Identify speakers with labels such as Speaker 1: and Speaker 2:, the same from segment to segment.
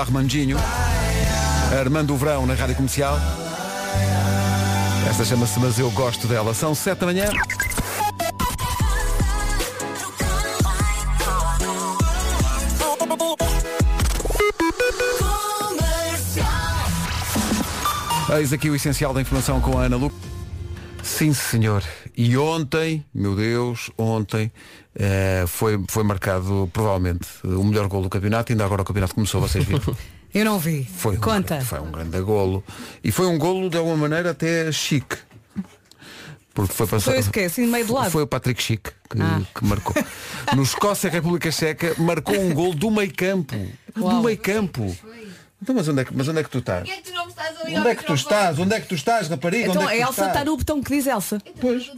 Speaker 1: Armandinho. Armando Verão na Rádio Comercial. Esta chama-se Mas Eu Gosto Dela. São 7 da manhã. Eis aqui o essencial da informação com a Ana Lu. Sim, senhor. E ontem, meu Deus, ontem eh, foi, foi marcado provavelmente o melhor gol do campeonato. Ainda agora o campeonato começou, vocês viram.
Speaker 2: Eu não vi.
Speaker 1: Foi um,
Speaker 2: Conta.
Speaker 1: grande- foi um grande golo. E foi um golo de alguma maneira até chique. Porque foi passado.
Speaker 2: isso que é, assim, meio de lado?
Speaker 1: Foi o Patrick Chique que,
Speaker 2: Ah.
Speaker 1: que marcou. No Escócia República Checa marcou um golo do meio campo. Do
Speaker 2: Uau.
Speaker 1: meio campo. Então, mas, onde é que, mas onde é que tu estás?
Speaker 3: Porquê é que tu não me estás a ligar
Speaker 1: Onde é que tu estás? Onde é que tu estás, rapariga?
Speaker 2: Então
Speaker 1: onde é que
Speaker 2: a
Speaker 1: tu
Speaker 2: Elsa
Speaker 1: estás?
Speaker 2: está no botão que diz Elsa.
Speaker 1: Pois.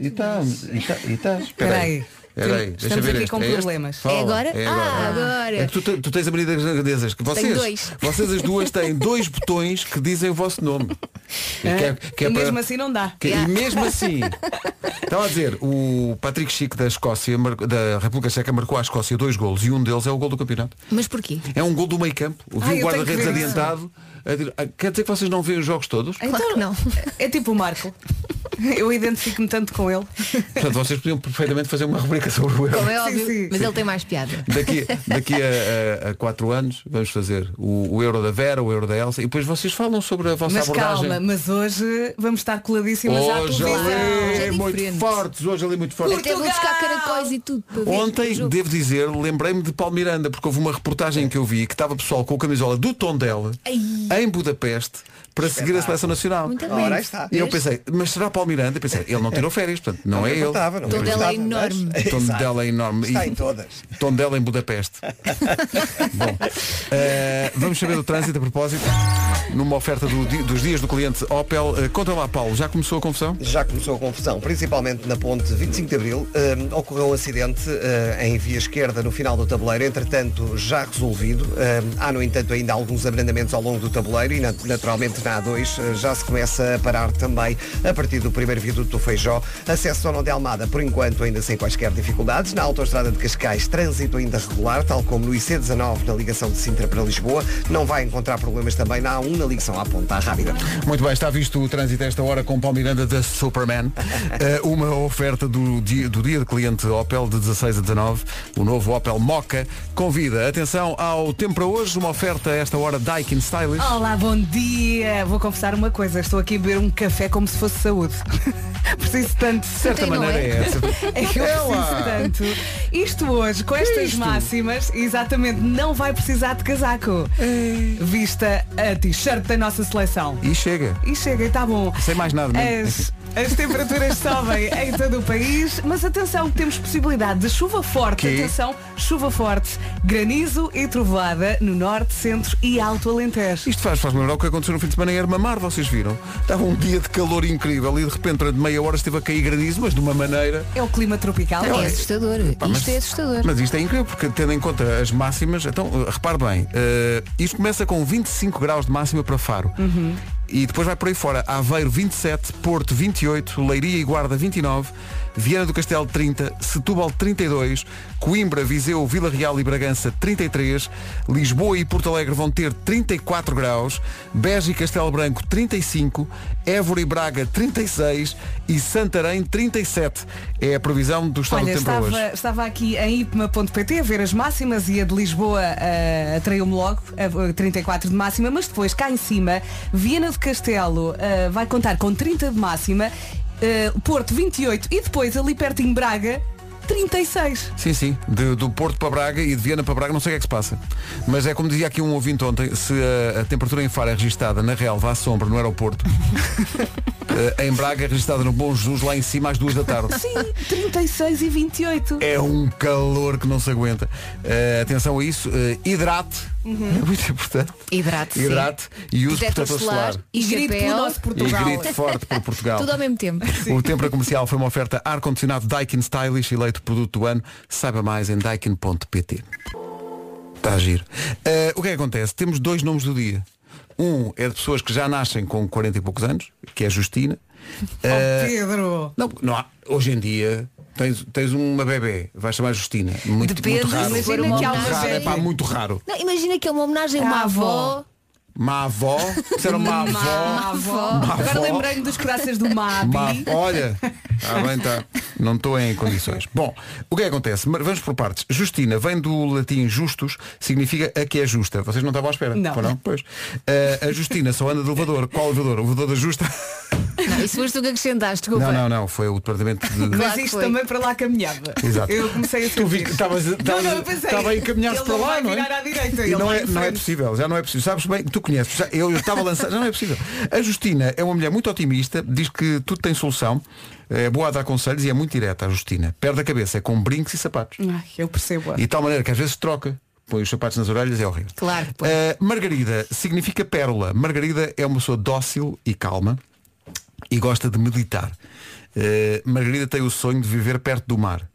Speaker 1: E
Speaker 2: tá,
Speaker 1: está. E estás. Espera
Speaker 2: aí.
Speaker 1: Espera
Speaker 2: Estamos
Speaker 1: Deixa eu ver
Speaker 2: aqui
Speaker 1: este.
Speaker 2: com
Speaker 1: este?
Speaker 2: problemas. É
Speaker 1: Fala.
Speaker 3: agora? Ah, agora.
Speaker 1: É que tu, te- tu tens a mania das grandezas. Que vocês,
Speaker 3: dois.
Speaker 1: vocês as duas têm dois botões que dizem o vosso nome. E que é- que é
Speaker 2: e
Speaker 1: para-
Speaker 2: mesmo assim não dá.
Speaker 1: que-
Speaker 3: Yeah.
Speaker 1: E mesmo assim, estava a dizer, o Patrick Chico da Escócia, mar- da República Checa, marcou à Escócia dois golos e um deles é o gol do campeonato.
Speaker 3: Mas porquê?
Speaker 1: É um gol do meio campo.
Speaker 2: Ai,
Speaker 1: Vi o
Speaker 2: eu tenho
Speaker 1: guarda-redes
Speaker 2: que ver isso.
Speaker 1: adiantado. a dir- ah, Quer dizer que vocês não veem os jogos todos?
Speaker 3: Claro que não.
Speaker 2: É tipo o Marco. Eu identifico-me tanto com ele.
Speaker 1: Portanto, vocês podiam perfeitamente fazer uma rubrica sobre o Euro.
Speaker 3: Como é óbvio,
Speaker 2: sim,
Speaker 3: mas
Speaker 2: sim.
Speaker 3: ele tem mais piada.
Speaker 1: Daqui, daqui a, a- a quatro anos vamos fazer o, o euro da Vera, o euro da Elsa e depois vocês falam sobre a vossa
Speaker 2: Mas
Speaker 1: abordagem.
Speaker 2: calma, mas hoje vamos estar coladíssimas à
Speaker 1: Hoje
Speaker 2: televisão.
Speaker 1: ali
Speaker 3: É
Speaker 1: muito
Speaker 3: diferente.
Speaker 1: fortes, hoje ali é muito fortes.
Speaker 3: Até vou buscar caracóis e tudo para ver o
Speaker 1: Ontem,
Speaker 3: jogo.
Speaker 1: devo dizer, lembrei-me de Paulo Miranda, porque houve uma reportagem que eu vi que estava pessoal com a camisola do Tondela em Budapeste para seguir a seleção nacional.
Speaker 3: Muito bem.
Speaker 4: Ora, aí está.
Speaker 1: E eu pensei, mas será Paulo Miranda? Eu pensei, ele não tirou férias, portanto, não, é ele.
Speaker 4: importava, não
Speaker 1: Tom
Speaker 3: Tondela é
Speaker 4: importava,
Speaker 3: enorme.
Speaker 4: mas- Exato.
Speaker 1: Tondela é enorme.
Speaker 4: Está
Speaker 1: E-
Speaker 4: em todas.
Speaker 1: Tondela em Budapeste. Bom, eh, vamos saber do trânsito a propósito. Numa oferta do di- dos dias do cliente Opel. Eh, conta lá, Paulo, já começou a confusão?
Speaker 4: Já começou a confusão, principalmente na ponte 25 de Abril. Eh, ocorreu um acidente eh, em via esquerda no final do tabuleiro, entretanto já resolvido. Eh, há, no entanto, ainda alguns abrandamentos ao longo do tabuleiro e, nat- naturalmente, na A2 eh, já se começa a parar também a partir do primeiro viaduto do Feijó. Acesso ao Nó de Almada, por enquanto, ainda sem quaisquer dificuldades. Na autoestrada de Cascais, trânsito ainda regular, tal como no IC19 na ligação de Sintra para Lisboa. Não vai encontrar problemas também na A1 na ligação à Ponta à Rábida.
Speaker 1: Muito bem, está visto o trânsito a esta hora com Paulo Miranda da Superman. Eh, uma oferta do dia, do dia de cliente Opel de 16 a 19, o novo Opel Moca. Convida, atenção ao tempo para hoje, uma oferta a esta hora Daikin Stylish.
Speaker 3: Oh,
Speaker 2: Olá, bom dia. Vou confessar uma coisa. Estou aqui a beber um café como se fosse saúde. Preciso tanto.
Speaker 1: De certa
Speaker 3: Ontem não
Speaker 1: maneira
Speaker 3: é?
Speaker 1: é essa.
Speaker 2: É que eu
Speaker 1: Ela!
Speaker 2: preciso tanto. Isto hoje, com estas máximas, exatamente, não vai precisar de casaco. Vista a t-shirt da nossa seleção.
Speaker 1: E chega.
Speaker 2: E chega, está bom.
Speaker 1: Sem mais nada né? mesmo.
Speaker 2: As, as temperaturas sobem em todo o país, mas atenção que temos possibilidade de chuva forte,
Speaker 1: Que?
Speaker 2: atenção, chuva forte, granizo e trovoada no norte, centro e alto Alentejo.
Speaker 1: Isto faz, faz lembrar o que aconteceu no fim de semana em Ermamar, vocês viram? Estava um dia de calor incrível e de repente durante meia hora esteve a cair granizo, mas de uma maneira.
Speaker 2: É o clima tropical.
Speaker 3: É assustador.
Speaker 1: Pá,
Speaker 3: Isto é assustador.
Speaker 1: Mas isto é incrível, porque tendo em conta as máximas, então, uh, repare bem, uh, isto começa com 25 graus de máxima para Faro.
Speaker 3: Uhum.
Speaker 1: E depois vai por aí fora. Aveiro 27, Porto 28, Leiria e Guarda 29, Viana do Castelo 30, Setúbal 32, Coimbra, Viseu, Vila Real e Bragança 33, Lisboa e Porto Alegre vão ter 34 graus, Beja e Castelo Branco 35, Évora e Braga 36 e Santarém 37. É a previsão do estado
Speaker 2: Olha,
Speaker 1: do tempo para hoje.
Speaker 2: estava, estava aqui em ipma.pt a ver as máximas e a de Lisboa ah, atraiu-me logo, a 34 de máxima, mas depois cá em cima, Viena do Castelo ah, vai contar com 30 de máxima, ah, Porto 28 e depois ali perto em Braga 36.
Speaker 1: Sim, sim. De- do Porto para Braga e de Viena para Braga, não sei o que é que se passa. Mas é como dizia aqui um ouvinte ontem, se a, a temperatura em Faro é registada na relva à sombra no aeroporto, eh, em Braga é registada no Bom Jesus lá em cima às duas da tarde.
Speaker 2: Sim, 36 e 28.
Speaker 1: É um calor que não se aguenta. Eh, atenção a isso. eh, hidrate. É muito importante.
Speaker 3: Hidrate-se.
Speaker 1: Hidrate e use
Speaker 3: Protetor
Speaker 1: protetor solar.
Speaker 3: e
Speaker 2: E grito
Speaker 3: chapéu.
Speaker 2: pelo nosso
Speaker 1: E
Speaker 2: Portugal. Oh,
Speaker 1: grite forte para Portugal.
Speaker 3: Tudo ao mesmo tempo.
Speaker 1: O tempo para comercial foi uma oferta ar-condicionado Daikin Stylish, eleito produto do ano. Saiba mais em daikin.pt. Está Tá a giro. Eh, o que é que acontece? Temos dois nomes do dia. Um é de pessoas que já nascem com 40 e poucos anos, que é a Justina,
Speaker 2: Oh, Pedro!
Speaker 1: Não, não há- hoje em dia tens, tens uma bebê, vais chamar Justina. Muito,
Speaker 2: Depende,
Speaker 1: muito raro.
Speaker 2: se for
Speaker 1: muito
Speaker 2: uma
Speaker 1: raro,
Speaker 2: homenagem.
Speaker 1: é pá, muito raro.
Speaker 3: Não, imagina que é uma homenagem a uma
Speaker 2: À
Speaker 3: avó.
Speaker 1: Má avó, disseram má avó.
Speaker 2: Má avó.
Speaker 1: Má
Speaker 2: Agora
Speaker 1: avó.
Speaker 2: lembrei-me dos coraças do Mabi.
Speaker 1: Má- olha, ah, bem, tá. não estou em condições. Bom, o que é que acontece? Mas Vamos por partes. Justina vem do latim justus, significa a que é justa. Vocês não estavam à espera?
Speaker 2: Não.
Speaker 1: Foram? Pois. Ah, a Justina só anda de elevador. Qual elevador? O elevador da Justa?
Speaker 3: Não, isso foste tu que acrescentaste, desculpa.
Speaker 1: Não, não, não. Foi o departamento de.
Speaker 2: Mas
Speaker 3: Claro que
Speaker 2: isto
Speaker 3: foi.
Speaker 2: também para lá caminhava.
Speaker 1: Exato.
Speaker 2: Eu comecei a
Speaker 1: Tu vi
Speaker 2: sentir.
Speaker 1: que estavas- estavas-
Speaker 2: não, não, eu pensei,
Speaker 1: estava a encaminhar-se
Speaker 2: ele
Speaker 1: para lá,
Speaker 2: vai
Speaker 1: não é?
Speaker 2: virar à direita,
Speaker 1: E
Speaker 2: ele
Speaker 1: não
Speaker 2: vai
Speaker 1: é,
Speaker 2: em
Speaker 1: não é
Speaker 2: frente.
Speaker 1: possível, já não é possível. Sabes bem, tu conheces, já- eu eu estava a lançar, já não é possível. A Justina é uma mulher muito otimista, diz que tudo tem solução, é boa a dar conselhos e é muito direta a Justina. Perde a cabeça é com brincos e sapatos.
Speaker 2: Ai, eu percebo.
Speaker 1: E de tal maneira que às vezes troca. Põe os sapatos nas orelhas, é horrível.
Speaker 3: Claro que põe.
Speaker 1: Eh, Margarida significa pérola. Margarida é uma pessoa dócil e calma e gosta de meditar. Eh, Margarida tem o sonho de viver perto do mar.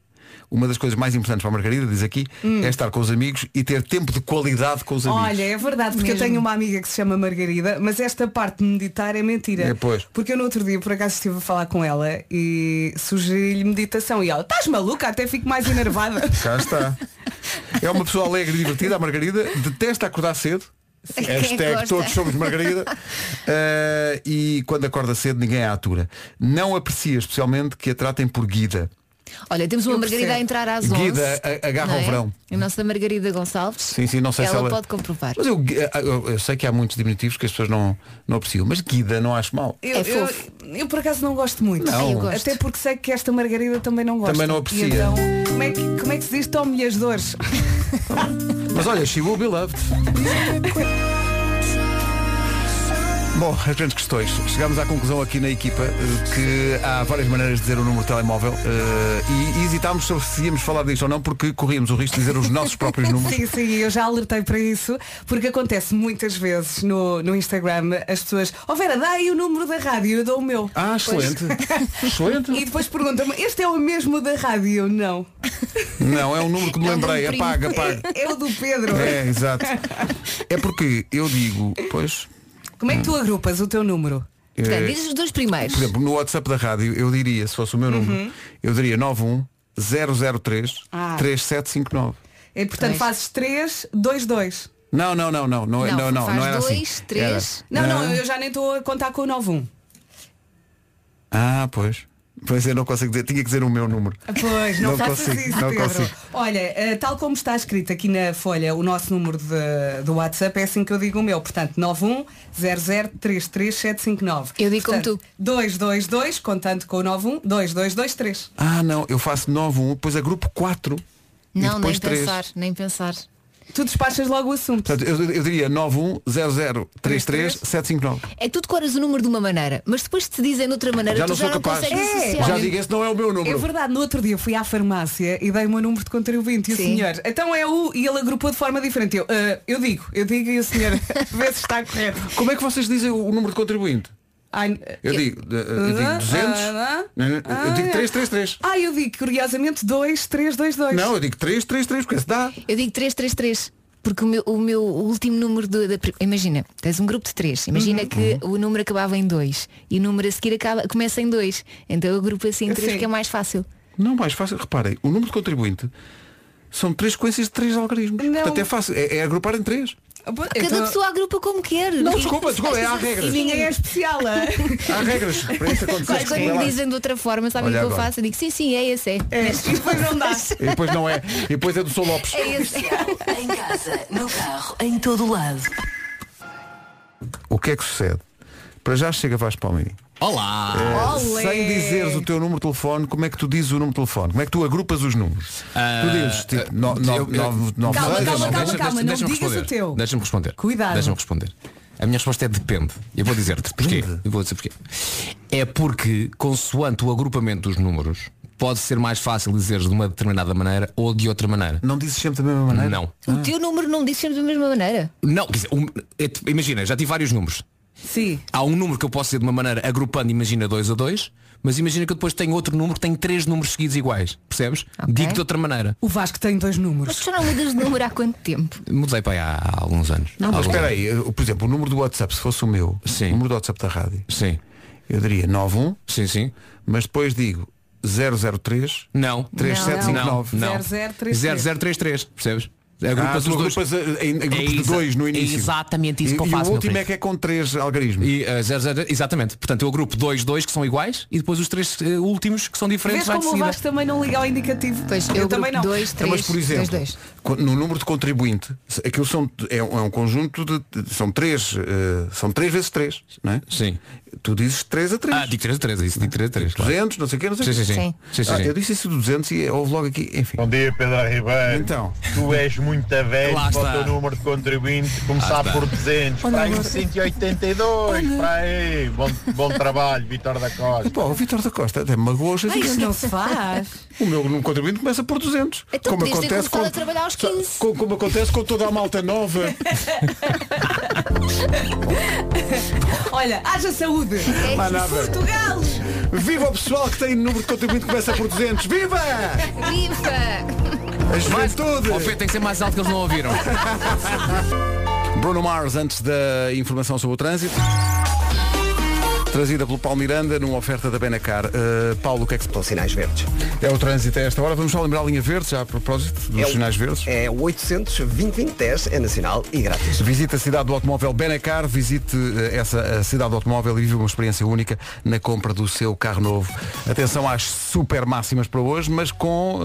Speaker 1: Uma das coisas mais importantes para a Margarida, diz aqui, é estar com os amigos e ter tempo de qualidade com os amigos.
Speaker 2: Olha, é verdade, porque eu tenho uma amiga que se chama Margarida, mas esta parte de meditar é mentira.
Speaker 1: É, pois.
Speaker 2: Porque eu no outro dia, por acaso, estive a falar com ela e sugeri-lhe meditação. E ela, estás maluca? Até fico mais enervada.
Speaker 1: Cá está. É uma pessoa alegre e divertida, a Margarida. Detesta acordar cedo.
Speaker 3: Quem
Speaker 1: Hashtag
Speaker 3: gosta?
Speaker 1: todos somos Margarida. Eh, e quando acorda cedo, ninguém a atura. Não aprecia especialmente que a tratem por Guida.
Speaker 3: Olha, temos uma
Speaker 2: Eu
Speaker 3: Margarida
Speaker 2: percebo.
Speaker 3: a entrar às 11.
Speaker 1: Guida, a- agarra
Speaker 3: não
Speaker 1: o
Speaker 3: é?
Speaker 1: verão.
Speaker 3: A nossa Margarida Gonçalves.
Speaker 1: Sim, sim, não sei se ela
Speaker 3: pode comprovar.
Speaker 1: Mas eu, eh, eu- eu sei que há muitos diminutivos que as pessoas não, não apreciam, mas Guida não acho mal.
Speaker 2: Eu,
Speaker 3: É
Speaker 2: eu,
Speaker 3: fofo.
Speaker 2: eu, por acaso não gosto muito.
Speaker 1: Não. Ai, eu
Speaker 3: gosto.
Speaker 2: Até porque sei que esta Margarida também não gosta.
Speaker 1: Também não
Speaker 2: E
Speaker 1: aprecia.
Speaker 2: então, como é que, como é que se diz? Tome-lhe as dores.
Speaker 1: Mas olha, she will be loved. Bom, as grandes questões. Chegámos à conclusão aqui na equipa eh, que há várias maneiras de dizer o número de telemóvel eh, e, e hesitámos sobre se íamos falar disto ou não porque corríamos o risco de dizer os nossos próprios números.
Speaker 2: Sim, sim, eu já alertei para isso, porque acontece muitas vezes no, no Instagram as pessoas, ó Vera, dá aí o número da rádio, eu dou o meu.
Speaker 1: Ah, excelente.
Speaker 2: E
Speaker 1: excelente.
Speaker 2: depois perguntam-me, este é o mesmo da rádio? Não.
Speaker 1: Não, é um número que me
Speaker 3: É um
Speaker 1: lembrei.
Speaker 3: número
Speaker 1: Apaga,
Speaker 3: primo.
Speaker 1: apaga.
Speaker 2: É o do Pedro.
Speaker 1: É, exato. É porque eu digo, pois,
Speaker 2: Como é que tu agrupas o teu número?
Speaker 3: Portanto, dizes os dois primeiros.
Speaker 1: eh, Por exemplo, no WhatsApp da rádio, eu diria, se fosse o meu
Speaker 3: Uhum.
Speaker 1: número, eu diria 91 003
Speaker 2: Ah.
Speaker 1: 3759.
Speaker 2: É, portanto,
Speaker 3: Dois.
Speaker 2: fazes 3, 2, 2.
Speaker 1: Não, não, não, não, não, é- não,
Speaker 3: Não,
Speaker 1: não,
Speaker 3: faz
Speaker 1: não era
Speaker 3: dois,
Speaker 1: assim.
Speaker 3: três.
Speaker 2: Não,
Speaker 1: Era-
Speaker 2: não, eu já nem estou a contar com o 91.
Speaker 1: Ah, pois. Pois eu não consigo dizer, tinha que dizer o meu número.
Speaker 2: Ah, Pois, não,
Speaker 1: Não
Speaker 2: faças
Speaker 1: consigo,
Speaker 2: isso,
Speaker 1: não
Speaker 2: Pedro.
Speaker 1: consigo.
Speaker 2: Olha, eh, tal como está escrito aqui na folha, o nosso número de- do WhatsApp é assim que eu digo o meu. Portanto, 910033759.
Speaker 3: Eu digo como
Speaker 2: Portanto,
Speaker 3: tu.
Speaker 2: 222, contando com o 91, 2223.
Speaker 1: Ah, não, eu faço 91, depois agrupo 4. e
Speaker 3: Não,
Speaker 1: depois
Speaker 3: nem
Speaker 1: 3.
Speaker 3: pensar, nem pensar.
Speaker 2: Tu despachas logo o assunto.
Speaker 1: Portanto, eu, eu diria 91 0033759.
Speaker 3: É que tu decoras o número de uma maneira, mas depois te dizem de outra maneira,
Speaker 1: Já
Speaker 3: tu
Speaker 1: não
Speaker 3: já
Speaker 1: sou
Speaker 3: não
Speaker 1: capaz.
Speaker 3: consegues
Speaker 2: É.
Speaker 3: associar.
Speaker 1: Já digo, esse não é o meu
Speaker 2: É
Speaker 1: número.
Speaker 2: verdade, no outro dia fui à farmácia e dei o meu número de contribuinte e o
Speaker 3: Sim.
Speaker 2: senhor, então é o, e ele agrupou de forma diferente. Eu, "Ah, eu digo, eu digo e o senhor vê se está correto.
Speaker 1: Como é que vocês dizem o número de contribuinte?
Speaker 2: Ai,
Speaker 1: Eu digo, eh, eu digo 200.
Speaker 2: Ah, ah,
Speaker 1: Eu digo
Speaker 2: ah.
Speaker 1: 333.
Speaker 2: Ah, eu digo, curiosamente, 2, 3, 2, 2.
Speaker 1: Não, eu digo 333, porque se dá.
Speaker 3: Eu digo 333. Porque o meu, o meu último número de, da pri- Imagina, tens um grupo de três Imagina que
Speaker 1: Uhum.
Speaker 3: o número acabava em dois E o número a seguir acaba, começa em dois Então eu grupo assim em três
Speaker 2: Sim.
Speaker 3: que é mais fácil
Speaker 1: Não, mais fácil. Reparem, o número de contribuinte são três sequências de três algarismos.
Speaker 2: Não.
Speaker 1: Portanto, é fácil. É, é agrupar em três.
Speaker 3: Cada pessoa agrupa como quer
Speaker 1: Então- Não, desculpa, desculpa, é, há regras.
Speaker 2: E ninguém Ah, então, é especial, hã?
Speaker 1: Há regras para isso
Speaker 3: Mas
Speaker 1: acontecer.
Speaker 3: assim, quando
Speaker 1: Vá
Speaker 3: me
Speaker 1: lá.
Speaker 3: dizem de outra forma, sabem o
Speaker 1: Olha
Speaker 3: que eu
Speaker 1: agora.
Speaker 3: faço? Eu digo, sim, sim, é esse, é.
Speaker 2: É, e depois não dá.
Speaker 1: E depois não é. E depois é do Sol Lopes.
Speaker 3: É esse.
Speaker 5: Em casa, no carro, em todo lado.
Speaker 1: O que é que sucede? Para já chega Vasco Palmeirinho.
Speaker 6: Olá!
Speaker 2: Olé.
Speaker 1: Sem dizeres o teu número de telefone, como é que tu dizes o número de telefone? Como é que tu agrupas os números?
Speaker 6: Ah,
Speaker 1: tu dizes
Speaker 6: ah,
Speaker 1: tipo no- no-
Speaker 6: eu- eu-
Speaker 1: nove- nove-
Speaker 2: Calma,
Speaker 1: seis,
Speaker 2: calma,
Speaker 1: nove-
Speaker 2: calma, calma, não
Speaker 6: deixa-me
Speaker 2: digas o
Speaker 6: responder.
Speaker 2: teu.
Speaker 6: Deixa-me responder.
Speaker 2: Cuidado.
Speaker 6: Deixa-me responder. A minha resposta é depende. Eu vou dizer-te porquê. Eu vou dizer porquê. É porque, consoante o agrupamento dos números, pode ser mais fácil dizeres de uma determinada maneira ou de outra maneira.
Speaker 1: Não dizes sempre da mesma maneira?
Speaker 6: Não.
Speaker 3: O teu número não diz sempre da mesma maneira.
Speaker 6: Não, quer dizer, um- é tipo- imagina, já tive vários números.
Speaker 2: Sim.
Speaker 6: Há um número que eu posso dizer de uma maneira agrupando, imagina dois a dois, mas imagina que eu depois tenho outro número que tem três números seguidos iguais. Percebes?
Speaker 3: Ok.
Speaker 6: Digo de outra maneira.
Speaker 2: O Vasco tem dois
Speaker 3: Mas tu
Speaker 2: números.
Speaker 3: já não mudas de número há quanto tempo?
Speaker 6: Mudei para aí há, há alguns anos.
Speaker 1: Não,
Speaker 6: Há
Speaker 1: mas
Speaker 6: alguns
Speaker 1: espera aí, eu, por exemplo, o número do WhatsApp, se fosse o meu,
Speaker 6: Sim.
Speaker 1: o número do WhatsApp da rádio,
Speaker 6: anos. Sim.
Speaker 1: eu diria 91,
Speaker 6: Sim, sim.
Speaker 1: mas depois digo 003.
Speaker 6: Não.
Speaker 1: 3759.
Speaker 6: Não.
Speaker 2: 0033.
Speaker 6: 0033, percebes? É
Speaker 1: Ah,
Speaker 6: Agrupas
Speaker 1: tu
Speaker 6: os dois.
Speaker 1: agrupas eh, em, em grupos de
Speaker 6: exa-
Speaker 1: dois no
Speaker 6: é
Speaker 1: início.
Speaker 6: exatamente isso
Speaker 1: e,
Speaker 6: que eu
Speaker 1: e
Speaker 6: faço,
Speaker 1: o
Speaker 6: meu
Speaker 1: último
Speaker 6: querido.
Speaker 1: é que é com três algarismos.
Speaker 6: E, eh, 00 exatamente. Portanto, eu agrupo dois, dois que são iguais e depois os três eh, últimos que são diferentes
Speaker 2: Vês
Speaker 6: vai de
Speaker 2: como o
Speaker 6: seguida.
Speaker 2: Vasco também não liga ao indicativo?
Speaker 3: Pois eu, grupo
Speaker 2: também não.
Speaker 3: dois,
Speaker 1: Então,
Speaker 3: três,
Speaker 1: mas por
Speaker 3: dois,
Speaker 1: exemplo,
Speaker 3: dois.
Speaker 1: co- no número de contribuinte, se- aquilo são, é, um- é um conjunto de. de- São três, eh, são três vezes três, não é?
Speaker 6: Sim.
Speaker 1: Tu dizes três a três.
Speaker 6: Ah, digo 3 a 3, é isso, digo 3 a 3. Claro.
Speaker 1: 200, não sei o quê, não sei o
Speaker 6: Sim, sim,
Speaker 1: quê.
Speaker 6: sim.
Speaker 3: Sim.
Speaker 6: Sim, sim,
Speaker 1: Ah,
Speaker 6: sim.
Speaker 1: eu disse isso do 200 e é, houve logo aqui, enfim.
Speaker 7: Bom dia, Pedro Ribeiro.
Speaker 1: Então.
Speaker 7: Tu és muito velho
Speaker 6: Lá
Speaker 7: para o
Speaker 6: está.
Speaker 7: teu número de contribuinte. Começar
Speaker 6: está.
Speaker 7: por 200. Para aí 182. Para aí. Bom, bom trabalho, Vitor da Costa.
Speaker 1: Pô, o Vítor da Costa até magoou os
Speaker 2: Isso
Speaker 1: adiantos.
Speaker 2: não se faz.
Speaker 1: O meu número de contribuinte começa por 200.
Speaker 3: Então podias ter começado a trabalhar aos 15.
Speaker 1: com- como acontece com toda a malta nova.
Speaker 2: Olha, haja saúde.
Speaker 1: Há nada.
Speaker 2: Portugal!
Speaker 1: Viva o pessoal que tem número de contribuinte que começa por 200. Viva!
Speaker 3: Viva!
Speaker 1: A juventude!
Speaker 6: O Fê tem que ser mais alto que eles não ouviram.
Speaker 1: Bruno Mars antes da informação sobre o trânsito. Trazida pelo Paulo Miranda numa oferta da Benacar. Uh, Paulo, o que é que se
Speaker 4: São
Speaker 1: passa?
Speaker 4: sinais verdes.
Speaker 1: É o trânsito a esta hora. Vamos só lembrar a linha verde, já a propósito dos
Speaker 4: É o-
Speaker 1: sinais verdes.
Speaker 4: É 800 2010 é nacional e grátis.
Speaker 1: Visite a cidade do automóvel Benacar, visite eh, essa a cidade do automóvel e vive uma experiência única na compra do seu carro novo. Atenção às super máximas para hoje, mas com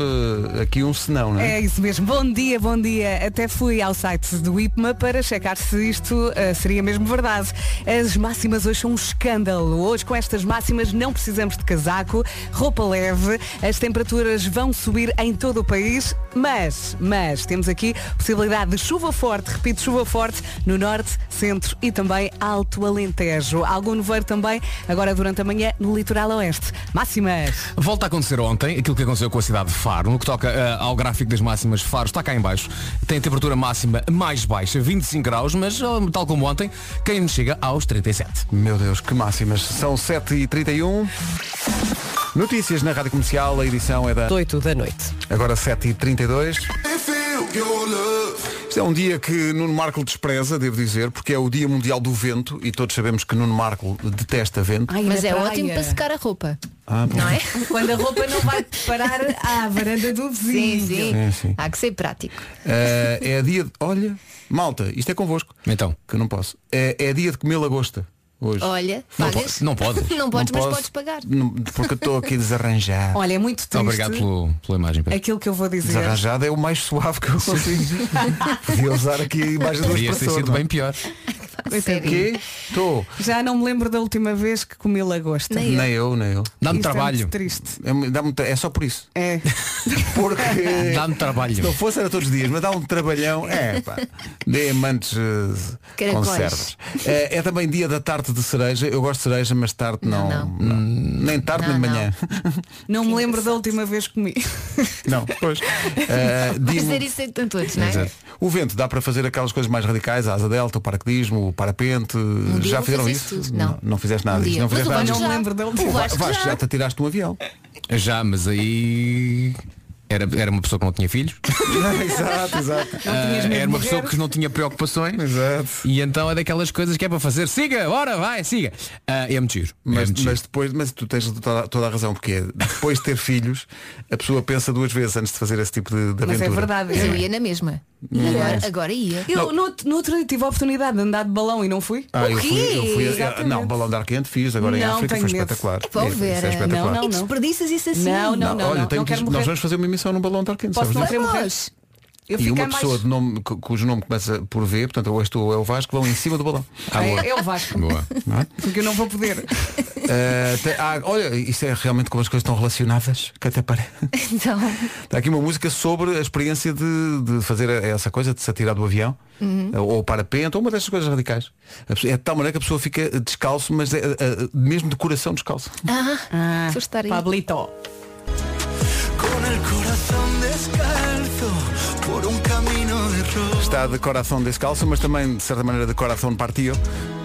Speaker 1: eh, aqui um senão, não é?
Speaker 2: É isso mesmo. Bom dia, bom dia. Até fui ao site do IPMA para checar se isto ah, seria mesmo verdade. As máximas hoje são um escândalo. Hoje, com estas máximas, não precisamos de casaco, roupa leve. As temperaturas vão subir em todo o país, mas, mas, temos aqui possibilidade de chuva forte, repito, chuva forte, no norte, centro e também alto Alentejo. Algum nevoeiro também, agora durante a manhã, no litoral oeste. Máximas.
Speaker 6: Volta a acontecer ontem, aquilo que aconteceu com a cidade de Faro, no que toca eh, ao gráfico das máximas, Faro está cá em baixo, tem a temperatura máxima mais baixa, 25 graus, mas oh, tal como ontem, quem chega aos 37.
Speaker 1: Meu Deus, que máximas. São 7h31. Notícias na Rádio Comercial, a edição é da...
Speaker 2: 8 da noite.
Speaker 1: Agora 7h32. Isto é um dia que Nuno Marco despreza, devo dizer, porque é o Dia Mundial do Vento e todos sabemos que Nuno Marco detesta vento.
Speaker 2: Ai,
Speaker 3: Mas
Speaker 2: na
Speaker 3: é
Speaker 2: praia.
Speaker 3: ótimo para secar a roupa.
Speaker 1: Ah, bom.
Speaker 3: Não é?
Speaker 2: Quando a roupa não vai parar à varanda do vizinho.
Speaker 1: Sim, sim.
Speaker 3: Há que ser prático.
Speaker 1: Eh, é dia de... Olha, malta, isto é convosco.
Speaker 6: Então.
Speaker 1: Que eu não posso. É, é dia de comer lagosta. Hoje.
Speaker 3: Olha,
Speaker 6: Não
Speaker 3: pagas?
Speaker 6: po- não podes.
Speaker 3: Não podes, mas
Speaker 1: posso,
Speaker 3: podes pagar.
Speaker 1: não- Hum, Porque eu estou aqui desarranjado.
Speaker 2: Olha, é muito triste.
Speaker 6: Obrigado pelo- pela imagem. Pedro.
Speaker 2: Aquilo É que eu vou dizer.
Speaker 1: Desarranjado é o mais suave que eu consigo. Podia usar aqui a imagem do
Speaker 6: Podias ter
Speaker 1: expressor.
Speaker 6: sido
Speaker 1: não é?
Speaker 6: bem pior.
Speaker 2: Sério.
Speaker 1: Quê? Estou.
Speaker 2: Já não me lembro da última vez que comi lagosta.
Speaker 3: Nem
Speaker 1: Nem eu, nem eu.
Speaker 6: Dá-me
Speaker 2: Isto É
Speaker 6: trabalho.
Speaker 2: muito triste.
Speaker 1: É, mu- dá muito- é só por isso.
Speaker 2: É.
Speaker 1: Porque
Speaker 6: Dá-me
Speaker 1: se não
Speaker 6: trabalho.
Speaker 1: fosse era todos os dias, mas dá um trabalhão. É, pá. Diamantes eh,
Speaker 3: Caracóis.
Speaker 1: conservas. É, é também dia da tarde de cereja. Eu gosto de cereja, mas tarde não.
Speaker 3: Não,
Speaker 1: não. Nem tarde
Speaker 3: Não,
Speaker 1: nem manhã.
Speaker 2: Não me lembro da última vez que comi.
Speaker 1: Não, pois. Eh, dia-
Speaker 3: Fazer isso em todos, não é?
Speaker 6: Exato.
Speaker 1: O vento dá para fazer aquelas coisas mais radicais, a asa delta, o paraquedismo, o parapente.
Speaker 3: Um
Speaker 2: Um
Speaker 3: dia
Speaker 1: já
Speaker 3: eu
Speaker 1: fizeram
Speaker 3: fiz
Speaker 1: isso?
Speaker 3: tudo. Não.
Speaker 1: não fizeste nada
Speaker 3: Um
Speaker 1: disso.
Speaker 3: dia.
Speaker 1: Não
Speaker 3: Mas
Speaker 1: fizeste
Speaker 3: o
Speaker 1: nada
Speaker 3: Vasco
Speaker 1: disso.
Speaker 2: Não
Speaker 3: já.
Speaker 2: me lembro da
Speaker 3: O
Speaker 2: última.
Speaker 3: Vasco
Speaker 1: Vasco,
Speaker 3: já.
Speaker 1: já te tiraste um avião.
Speaker 6: Já, mas aí era, era uma pessoa que não tinha filhos, Ah,
Speaker 1: exato, exato.
Speaker 2: tinhas medo de
Speaker 6: era uma
Speaker 2: morrer.
Speaker 6: pessoa que não tinha preocupações.
Speaker 1: Exato.
Speaker 6: E então é daquelas coisas que é para fazer. Siga, ora, vai, siga. Ah, é muito giro. é
Speaker 1: Mas,
Speaker 6: muito giro.
Speaker 1: mas depois, mas tu tens toda, toda a razão, porque é, depois de ter filhos, a pessoa pensa duas vezes antes de fazer esse tipo de, de aventura.
Speaker 2: Mas é verdade.
Speaker 3: Mas eu ia na mesma.
Speaker 1: Hum.
Speaker 3: Agora, agora ia.
Speaker 1: É,
Speaker 2: Eu no, outro- no outro dia tive a oportunidade de andar de balão e não fui.
Speaker 1: Ah, eu
Speaker 3: O quê?
Speaker 1: fui, eu fui-
Speaker 2: Exatamente.
Speaker 1: não, balão de ar quente fiz, agora em
Speaker 2: Não,
Speaker 1: África
Speaker 2: tenho
Speaker 1: foi
Speaker 2: medo.
Speaker 1: espetacular.
Speaker 3: É pá,
Speaker 1: Isso é
Speaker 3: Vera.
Speaker 1: espetacular.
Speaker 2: Não,
Speaker 3: E
Speaker 2: não.
Speaker 3: desperdiças isso assim.
Speaker 2: Não, não, não.
Speaker 1: Olha,
Speaker 2: não,
Speaker 1: tenho
Speaker 2: não
Speaker 1: que-
Speaker 2: quero
Speaker 1: nós
Speaker 2: morrer.
Speaker 1: vamos fazer uma emissão num balão de ar quente.
Speaker 2: Posso
Speaker 1: sabes
Speaker 2: não
Speaker 1: disso?
Speaker 2: querer morrer.
Speaker 3: Vamos.
Speaker 2: Eu
Speaker 1: E
Speaker 2: fico
Speaker 1: uma
Speaker 2: a mais. É,
Speaker 1: pessoa de nome, cu- cujo nome começa por V, portanto, ou és tu ou é o Vasco, vão em cima do balão.
Speaker 6: Ah, boa.
Speaker 2: É, é o Vasco.
Speaker 6: Boa.
Speaker 2: Porque eu não vou poder.
Speaker 1: Ah, te- ah, olha, isso é realmente como as coisas estão relacionadas, que até parece.
Speaker 3: Então,
Speaker 1: Está aqui uma música sobre a experiência de, de fazer essa coisa, de se atirar do avião,
Speaker 6: Uhum.
Speaker 1: eh, ou parapente, ou uma dessas coisas radicais. A pessoa- É de tal maneira que a pessoa fica descalço, mas é, é, é, mesmo de coração descalço.
Speaker 2: Ah,
Speaker 3: Vou estar aí.
Speaker 2: Pablito.
Speaker 1: Está de coração descalço, mas também, de certa maneira, de coração partido,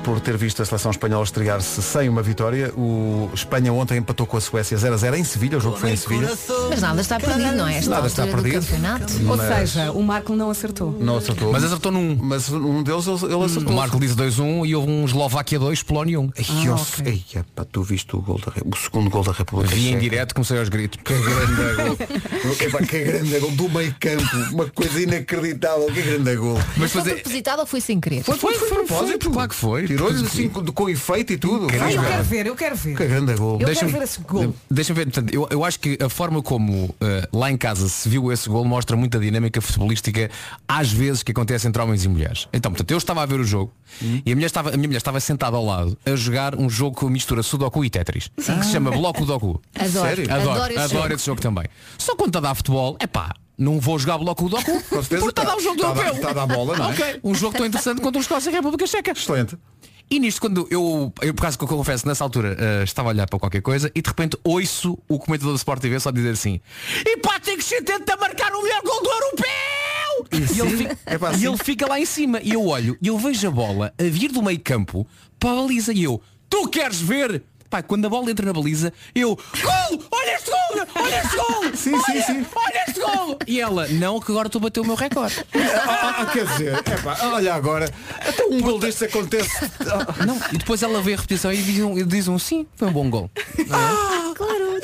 Speaker 1: por ter visto a seleção espanhola estrear-se sem uma vitória. O Espanha ontem empatou com a Suécia 0 a 0 em Sevilha, o jogo foi em Sevilha.
Speaker 3: Mas nada está perdido, não é? Esta
Speaker 1: Nada está
Speaker 3: altura do
Speaker 1: perdido.
Speaker 3: campeonato.
Speaker 2: Ou
Speaker 1: Mas-
Speaker 2: seja, o Marco não acertou.
Speaker 1: Não acertou.
Speaker 6: Mas acertou num.
Speaker 1: Mas um deles ele ele
Speaker 6: O
Speaker 1: acertou.
Speaker 6: Marco diz 2-1 e houve um Eslováquia 2, Polónia 1.
Speaker 1: Ai, eu sei- Ei, epá, tu viste o, gol da, Re- o segundo gol da República
Speaker 6: Vi em
Speaker 1: Checa. é
Speaker 6: direto, comecei aos gritos.
Speaker 1: Que grande gol. Epá, que grande gol. Do meio campo. Uma coisa inacreditável. Que grande gol.
Speaker 6: Mas
Speaker 3: Foi
Speaker 6: fazer.
Speaker 3: propositado ou foi sem querer?
Speaker 1: Foi, foi, foi, de propósito.
Speaker 6: claro que foi.
Speaker 1: Tirou-lhe assim com, com efeito e tudo.
Speaker 2: Ah, eu
Speaker 1: Que
Speaker 2: quero ver, eu quero ver.
Speaker 1: grande gol.
Speaker 2: Eu
Speaker 6: Deixa-me-
Speaker 2: quero ver esse gol.
Speaker 6: Deixa-me ver, portanto, eu, eu acho que a forma como eh, lá em casa se viu esse gol mostra muita dinâmica futebolística às vezes que acontece entre homens e mulheres. Então, portanto, eu estava a ver o jogo e a, mulher estava, a minha mulher estava sentada ao lado a jogar um jogo que mistura Sudoku e Tetris, que se chama Bloco Doku.
Speaker 3: Adoro.
Speaker 1: Sério?
Speaker 3: Adoro,
Speaker 6: Adoro, adoro,
Speaker 3: esse jogo.
Speaker 6: esse jogo também. Só quando está a dar futebol, é pá, não vou jogar Bloco Doku
Speaker 1: Com
Speaker 6: porque
Speaker 1: certeza
Speaker 6: está a dar um jogo
Speaker 1: tá-
Speaker 6: do
Speaker 1: tá-
Speaker 6: europeu.
Speaker 1: tá a dar bola, não é?
Speaker 6: Ok, um jogo tão interessante contra os Escócia e República Checa.
Speaker 1: Excelente.
Speaker 6: E nisto, quando eu, eu por causa que eu confesso, nessa altura eh, estava a olhar para qualquer coisa e de repente ouço o comentador do Sport TV só dizer assim E Patrick Schitt tenta marcar o melhor gol do europeu! E ele, fica,
Speaker 1: É pá,
Speaker 6: e
Speaker 1: sim.
Speaker 6: ele fica lá em cima e eu olho e eu vejo a bola a vir do meio campo para a baliza e eu Tu queres ver? Pá, quando a bola entra na baliza, eu Gol! Olha este gol! Olha este gol!
Speaker 1: Sim, sim,
Speaker 6: olha,
Speaker 1: sim.
Speaker 6: olha este gol! E ela, não que agora tu bateu o meu recorde.
Speaker 1: Ah, ah, quer dizer, epá, olha agora. Até um gol destes acontece. Ah,
Speaker 6: Não, e depois ela vê a repetição e diz um, e diz um sim, foi um bom gol.
Speaker 1: epá,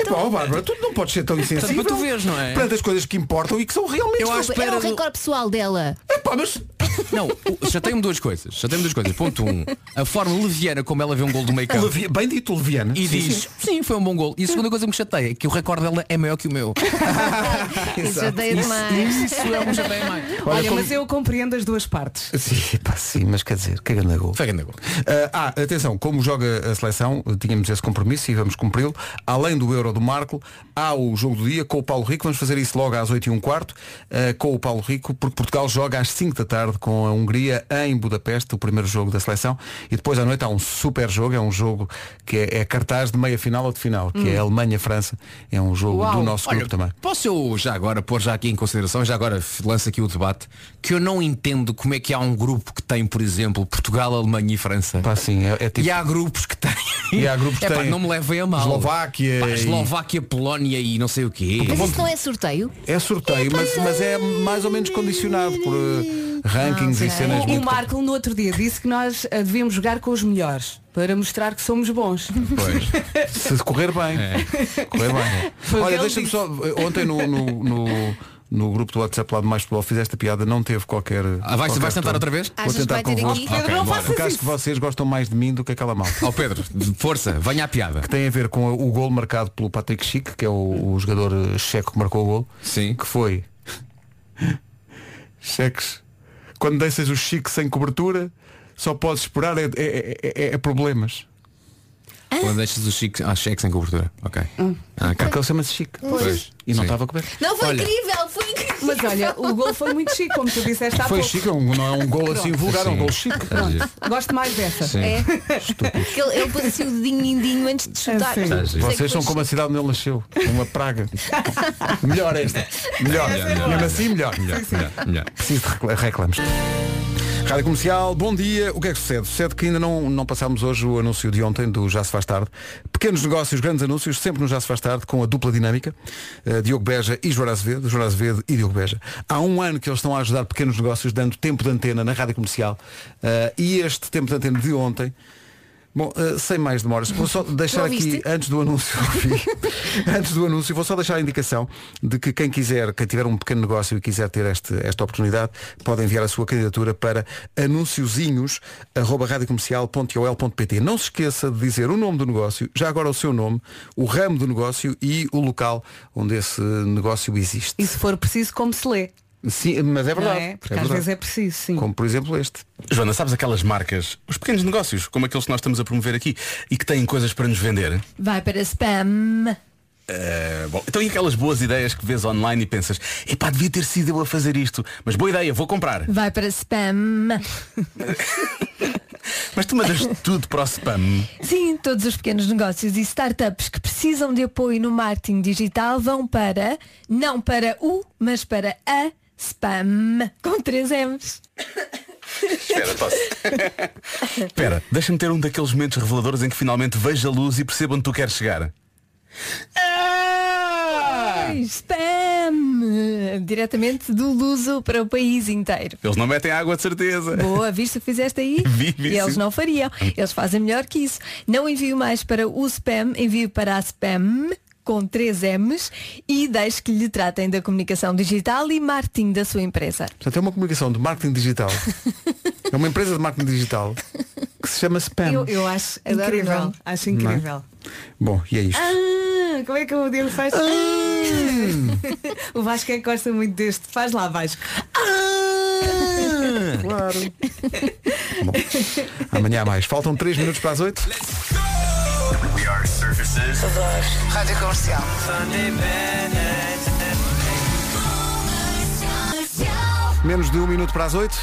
Speaker 1: então, ó, Bárbara, tu não podes ser tão
Speaker 6: Para
Speaker 1: insensível.
Speaker 6: tu veres, não é?
Speaker 1: Perante as coisas que importam e que são realmente.
Speaker 6: Eu
Speaker 3: Desculpa,
Speaker 6: acho que
Speaker 3: era
Speaker 6: era
Speaker 3: o
Speaker 6: do-
Speaker 3: recorde pessoal dela.
Speaker 1: Epá, mas
Speaker 6: Não, o- já tenho duas coisas. Já tenho duas coisas. Ponto um, a forma leviana como ela vê um gol do meio campo.
Speaker 1: Levi- bem dito, Leviana.
Speaker 6: E diz, sim, foi um bom gol. E a segunda coisa que me chateia é que o recorde dela é maior que o meu.
Speaker 3: Isso já dei demais.
Speaker 6: Isso é o que me chateia mais.
Speaker 2: Olha,
Speaker 1: como-
Speaker 2: mas eu compreendo as duas partes.
Speaker 1: Sim, epá, sim, mas quer dizer, que grande gol.
Speaker 6: Foi grande gol.
Speaker 1: Ah, ah, atenção, como joga a seleção, tínhamos esse compromisso e vamos cumpri-lo. Além do Euro do Marco, há o jogo do dia com o Paulo Rico. Vamos fazer isso logo às 8 e um quarto ah, com o Paulo Rico, porque Portugal joga às 5 da tarde com a Hungria em Budapeste, o primeiro jogo da seleção. E depois à noite há um super jogo, é um jogo que é, é cartaz de meia-final ou de final, que é Alemanha-França. É um jogo
Speaker 2: Uau.
Speaker 1: do nosso
Speaker 6: Hum. Olha,
Speaker 1: grupo também.
Speaker 6: posso eu já agora pôr já aqui em consideração, já agora f- lanço aqui o debate, que eu não entendo como é que há um grupo que tem, por exemplo, Portugal, Alemanha e França.
Speaker 1: Pá, sim, é, é tipo
Speaker 6: E há grupos que têm.
Speaker 1: E há grupos que
Speaker 6: Epá,
Speaker 1: têm
Speaker 6: não me levem a mal.
Speaker 1: Eslováquia
Speaker 6: Pá,
Speaker 1: e-
Speaker 6: Eslováquia, Polónia e não sei o quê.
Speaker 3: Mas isso não é sorteio?
Speaker 1: É sorteio, mas, mas é mais ou menos condicionado por eh, rankings e
Speaker 3: Ok.
Speaker 1: cenas
Speaker 2: O, o
Speaker 1: muito
Speaker 2: Marco no outro dia disse que nós ah, devíamos jogar com os melhores para mostrar que somos bons.
Speaker 1: Se correr bem. É. Correr bem.
Speaker 2: Foi o
Speaker 1: Olha,
Speaker 2: que ele
Speaker 1: deixa-me só. Ontem no, no, no, no grupo do WhatsApp lá do Mais Futebol fizeste a piada, não teve qualquer.
Speaker 6: Ah, vais-
Speaker 1: qualquer
Speaker 6: vais tentar
Speaker 1: tom.
Speaker 6: outra vez?
Speaker 1: Vou
Speaker 3: Achas que
Speaker 1: tentar
Speaker 3: vai ter
Speaker 1: convosco.
Speaker 3: aqui?
Speaker 2: Pedro, não
Speaker 6: bora.
Speaker 2: faças
Speaker 1: Porque acho que
Speaker 2: isso.
Speaker 1: vocês gostam mais de mim do que aquela malta.
Speaker 6: Ó Pedro, força, venha à piada.
Speaker 1: Tem a ver com o gol marcado pelo Patrick Schick, que é o, o jogador eh, checo que marcou o gol.
Speaker 6: Sim.
Speaker 1: Que foi. Cheques. Quando deixas o Chique sem cobertura, só podes esperar é, é- é- é- é problemas.
Speaker 6: Quando deixas os cheques, ah, cheques sem cobertura. Ok.
Speaker 3: Hum.
Speaker 6: Ah, ok.
Speaker 1: Porque ele chama-se Chique.
Speaker 6: Pois.
Speaker 1: E não
Speaker 6: Sim.
Speaker 1: estava coberto.
Speaker 3: Não, foi
Speaker 6: Olha.
Speaker 3: incrível, foi incrível.
Speaker 2: Mas olha, o gol foi muito chique, como tu disseste há
Speaker 1: Foi
Speaker 2: pouco.
Speaker 1: chique, é um- não é um gol assim vulgar, é um
Speaker 6: Sim.
Speaker 1: gol chique.
Speaker 6: Tá giro.
Speaker 2: Gosto mais dessa.
Speaker 6: Sim.
Speaker 3: É. Porque ele, ele pôs assim o dedinho mindinho antes de chutar.
Speaker 2: sim.
Speaker 6: Tá giro.
Speaker 1: Vocês são como a cidade onde ele nasceu, uma praga. melhor esta. Melhor.
Speaker 6: Melhor, melhor,
Speaker 1: Mesmo assim, melhor.
Speaker 6: Melhor, melhor, melhor.
Speaker 1: Preciso de recla- reclames. Rádio Comercial, bom dia. O que é que sucede? Sucede que ainda não, não passámos hoje o anúncio de ontem do Já se faz tarde. Pequenos negócios, grandes anúncios, sempre no Já se faz tarde, com a dupla dinâmica, eh, Diogo Beja e João Azevedo, João Azevedo e Diogo Beja. Há um ano que eles estão a ajudar pequenos negócios, dando tempo de antena na Rádio Comercial. Eh, e este tempo de antena de ontem, Bom, eh, sem mais demoras, vou só deixar
Speaker 3: Já
Speaker 1: aqui,
Speaker 3: ouviste?
Speaker 1: antes do anúncio, ouvi. antes do anúncio, vou só deixar a indicação de que quem quiser, quem tiver um pequeno negócio e quiser ter este, esta oportunidade, pode enviar a sua candidatura para anunciozinhos.radiocomercial.ol.pt Não se esqueça de dizer o nome do negócio, já agora o seu nome, o ramo do negócio e o local onde esse negócio existe.
Speaker 2: E se for preciso, como se lê.
Speaker 1: Sim, mas é
Speaker 2: Não
Speaker 1: verdade.
Speaker 2: é? Porque
Speaker 1: é
Speaker 2: às
Speaker 1: verdade.
Speaker 2: vezes é preciso, sim.
Speaker 1: Como por exemplo este.
Speaker 8: Joana, sabes aquelas marcas, os pequenos negócios, como aqueles que nós estamos a promover aqui e que têm coisas para nos vender?
Speaker 3: Vai para spam.
Speaker 8: Eh, bom, então e aquelas boas ideias que vês online e pensas, epá, devia ter sido eu a fazer isto, mas boa ideia, vou comprar.
Speaker 3: Vai para spam.
Speaker 8: Mas tu mandas tudo para o spam.
Speaker 9: Sim, todos os pequenos negócios e startups que precisam de apoio no marketing digital vão para, não para o, mas para a spam, com três M's.
Speaker 8: Espera, tosse. Espera, deixa-me ter um daqueles momentos reveladores em que finalmente vejo a luz e percebo onde tu queres chegar. Ah!
Speaker 9: Spam! Diretamente do Luso para o país inteiro.
Speaker 8: Eles não metem água de certeza.
Speaker 9: Boa, viste o que fizeste aí?
Speaker 8: Vi, vi,
Speaker 9: e eles
Speaker 8: sim.
Speaker 9: não fariam. Eles fazem melhor que isso. Não envio mais para o spam, envio para a spam com 3 M's e deixo que lhe tratem da comunicação digital e marketing da sua empresa.
Speaker 1: Portanto, é uma comunicação de marketing digital. é uma empresa de marketing digital que se chama Spam.
Speaker 2: Eu, eu acho
Speaker 3: Adoro o
Speaker 2: incrível.
Speaker 3: nome.
Speaker 2: Acho
Speaker 1: é?
Speaker 2: incrível.
Speaker 1: Bom, e é isto.
Speaker 2: Ah, como é que o Dino faz? o Vasco é que gosta muito deste. Faz lá, Vasco.
Speaker 1: Claro. Ah! Bom, amanhã há mais. Faltam 3 minutos para as 8.
Speaker 5: Rádio Comercial.
Speaker 1: Menos de um minuto para as 8.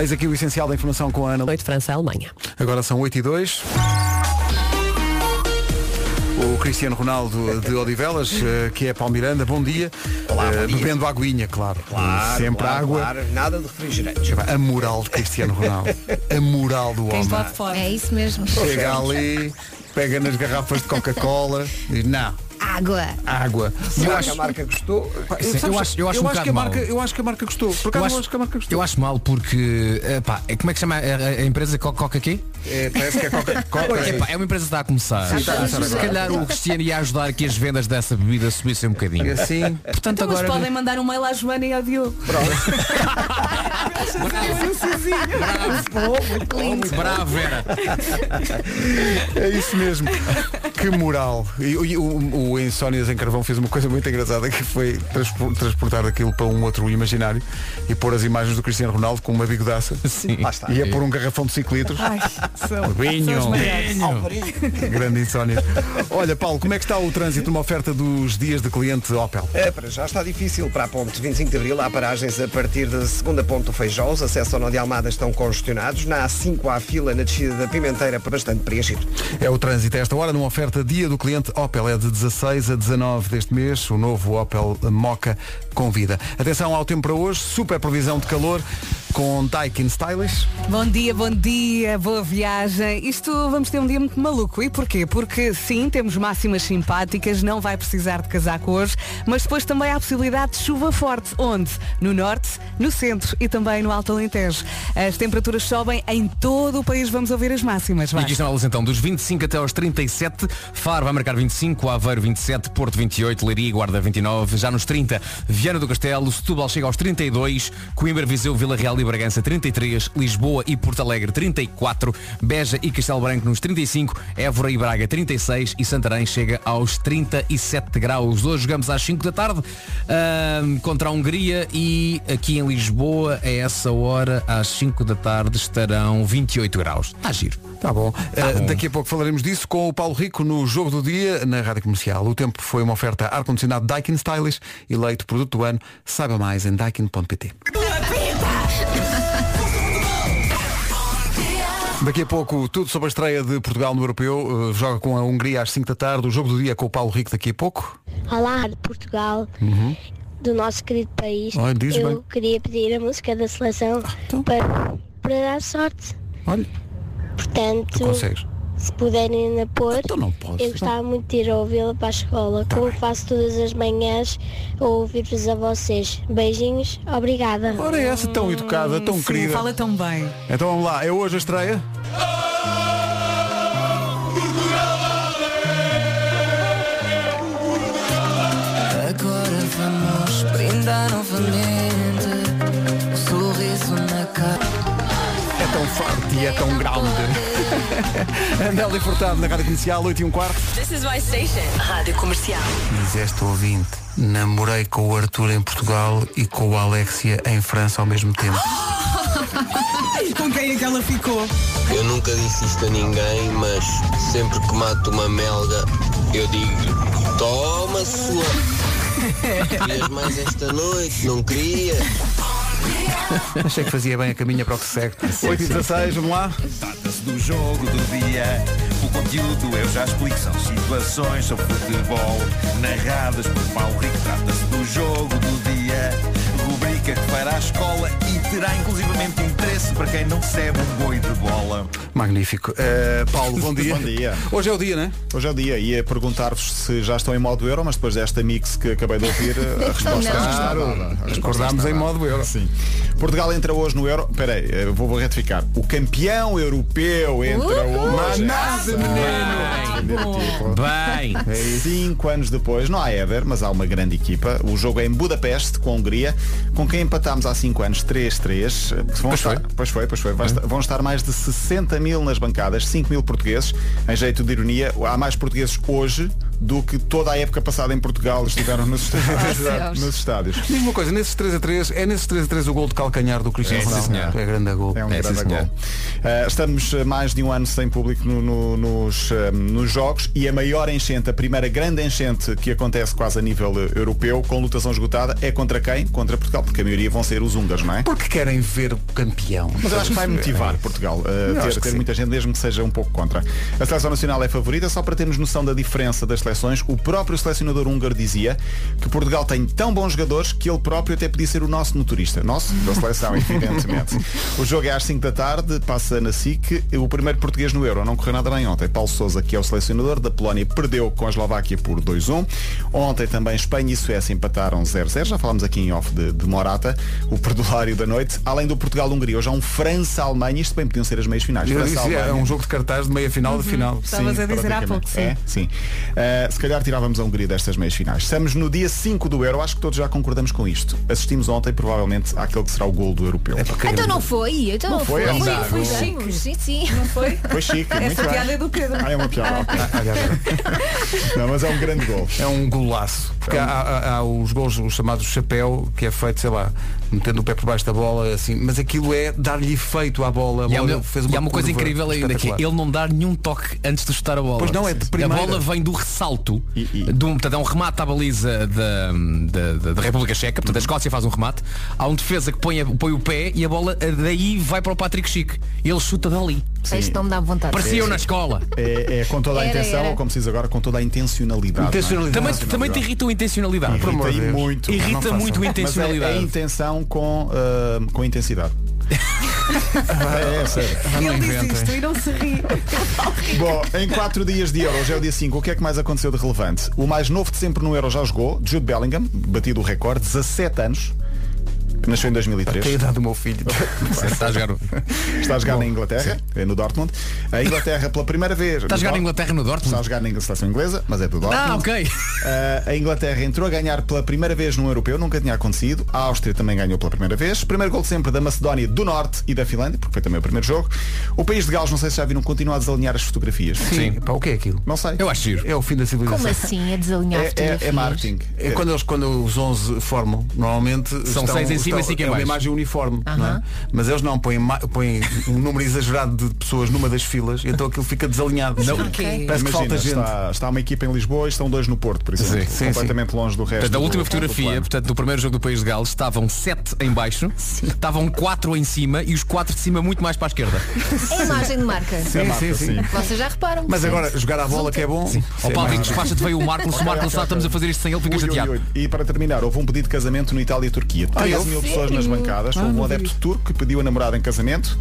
Speaker 1: Eis aqui o essencial da informação com a Ana.
Speaker 10: 8 França, Alemanha.
Speaker 1: Agora são 8 e 2. O Cristiano Ronaldo de Odivelas, eh, que é Palmiranda, bom dia.
Speaker 4: Olá, bom
Speaker 1: Eh,
Speaker 4: dia.
Speaker 1: Bebendo aguinha, claro.
Speaker 4: Claro,
Speaker 1: Sempre
Speaker 4: claro,
Speaker 1: água.
Speaker 4: claro, nada de refrigerantes.
Speaker 1: A moral de Cristiano Ronaldo. A moral do homem.
Speaker 2: Tens lá de fora.
Speaker 3: É isso mesmo.
Speaker 1: Chega ali, pega nas garrafas de Coca-Cola, diz não,
Speaker 3: Água.
Speaker 1: água.
Speaker 4: Será que a marca gostou?
Speaker 1: Sabes,
Speaker 6: Eu acho- eu acho um bocado
Speaker 1: que a
Speaker 6: mal.
Speaker 1: marca, eu acho que a marca gostou. Por acaso
Speaker 6: Eu
Speaker 1: eu
Speaker 6: acho,
Speaker 1: acho que a marca
Speaker 6: eu
Speaker 1: gostou.
Speaker 6: acho mal porque epá, é- como é que chama a, a- a empresa Co- Coca aqui?
Speaker 1: É, parece que é Coca- Coca-Cola.
Speaker 6: Epá, é uma empresa que está a começar.
Speaker 1: está a começar
Speaker 6: Se
Speaker 1: agora.
Speaker 6: calhar o Cristiano ia ajudar que as vendas dessa bebida subissem um
Speaker 1: E
Speaker 6: bocadinho.
Speaker 1: assim,
Speaker 6: Portanto,
Speaker 2: Então, mas
Speaker 6: agora.
Speaker 2: podem mandar um mail à Joana e ao Diogo. um
Speaker 6: Bravo, Vera.
Speaker 1: é isso mesmo. Que moral. E, e o, o Insónias em Carvão fez uma coisa muito engraçada que foi transpo- transportar aquilo para um outro imaginário e pôr as imagens do Cristiano Ronaldo com uma bigodaça.
Speaker 6: Sim.
Speaker 4: Lá está.
Speaker 1: E a pôr um garrafão de 5 litros.
Speaker 2: Ai, são,
Speaker 6: Vinho.
Speaker 2: são os maiores.
Speaker 1: Grande insónia. Olha, Paulo, como é que está o trânsito numa oferta dos dias de cliente Opel?
Speaker 4: É, para já está difícil para a ponte 25 de Abril. Há paragens a partir da segunda ponte do Feijó. Os acessos ao Nó de Almada estão congestionados. Na A5 há fila na descida da Pimenteira bastante preenchido.
Speaker 1: É o trânsito a esta hora numa oferta dia do cliente Opel. É de 16 a 19 deste mês. O novo Opel Moca convida. Atenção ao tempo para hoje. Super previsão de calor com Daikin Stylish.
Speaker 2: Bom dia, bom dia, boa viagem. Isto vamos ter um dia muito maluco. E porquê? Porque sim, temos máximas simpáticas, não vai precisar de casaco hoje, mas depois também há a possibilidade de chuva forte. Onde? No norte, no centro e também no Alto Alentejo. As temperaturas sobem em todo o país. Vamos ouvir as máximas.
Speaker 6: E
Speaker 2: Vasco.
Speaker 6: aqui estão elas então, dos 25 até aos 37, Faro vai marcar 25, Aveiro 27, Porto 28, Leiria e Guarda 29, já nos 30, Viana do Castelo, Setúbal chega aos 32, Coimbra, Viseu, Vila Real e Bragança 33, Lisboa e Porto Alegre 34, Beja e Castelo Branco nos 35, Évora e Braga 36 e Santarém chega aos 37 graus. Hoje jogamos às 5 da tarde ahm, contra a Hungria e aqui em Lisboa a essa hora às 5 da tarde estarão 28 graus. Está giro.
Speaker 1: Tá bom. Uh, daqui a pouco falaremos disso com o Paulo Rico no Jogo do Dia na Rádio Comercial. O tempo foi uma oferta ar-condicionado Daikin Stylish, eleito produto do ano. Saiba mais em daikin.pt. Daqui a pouco, tudo sobre a estreia de Portugal no Europeu. Uh, joga com a Hungria às 5 da tarde. O Jogo do Dia com o Paulo Rico daqui a pouco.
Speaker 10: Olá, de Portugal,
Speaker 11: Uhum.
Speaker 10: do nosso querido país.
Speaker 1: Olha, diz
Speaker 10: Eu
Speaker 1: bem.
Speaker 10: queria pedir a música da seleção
Speaker 1: então.
Speaker 10: para, para dar sorte.
Speaker 1: Olha, tu
Speaker 10: Portanto,
Speaker 1: consegues.
Speaker 10: se puderem ainda pôr,
Speaker 1: Então não posso.
Speaker 10: eu gostava muito de ir ouvi-la para a escola, como faço todas as manhãs, a ouvir-vos a vocês. Beijinhos, obrigada.
Speaker 1: Ora, é essa tão educada, tão
Speaker 2: Sim,
Speaker 1: querida.
Speaker 2: fala tão bem.
Speaker 1: Então vamos lá, é hoje a estreia?
Speaker 5: Agora vamos brindar novamente. O sorriso na cara.
Speaker 1: É tão forte e é tão grande. Anel Furtado na Rádio Comercial, 8 e um quarto.
Speaker 5: This is my station. Rádio Comercial.
Speaker 1: Diz esta ouvinte, namorei com o Arthur em Portugal e com o Alexia em França ao mesmo tempo.
Speaker 2: Com quem é que ela ficou?
Speaker 10: Eu nunca disse isto a ninguém, mas sempre que mato uma melga, eu digo, toma sua. Querias mais esta noite, não queria?
Speaker 1: Achei que fazia bem a caminha para o que se segue. 8 e 16, vamos lá.
Speaker 7: Trata-se do jogo do dia. O conteúdo eu já explico. São situações sobre futebol narradas por Paulo Rico. Trata-se do jogo do dia. Rubrica que fará a escola e
Speaker 11: terá inclusivamente interesse para quem não recebe um boi de bola.
Speaker 1: Magnífico. Uh, Paulo, bom dia.
Speaker 11: Bom dia.
Speaker 1: Hoje é o dia, né?
Speaker 11: Hoje é o dia. Ia perguntar-vos se já estão em modo euro, mas depois desta mix que acabei de ouvir, a resposta
Speaker 1: Não.
Speaker 11: está
Speaker 1: Claro.
Speaker 11: dada. A resposta
Speaker 1: Acordámos
Speaker 11: está
Speaker 1: em
Speaker 11: dada.
Speaker 1: modo euro.
Speaker 11: Sim. Portugal entra hoje no euro. Espera aí, eh, vou, vou retificar. O campeão europeu entra
Speaker 1: Uhul.
Speaker 11: hoje.
Speaker 1: Manás,
Speaker 11: menino!
Speaker 6: Bem!
Speaker 11: É isso. Cinco anos depois, não há Éder, mas há uma grande equipa. O jogo é em Budapeste, com a Hungria, com quem empatámos há cinco anos 3-3. Vão
Speaker 6: Pois foi.
Speaker 11: estar- Pois foi, pois foi. Vai estar- Vão estar mais de 60 mil nas bancadas, 5 mil portugueses. Em jeito de ironia, há mais portugueses hoje do que toda a época passada em Portugal estiveram nos estádios.
Speaker 1: céus.
Speaker 11: nos estádios.
Speaker 1: Diz-me uma coisa, nesses 3 a 3, é nesses 3 a 3 o gol de calcanhar do Cristiano
Speaker 11: É, sim,
Speaker 1: Ronaldo.
Speaker 11: senhor.
Speaker 1: É grande gol.
Speaker 11: É um
Speaker 1: sim,
Speaker 11: grande
Speaker 1: senhor.
Speaker 11: gol. Uh, estamos uh, mais de um ano sem público no- no- nos, um, nos jogos e a maior enchente, a primeira grande enchente que acontece quase a nível uh, europeu, com lutação esgotada, é contra quem? Contra Portugal, porque a maioria vão ser os húngaros, não é?
Speaker 1: Porque querem ver o campeão.
Speaker 11: Mas eu acho que vai motivar Portugal
Speaker 1: Eu
Speaker 11: a
Speaker 1: acho
Speaker 11: ter,
Speaker 1: que
Speaker 11: ter
Speaker 1: sim.
Speaker 11: muita gente, mesmo que seja um pouco contra. A seleção nacional é favorita, só para termos noção da diferença das seleções, o próprio selecionador um húngaro dizia que Portugal tem tão bons jogadores que ele próprio até podia ser o nosso motorista. Nosso? Da seleção, evidentemente. O jogo é às 5 da tarde, passa na SIC. O primeiro português no Euro não correu nada bem ontem. Paulo Sousa, que é o selecionador da Polónia, perdeu com a Eslováquia por 2-1. Ontem também Espanha e Suécia empataram 0-0. Já falámos aqui em off de, de Morata, o perdulário da noite. Além do Portugal-Hungria, hoje há um França-Alemanha. Isto bem podiam ser as meias finais.
Speaker 1: Eu disse,
Speaker 11: França-Alemanha.
Speaker 1: é um jogo de cartaz de meia final
Speaker 11: Uhum.
Speaker 1: de final.
Speaker 2: Estavas a dizer há pouco, sim.
Speaker 11: É, sim. Uh, se calhar tirávamos a Hungria destas meias finais. Estamos no dia 5 do Euro, acho que todos já concordamos com isto. Assistimos ontem, provavelmente, àquele que será o gol do europeu.
Speaker 2: É
Speaker 3: Então não foi, então não,
Speaker 11: Não foi,
Speaker 3: foi.
Speaker 11: Elsa.
Speaker 3: Foi,
Speaker 11: Não.
Speaker 3: chique. Sim, sim.
Speaker 2: Não foi?
Speaker 11: Foi chique, muito
Speaker 2: Essa
Speaker 11: bem.
Speaker 2: piada é do Pedro.
Speaker 11: Ah, é uma piada, ok. Não, mas é um grande gol.
Speaker 1: É um golaço. Porque há, há- há os gols, os chamados chapéu, que é feito, sei lá, metendo o pé por baixo da bola, assim, mas aquilo é dar-lhe efeito à bola. A
Speaker 6: E há
Speaker 1: bola
Speaker 6: uma,
Speaker 1: fez
Speaker 6: e há uma coisa
Speaker 1: curva
Speaker 6: incrível ainda que é
Speaker 1: espetacular.
Speaker 6: ele não dar nenhum toque antes de chutar a bola.
Speaker 1: Pois não, é de
Speaker 6: a
Speaker 1: primeira.
Speaker 6: bola vem do ressalto, de um, portanto, é um remate à baliza da, da, da- da República Checa, portanto a Escócia faz um remate, há um defesa que põe, a- põe o pé e a bola eh, daí vai para o Patrick Chic. Ele chuta dali.
Speaker 3: Isto não me dá vontade.
Speaker 6: Parecia eu na escola.
Speaker 11: É, é com toda a
Speaker 3: Era,
Speaker 11: intenção,
Speaker 3: era.
Speaker 11: ou como se diz agora, com toda a intencionalidade.
Speaker 1: Intencionalidade.
Speaker 6: Também, também te irrita a intencionalidade.
Speaker 11: Não é?
Speaker 1: amor de
Speaker 11: Irrita aí
Speaker 1: Deus.
Speaker 11: muito.
Speaker 6: Irrita
Speaker 11: Não façam.
Speaker 6: muito a
Speaker 11: Mas é-
Speaker 6: intencionalidade.
Speaker 11: É, a intenção com, ah, com intensidade. é, é sério.
Speaker 2: Ele diz
Speaker 1: inventem.
Speaker 2: isto e não se ri.
Speaker 11: Bom, em 4 dias de Euro, hoje é o dia 5, o que é que mais aconteceu de relevante? O mais novo de sempre no Euro já jogou, Jude Bellingham, batido o recorde, 17 anos, nasceu em 2003.
Speaker 1: Tem a idade do meu filho.
Speaker 6: Está a jogar, está
Speaker 11: Está a jogar na Inglaterra, é no Dortmund. A Inglaterra pela primeira vez.
Speaker 6: a jogar na Inglaterra no
Speaker 11: Está a
Speaker 6: Dortmund.
Speaker 11: jogar na seleção inglesa, mas é do Dortmund.
Speaker 6: Ah, ok.
Speaker 11: Ah, a Inglaterra entrou a ganhar pela primeira vez num europeu, nunca tinha acontecido. A Áustria também ganhou pela primeira vez. Primeiro gol sempre da Macedónia do Norte e da Finlândia, porque foi também o primeiro jogo. O país de Gales, não sei se já viram, continua a desalinhar as fotografias.
Speaker 1: Sim, pá, o que é aquilo?
Speaker 11: Não sei.
Speaker 6: Eu acho giro.
Speaker 1: É o fim da civilização.
Speaker 3: Como assim? A desalinhar
Speaker 11: É, é, é
Speaker 3: fotografias?
Speaker 11: marketing.
Speaker 1: É quando, eles, quando os 11 formam, normalmente
Speaker 6: São seis em cima e cinco em
Speaker 1: é uma
Speaker 6: baixo.
Speaker 1: imagem uniforme, não é?
Speaker 3: Aham.
Speaker 1: mas eles não põem, ma- põem um número exagerado de pessoas numa das filas, então aquilo fica desalinhado. Não,
Speaker 3: porquê?
Speaker 1: Parece que
Speaker 11: Imagina,
Speaker 1: falta gente.
Speaker 11: Está, está uma equipa em Lisboa e estão dois no Porto, por exemplo.
Speaker 1: Sim, sim,
Speaker 11: completamente longe do resto.
Speaker 6: Portanto, da
Speaker 11: do-
Speaker 6: última
Speaker 11: do
Speaker 6: fotografia,
Speaker 11: plano.
Speaker 6: portanto, do primeiro jogo do País de Gales, estavam sete em baixo, estavam quatro em cima e os quatro de cima muito mais para a esquerda.
Speaker 3: É imagem de marca.
Speaker 1: Sim,
Speaker 11: É
Speaker 1: sim,
Speaker 11: marca,
Speaker 1: sim.
Speaker 11: sim.
Speaker 3: Vocês já reparam.
Speaker 1: Mas
Speaker 3: portanto.
Speaker 1: agora jogar à bola que é bom.
Speaker 6: Ó
Speaker 1: Sim,
Speaker 6: Paulo Rico,
Speaker 1: mas-
Speaker 6: despacha-te veio o Marco, se o Marco sabe estamos a fazer isto sem ele, fica
Speaker 11: Ui, ui,
Speaker 6: chateado.
Speaker 11: ui. E para terminar, houve um pedido de casamento no Itália e Turquia.
Speaker 1: Ah,
Speaker 11: 13 mil pessoas nas bancadas. houve um adepto turco que pediu a namorada em casamento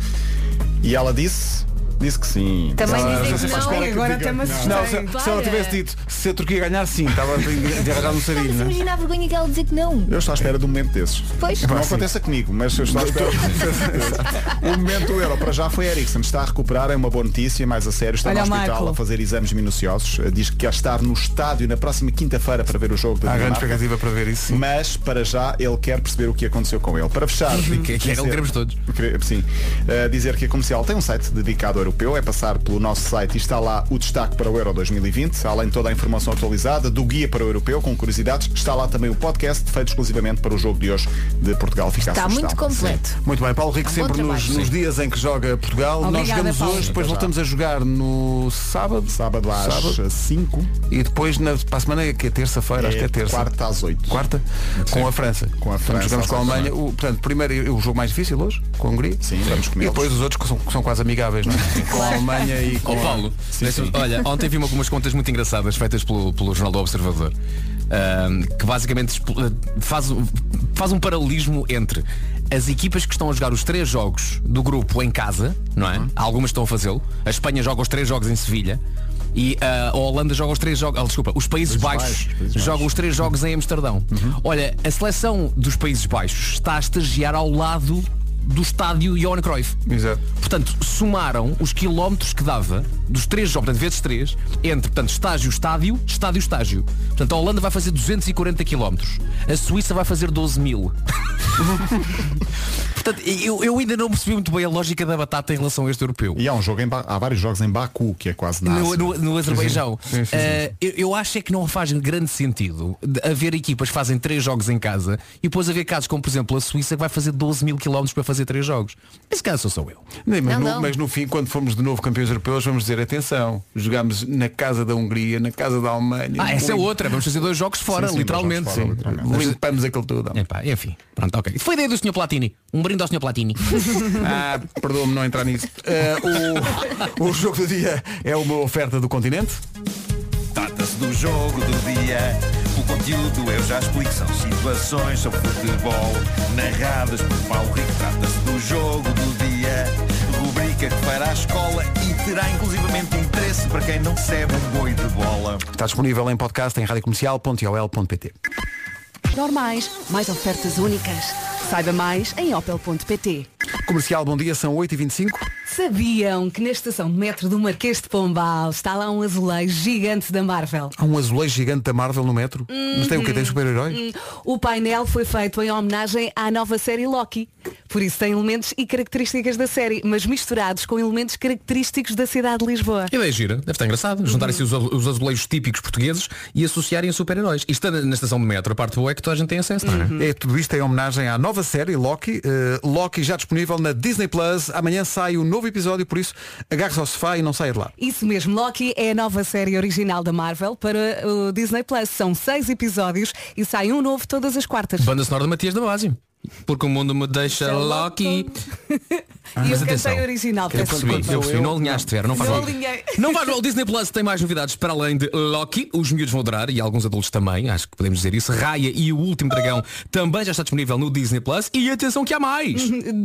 Speaker 11: e ela disse, disse que sim.
Speaker 3: Também
Speaker 11: Ela-
Speaker 3: dizem que
Speaker 11: Mas
Speaker 3: não.
Speaker 11: espera
Speaker 2: Ai,
Speaker 11: que
Speaker 2: agora
Speaker 11: diga
Speaker 2: até me
Speaker 11: que não.
Speaker 2: assustei.
Speaker 1: Não, se, se ela
Speaker 3: Para.
Speaker 1: tivesse dito, se a Turquia ganhar, sim, estava de de arranjar um sarilho.
Speaker 3: Mas
Speaker 1: não é?
Speaker 3: imagina a vergonha que ela dizer que não.
Speaker 11: Eu estou à espera de um momento desses.
Speaker 3: Pois.
Speaker 11: Não aconteça comigo, mas eu estou à espera. um o Um momento do Euro para já foi Ericsson. Está a recuperar, é uma boa notícia, mais a sério. Está
Speaker 2: Olha
Speaker 11: no
Speaker 2: o
Speaker 11: hospital
Speaker 2: Marco.
Speaker 11: a fazer exames minuciosos. Diz que quer estar no estádio na próxima quinta-feira para ver o jogo da
Speaker 1: Há grande
Speaker 11: Dinamarca.
Speaker 1: expectativa para ver isso. sim.
Speaker 11: Mas para já ele quer perceber o que aconteceu com ele. Para fechar,
Speaker 6: Que- que era o que queremos todos.
Speaker 11: Quer- Sim. Uh, dizer que a comercial tem um site dedicado ao europeu, é passar pelo nosso site e está lá o destaque para o Euro 2020, além de toda a informação atualizada, do guia para o europeu, com curiosidades, está lá também o podcast feito exclusivamente para o jogo de hoje de Portugal. Fica a
Speaker 3: Está
Speaker 11: sugestão.
Speaker 3: muito
Speaker 1: né?
Speaker 3: completo.
Speaker 1: Muito bem, Paulo Rico
Speaker 3: É um
Speaker 1: sempre
Speaker 3: bom
Speaker 1: nos,
Speaker 3: trabalho.
Speaker 1: nos dias em que joga Portugal. Nós
Speaker 2: Obrigada,
Speaker 1: jogamos
Speaker 2: Paulo.
Speaker 1: hoje, depois voltamos a jogar no sábado.
Speaker 11: Sábado às 5,
Speaker 1: E depois na, para a semana é que é terça-feira, acho que é terça.
Speaker 11: eh, quarta às 8.
Speaker 1: Quarta? Com a França.
Speaker 11: Com a
Speaker 1: Portanto,
Speaker 11: França,
Speaker 1: jogamos com a Alemanha.
Speaker 11: exatamente.
Speaker 1: O, portanto, primeiro é o jogo mais difícil hoje, com a Hungria.
Speaker 11: Sim, vamos com
Speaker 1: E
Speaker 11: eles.
Speaker 1: depois os outros que são, que são quase amigáveis, não é? com a Alemanha e com
Speaker 6: Ó
Speaker 1: a-
Speaker 6: Paulo,
Speaker 11: Sim,
Speaker 6: deixa-me-
Speaker 11: sim.
Speaker 6: olha, ontem vi algumas contas muito engraçadas feitas pelo, pelo Jornal do Observador. ahm, que basicamente expl- eh, faz, um- faz um paralelismo entre as equipas que estão a jogar os três jogos do grupo em casa, não é? Algumas estão a fazê-lo. A Espanha joga os três jogos em Sevilha. E ah, a Holanda joga os três jogos, ah, desculpa, os Países
Speaker 12: Países
Speaker 6: Baixos,
Speaker 12: Baixos, Países
Speaker 6: jogam os três jogos em Amsterdão. Olha, a seleção dos Países Baixos está a estagiar ao lado do estádio Johan Cruyff.
Speaker 1: Exato.
Speaker 6: Portanto, somaram os quilómetros que dava dos três jogos, portanto, vezes três, entre, portanto, estágio, estádio, estádio, estágio. Portanto, a Holanda vai fazer 240 quilómetros. A Suíça vai fazer 12 mil. portanto, eu, eu ainda não percebi muito bem a lógica da batata em relação a este europeu.
Speaker 11: E há um jogo em Ba- há vários jogos em Baku, que é quase na
Speaker 6: No,
Speaker 11: Ásia.
Speaker 6: no- no Azerbaijão.
Speaker 11: Sim, sim, sim.
Speaker 6: Eh, eu, eu acho é que não faz grande sentido de haver equipas que fazem três jogos em casa e depois haver casos como, por exemplo, a Suíça que vai fazer 12 mil quilómetros para fazer três jogos. Esse caso sou eu.
Speaker 1: Nem, mas,
Speaker 6: Não,
Speaker 1: no,
Speaker 6: não.
Speaker 1: mas no fim, quando formos de novo campeões europeus, vamos dizer, atenção, jogamos na casa da Hungria, na casa da Alemanha.
Speaker 6: Ah, essa é
Speaker 1: Lim-
Speaker 6: outra. Vamos fazer dois jogos fora,
Speaker 1: Sim, sim,
Speaker 6: literalmente.
Speaker 1: dois jogos fora, literalmente.
Speaker 6: Sim.
Speaker 1: Limpamos aquilo tudo.
Speaker 6: Epá, enfim, pronto, ok. Foi ideia do Sr. Platini. Um brinde ao Sr. Platini.
Speaker 1: ah, perdoa-me não entrar nisso. Eh, o, o jogo do dia é uma oferta do continente.
Speaker 13: Trata-se do jogo do dia. O conteúdo eu já explico. São situações sobre futebol narradas por Paulo Rico. Trata-se do jogo do dia. Rubrica que fará a escola e terá inclusivamente interesse para quem não recebe um boi de bola.
Speaker 1: Está disponível em podcast em radiocomercial.ol.pt
Speaker 14: Normais, mais ofertas únicas. Saiba mais em opel.pt.
Speaker 1: Comercial, bom dia, são 8h25.
Speaker 2: Sabiam que na estação de metro do Marquês de Pombal está lá um azulejo gigante da Marvel?
Speaker 1: Há um azulejo gigante da Marvel no metro. Mas tem o quê? Tem super-herói?
Speaker 2: Hum, O painel foi feito em homenagem à nova série Loki. Por isso tem elementos e características da série, mas misturados com elementos característicos da cidade de Lisboa.
Speaker 6: Ideia gira, deve estar engraçado. Juntarem-se os, az- os azulejos típicos portugueses e associarem a super-heróis. E estando na estação de metro, a parte boa é que toda a gente tem acesso, não é?
Speaker 1: É tudo isto em homenagem à nova série Loki. Eh, Loki já disponível na Disney Plus. Amanhã sai um novo episódio, por isso agarre-se ao sofá e não saia de lá.
Speaker 2: Isso mesmo, Loki é a nova série original da Marvel para o Disney Plus. São seis episódios e sai um novo todas as quartas.
Speaker 6: Banda sonora de Matias da Base. Porque o mundo me deixa Loki.
Speaker 2: E eu cantei original,
Speaker 6: Eu
Speaker 2: peço
Speaker 6: percebi,
Speaker 2: desculpa.
Speaker 6: eu percebi. Não alinhaste, Vera, não faz
Speaker 2: Não
Speaker 6: mal.
Speaker 2: alinhei.
Speaker 6: Não faz mal. Disney Plus tem mais novidades para além de Loki. Os miúdos vão adorar e alguns adultos também, acho que podemos dizer isso. Raya e o Último Dragão também já está disponível no Disney Plus. E atenção que há mais.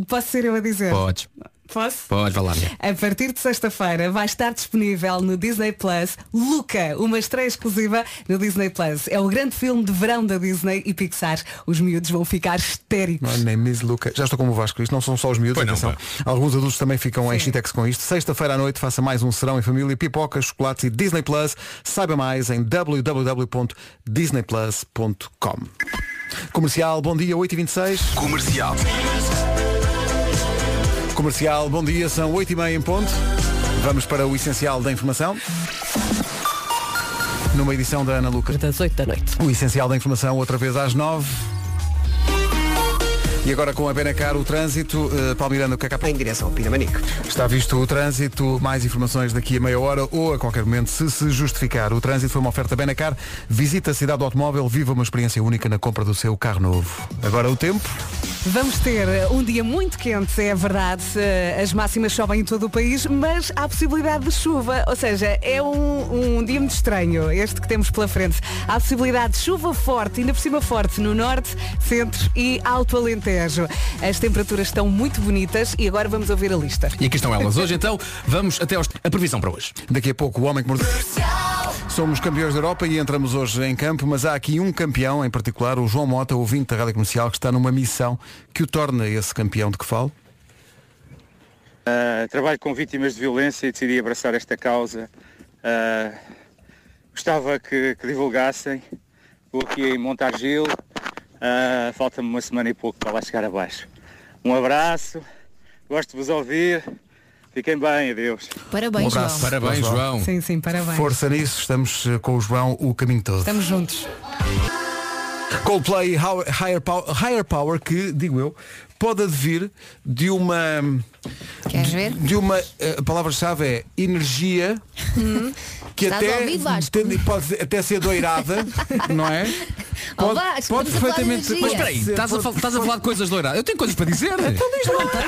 Speaker 2: Posso ser eu a dizer?
Speaker 6: Podes,
Speaker 2: Posso?
Speaker 6: podes, vai lá. Vera.
Speaker 2: A partir de sexta-feira vai estar disponível no Disney Plus Luca, uma estreia exclusiva no Disney Plus. É o grande filme de verão da Disney e Pixar. Os miúdos vão ficar histéricos.
Speaker 1: My name is Luca. Já estou como o Vasco, isto não são só os miúdos, atenção. Alguns adultos também ficam em Chitex com isto. Sexta-feira à noite faça mais um serão em família, pipocas, chocolates e Disney Plus. Saiba mais em www.disneyplus.com. Comercial, bom dia, 8h26.
Speaker 13: Comercial.
Speaker 1: Comercial, bom dia, são 8h30 em ponto. Vamos para o essencial da informação. Numa edição da Ana Lucas.
Speaker 2: Das 8 da noite.
Speaker 1: O essencial da informação, outra vez às 9 E agora com a Benacar, o trânsito. Uh, Palmiranda, o que é que há? Em
Speaker 4: direção ao Pinamanique.
Speaker 1: Está visto o trânsito. Mais informações daqui a meia hora ou a qualquer momento, se se justificar. O trânsito foi uma oferta Benacar. Visita a cidade do automóvel, viva uma experiência única na compra do seu carro novo. Agora o tempo.
Speaker 2: Vamos ter um dia muito quente, é verdade. Uh, As máximas sobem em todo o país, mas há possibilidade de chuva. Ou seja, é um, um dia muito estranho, este que temos pela frente. Há possibilidade de chuva forte, ainda por cima forte, no norte, centro e alto Alentejo. As temperaturas estão muito bonitas e agora vamos ouvir a lista.
Speaker 6: E aqui estão elas. Hoje então, vamos até aos... a previsão para hoje.
Speaker 1: Daqui a pouco, o homem que mordeu. Somos campeões da Europa e entramos hoje em campo, mas há aqui um campeão em particular, o João Mota, ouvinte da Rádio Comercial, que está numa missão que o torna esse campeão de que falo.
Speaker 15: Uh, trabalho com vítimas de violência e decidi abraçar esta causa. Uh, gostava que, que divulgassem. Estou aqui em Montargil. Uh, Falta-me uma semana e pouco para lá chegar abaixo. Um abraço. Gosto de vos ouvir. Fiquem bem. Adeus.
Speaker 3: Parabéns,
Speaker 1: Um abraço.
Speaker 3: João.
Speaker 1: Parabéns, João. João.
Speaker 2: Sim, sim, parabéns.
Speaker 1: Força nisso, estamos eh, com o João o caminho todo.
Speaker 2: Estamos juntos.
Speaker 1: Coldplay How- Higher Power, Higher Power que, digo eu, pode advir de uma.
Speaker 3: Queres
Speaker 1: de,
Speaker 3: ver?
Speaker 1: de uma. eh, A palavra-chave é energia que
Speaker 3: Uhum. Estás a
Speaker 1: até,
Speaker 3: ouvir, Vasco?
Speaker 1: tem- pode até ser doirada, não é?
Speaker 3: Ó, Vasco,
Speaker 6: pode
Speaker 3: estamos a falar de
Speaker 6: perfeitamente.
Speaker 3: energia.
Speaker 6: Mas espera aí, estás a, fa- estás a falar de coisas douradas. Eu tenho coisas para dizer.
Speaker 3: Então
Speaker 2: diz lá.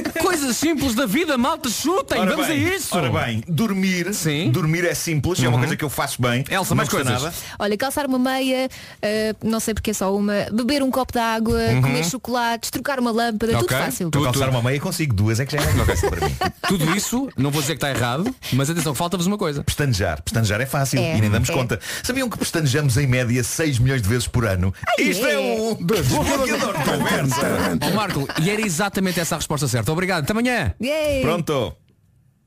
Speaker 2: tens.
Speaker 6: Coisas simples da vida, malta, chutem,
Speaker 12: Ora
Speaker 6: vamos
Speaker 12: bem,
Speaker 6: a isso. Uhum.
Speaker 12: Ora bem, dormir, dormir é simples, é uma coisa que eu faço bem. Elsa,
Speaker 6: mais coisas?
Speaker 3: Olha, calçar uma meia, eh, não sei porque é só uma, beber um copo de água,
Speaker 12: Uhum.
Speaker 3: comer chocolates, trocar uma lâmpada, tudo fácil.
Speaker 12: Estou a calçar uma meia consigo, duas é que já é uma coisa para mim.
Speaker 6: Tudo isso, não vou dizer que está errado, mas atenção, falta-vos uma coisa.
Speaker 12: Pestanejar. Pestanejar é fácil
Speaker 6: É,
Speaker 12: e nem damos
Speaker 6: é.
Speaker 12: conta. Sabiam que pestanejamos em média 6 milhões de vezes por ano? Isto é um desbloqueador de conversa.
Speaker 6: Ó Marco, e era exatamente essa a resposta certa. Obrigado, até amanhã.
Speaker 3: Yay.
Speaker 12: Pronto.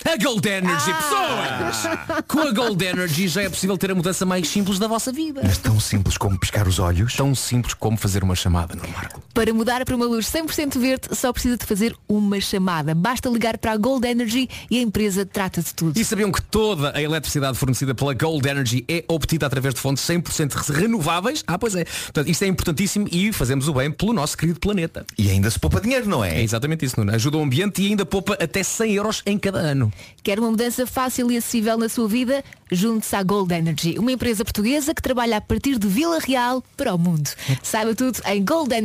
Speaker 6: A Gold Energy, pessoas! Com a Gold Energy já é possível ter a mudança mais simples da vossa vida.
Speaker 12: Mas tão simples como pescar os olhos.
Speaker 6: Tão simples como fazer uma chamada, não é, Marco?
Speaker 3: Para mudar para uma luz 100% verde, só precisa de fazer uma chamada. Basta ligar para a Gold Energy e a empresa trata de tudo.
Speaker 6: E sabiam que toda a eletricidade fornecida pela Gold Energy é obtida através de fontes 100% renováveis? Ah, pois é. Portanto, isto é importantíssimo e fazemos o bem pelo nosso querido planeta.
Speaker 12: E ainda se poupa dinheiro, não é?
Speaker 6: É exatamente isso, Nuno. Ajuda o ambiente e ainda poupa até 100 euros em cada ano.
Speaker 3: Quer uma mudança fácil e acessível na sua vida? Junte-se à Gold Energy, uma empresa portuguesa que trabalha a partir de Vila Real para o mundo. Saiba tudo em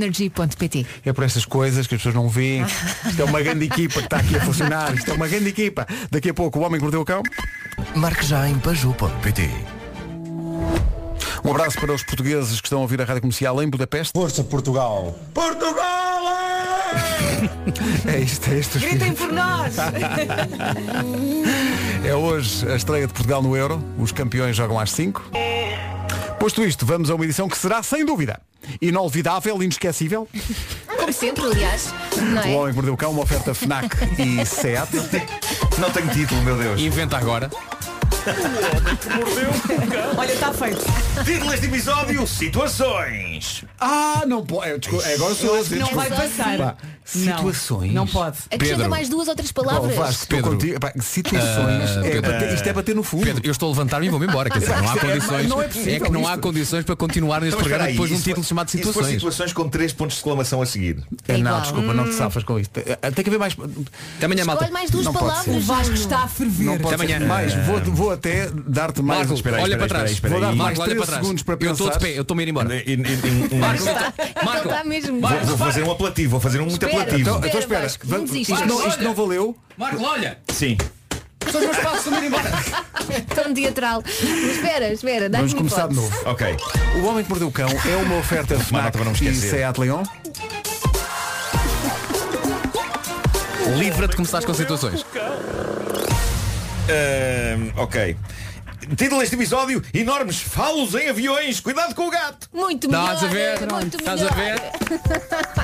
Speaker 3: goldenergy.pt.
Speaker 1: É por estas coisas que as pessoas não veem. Isto é uma grande equipa que está aqui a funcionar. Isto é uma grande equipa. Daqui a pouco o homem que mordeu o cão.
Speaker 12: Marque já em Pajou.pt
Speaker 1: Um abraço para os portugueses que estão a ouvir a rádio comercial em Budapeste. Força Portugal!
Speaker 12: Portugal!
Speaker 1: É isto, é isto.
Speaker 2: Gritem por nós.
Speaker 1: É hoje a estreia de Portugal no Euro. Os campeões jogam às 5. Posto isto, vamos a uma edição que será, sem dúvida, inolvidável, inesquecível.
Speaker 3: Como sempre, aliás. Não
Speaker 1: O
Speaker 3: é?
Speaker 1: Homem que Mordeu o Cão, uma oferta FNAC e SEAT.
Speaker 12: Não tenho título, meu Deus.
Speaker 6: Inventa agora.
Speaker 2: Olha, está feito.
Speaker 12: Título deste episódio, situações.
Speaker 1: Ah, não pode. Desculpa, agora sou eu.
Speaker 12: Não
Speaker 1: desculpa.
Speaker 12: vai passar.
Speaker 1: Pá,
Speaker 12: Não.
Speaker 1: Situações.
Speaker 12: Não
Speaker 2: pode.
Speaker 3: Acrescenta mais duas ou três palavras.
Speaker 1: Bom, Vasco, estou contigo. Epá, situações.
Speaker 6: Ah,
Speaker 1: é
Speaker 6: Pedro.
Speaker 1: bater- isto é bater no fundo.
Speaker 6: Pedro, eu estou a levantar-me e vou-me embora. Quer dizer, não há
Speaker 1: Isto é-
Speaker 6: condições.
Speaker 1: não é possível
Speaker 6: que não há
Speaker 1: isto.
Speaker 6: condições para continuar neste
Speaker 12: Então, mas espera
Speaker 6: programa
Speaker 12: aí,
Speaker 6: depois de um
Speaker 12: isso foi-
Speaker 6: título chamado
Speaker 12: isso foi
Speaker 6: Situações.
Speaker 12: situações com três pontos de exclamação a seguir.
Speaker 1: É, não, desculpa, não
Speaker 12: Hum.
Speaker 1: te safas com isto. É, Tem que haver mais.
Speaker 6: Também
Speaker 3: Escolhe malta. mais duas
Speaker 1: não
Speaker 3: palavras,
Speaker 1: Pode
Speaker 2: O
Speaker 1: ser.
Speaker 2: Vasco está a ferver.
Speaker 1: Não pode ser.
Speaker 6: Amanhã.
Speaker 1: Mais, vou, vou até dar-te mais.
Speaker 6: Marco,
Speaker 1: Espera aí,
Speaker 6: olha
Speaker 1: espera
Speaker 6: para
Speaker 1: aí,
Speaker 6: trás.
Speaker 1: espera aí, espera
Speaker 6: Marco, olha
Speaker 1: aí. Vou dar mais
Speaker 6: para
Speaker 1: 3
Speaker 6: trás.
Speaker 1: segundos para
Speaker 6: eu estou de
Speaker 1: pensares.
Speaker 6: pé, eu estou-me a ir embora.
Speaker 12: E- e- e- um-
Speaker 6: Marco,
Speaker 3: Ele está mesmo.
Speaker 12: Vou, vou fazer um apelativo, vou fazer um muito
Speaker 3: Espera,
Speaker 12: apelativo.
Speaker 1: Então, então espera,
Speaker 3: Vasco, não
Speaker 1: vamos-
Speaker 3: desistas.
Speaker 1: isto, não,
Speaker 3: Marco,
Speaker 1: isto não valeu.
Speaker 6: Marco, olha!
Speaker 12: Sim.
Speaker 6: São os meus passos, estou-me a ir embora.
Speaker 3: Tão teatral. Mas espera, espera, dá-me
Speaker 1: Vamos começar de novo.
Speaker 12: Ok.
Speaker 1: O Homem que Mordeu o Cão é uma oferta FNAC
Speaker 12: para não me
Speaker 1: e
Speaker 12: esquecer.
Speaker 1: Seat Leon.
Speaker 6: Livra-te de começares com situações.
Speaker 12: Ahm, ok. Título deste episódio, enormes falos em aviões, cuidado com o gato.
Speaker 3: Muito melhor.
Speaker 6: Estás a ver?
Speaker 3: Muito
Speaker 6: Estás
Speaker 3: melhor.
Speaker 6: a ver?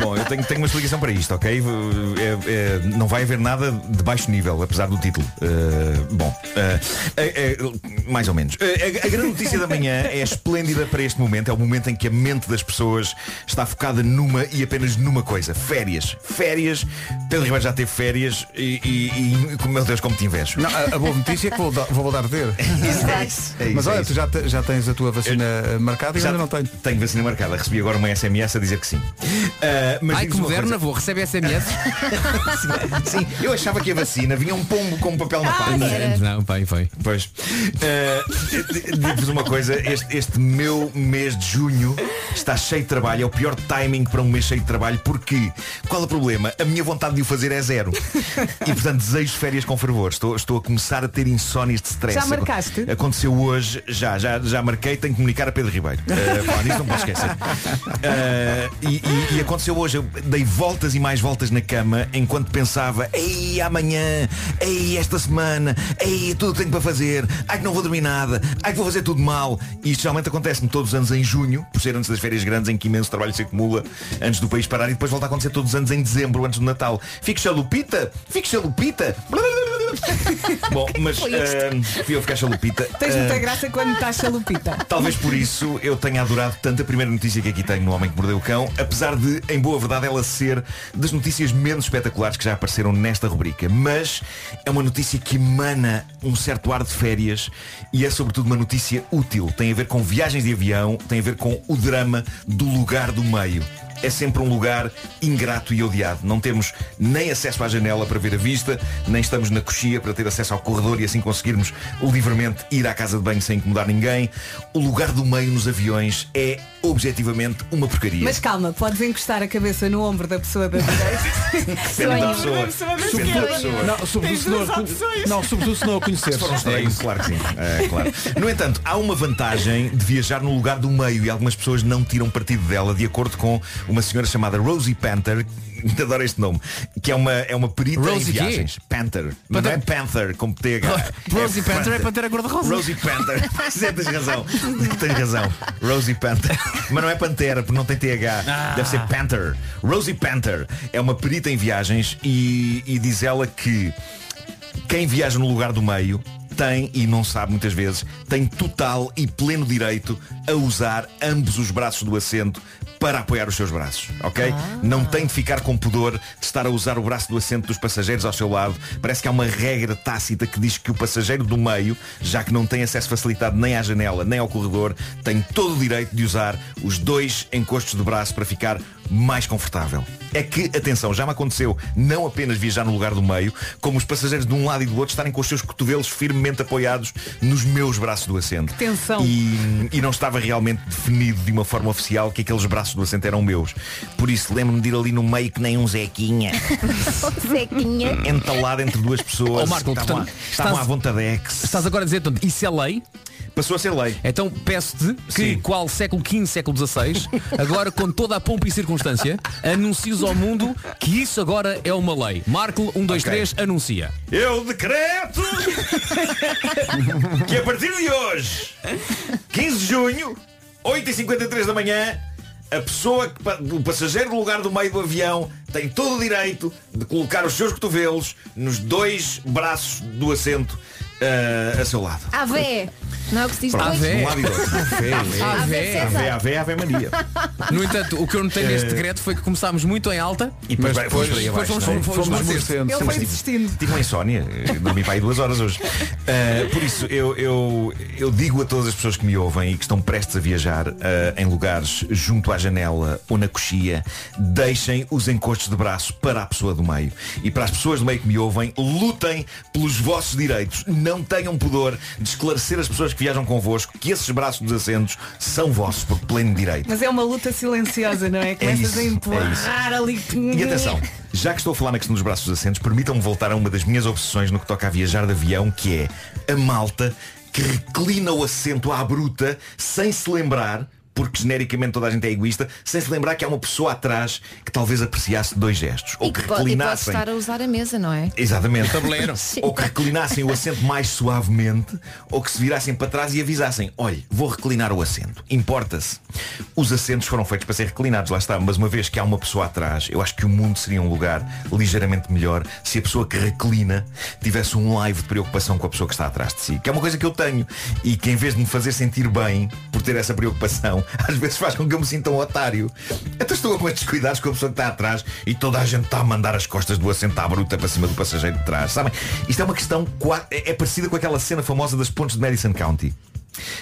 Speaker 12: Bom, eu tenho, tenho uma explicação para isto, ok? É- é- não vai haver nada de baixo nível, apesar do título. Uh, bom, uh, é- é- mais ou menos. Uh, a, a grande notícia da manhã é esplêndida para este momento. É o momento em que a mente das pessoas está focada numa e apenas numa coisa. Férias. Férias. Pedro Ribeiro já teve férias e, e, e meu Deus, como te invejo.
Speaker 1: Não, a, a boa notícia é que vou, dar- vou voltar a ter.
Speaker 12: É isso, é isso,
Speaker 1: Mas
Speaker 12: é
Speaker 1: olha,
Speaker 12: isso.
Speaker 1: tu já, te- já tens a tua vacina eh, marcada e eu
Speaker 12: Já
Speaker 1: ainda não tenho.
Speaker 12: Tenho vacina marcada, recebi agora uma SMS a dizer que sim. Ah, mas
Speaker 6: Ai, que
Speaker 12: digo-vos uma
Speaker 6: moderno,
Speaker 12: coisa.
Speaker 6: avô. Recebe SMS.
Speaker 12: Sim, eu achava que a vacina vinha um pombo com um papel na
Speaker 6: Não,
Speaker 12: palma.
Speaker 6: Não, pai, foi.
Speaker 12: Pois. Ah, Digo-vos uma coisa, este, este meu mês de junho está cheio de trabalho, é o pior timing para um mês cheio de trabalho, porque qual é o problema? A minha vontade de o fazer é zero. E portanto desejo férias com fervor. Estou, estou a começar a ter insónias de stress.
Speaker 2: Já marcaste?
Speaker 12: Aconteceu hoje, já, já, já marquei, tenho que comunicar a Pedro Ribeiro. Ah, pá, disso não posso esquecer. Ah, e, e- e aconteceu hoje, eu dei voltas e mais voltas na cama enquanto pensava, ei, amanhã, ei, esta semana, ei, tudo o que tenho para fazer, ai que não vou dormir nada, ai que vou fazer tudo mal. E isto geralmente acontece-me todos os anos em junho, por ser antes das férias grandes em que imenso trabalho se acumula antes do país parar e depois volta a acontecer todos os anos em dezembro, antes do Natal. Fico chalupita, fico chalupita. Bom, mas
Speaker 2: é Foi isto.
Speaker 12: ah, fui eu ficar chalupita.
Speaker 2: Tens
Speaker 12: Ah,
Speaker 2: muita graça quando estás chalupita.
Speaker 12: Talvez por isso eu tenha adorado tanto a primeira notícia que aqui tenho no Homem que Mordeu o Cão, apesar de, em boa verdade, ela ser das notícias menos espetaculares que já apareceram nesta rubrica. Mas é uma notícia que emana um certo ar de férias e é sobretudo uma notícia útil. Tem a ver com viagens de avião, tem a ver com o drama do lugar do meio. é sempre um lugar ingrato e odiado. Não temos nem acesso à janela para ver a vista, nem estamos na coxia para ter acesso ao corredor e assim conseguirmos livremente ir à casa de banho sem incomodar ninguém. O lugar do meio nos aviões é objetivamente uma porcaria.
Speaker 2: Mas calma, podes encostar a cabeça no ombro da pessoa da direita.
Speaker 12: Depende da
Speaker 2: é?
Speaker 12: pessoa. Depende da pessoa.
Speaker 2: Não, sobretudo
Speaker 12: Tens
Speaker 2: se não a
Speaker 12: duas
Speaker 2: con-
Speaker 12: opções.
Speaker 2: não, sobretudo se não a conheceres.
Speaker 12: Se for um estranho,
Speaker 2: É isso.
Speaker 12: claro que sim. É, claro. No entanto, há uma vantagem de viajar no lugar do meio e algumas pessoas não tiram partido dela, de acordo com uma senhora chamada Rosie Panther. Adoro este nome, que é uma, é uma perita
Speaker 6: Rosie
Speaker 12: em
Speaker 6: quê?
Speaker 12: viagens. Panther. Mas não é Panther, como TH.
Speaker 6: Rosie Panther é pantera cor-de-rosa.
Speaker 12: Rosie Panther. Sim, tens razão. Tens razão. Rosie Panther. Mas não é Pantera, porque não tem TH.
Speaker 6: Ah.
Speaker 12: Deve ser Panther. Rosie Panther é uma perita em viagens e, e diz ela que quem viaja no lugar do meio tem, e não sabe muitas vezes, tem total e pleno direito a usar ambos os braços do assento para apoiar os seus braços, ok? Não tem de ficar com pudor de estar a usar o braço do assento dos passageiros ao seu lado. Parece que há uma regra tácita que diz que o passageiro do meio, já que não tem acesso facilitado nem à janela nem ao corredor, tem todo o direito de usar os dois encostos do braço para ficar mais confortável. É que, atenção, já me aconteceu não apenas viajar no lugar do meio, como os passageiros de um lado e do outro estarem com os seus cotovelos firmemente apoiados nos meus braços do assento.
Speaker 2: Tensão.
Speaker 12: E, e não estava realmente definido de uma forma oficial que aqueles braços do assento eram meus. Por isso lembro-me de ir ali no meio que nem um Zequinha,
Speaker 3: Zequinha.
Speaker 12: entalado entre duas pessoas.
Speaker 6: Ó, Marco,
Speaker 12: estavam,
Speaker 6: portanto,
Speaker 12: à, estavam
Speaker 6: estás-
Speaker 12: à vontadex.
Speaker 6: Estás agora a dizer, portanto, isso é lei?
Speaker 12: Passou a ser lei.
Speaker 6: Então peço-te que, qual século XV, século XVI, agora com toda a pompa e circunstância, anuncies ao mundo que isso agora é uma lei. Marco, 1, 2, 3, anuncia.
Speaker 12: Eu decreto que a partir de hoje, 15 de junho, 8h53 da manhã, a pessoa, que pa- o passageiro do lugar do meio do avião, tem todo o direito de colocar os seus cotovelos nos dois braços do assento ah, a seu lado.
Speaker 3: Ave. Não é o que se diz
Speaker 12: Pronto,
Speaker 3: depois?
Speaker 12: de um lado e do outro.
Speaker 6: Ave.
Speaker 3: Ave, César.
Speaker 12: Ave, ave, ave Maria.
Speaker 6: No entanto, o que eu notei neste
Speaker 12: Eh,
Speaker 6: decreto foi que começámos muito em alta
Speaker 12: E depois vai- fomos para aí
Speaker 6: depois
Speaker 12: abaixo,
Speaker 6: fomos,
Speaker 12: não é?
Speaker 6: fomos, fomos,
Speaker 12: Fomos descendo.
Speaker 6: descendo.
Speaker 12: Ele foi desistindo. Tive uma insónia, eh, dormi para aí duas horas hoje. Ah, por isso, eu, eu, eu digo a todas as pessoas que me ouvem e que estão prestes a viajar ah, em lugares junto à janela ou na coxia, deixem os encostos de braço para a pessoa do meio. E para as pessoas do meio que me ouvem, lutem pelos vossos direitos. Não tenham pudor de esclarecer as pessoas que viajam convosco que esses braços dos assentos são vossos por pleno direito.
Speaker 2: Mas é uma luta silenciosa, não é? Começas
Speaker 12: isso,
Speaker 2: a
Speaker 12: é
Speaker 2: empurrar ali.
Speaker 12: E atenção, já que estou a falar na questão dos braços assentos, permitam-me voltar a uma das minhas obsessões no que toca a viajar de avião, que é a malta que reclina o assento à bruta sem se lembrar, porque genericamente toda a gente é egoísta, sem se lembrar que há uma pessoa atrás que talvez apreciasse dois gestos. Ou que
Speaker 3: E pode
Speaker 12: reclinassem.
Speaker 3: estar a usar a mesa, não é?
Speaker 12: Exatamente.
Speaker 3: O tabuleiro. Sim.
Speaker 12: Ou que reclinassem o assento mais suavemente, ou que se virassem para trás e avisassem, olhe, vou reclinar o assento. Importa-se. Os assentos foram feitos para ser reclinados, lá está. Mas uma vez que há uma pessoa atrás, eu acho que o mundo seria um lugar ligeiramente melhor se a pessoa que reclina tivesse um live de preocupação com a pessoa que está atrás de si. Que é uma coisa que eu tenho. E que em vez de me fazer sentir bem por ter essa preocupação, às vezes faz com que eu me sinta um otário. Até estou a cometer descuidados com a pessoa que está atrás e toda a gente está a mandar as costas do assento à bruta para cima do passageiro de trás. Sabem? Isto é uma questão qua- é é parecida com aquela cena famosa das pontes de Madison County.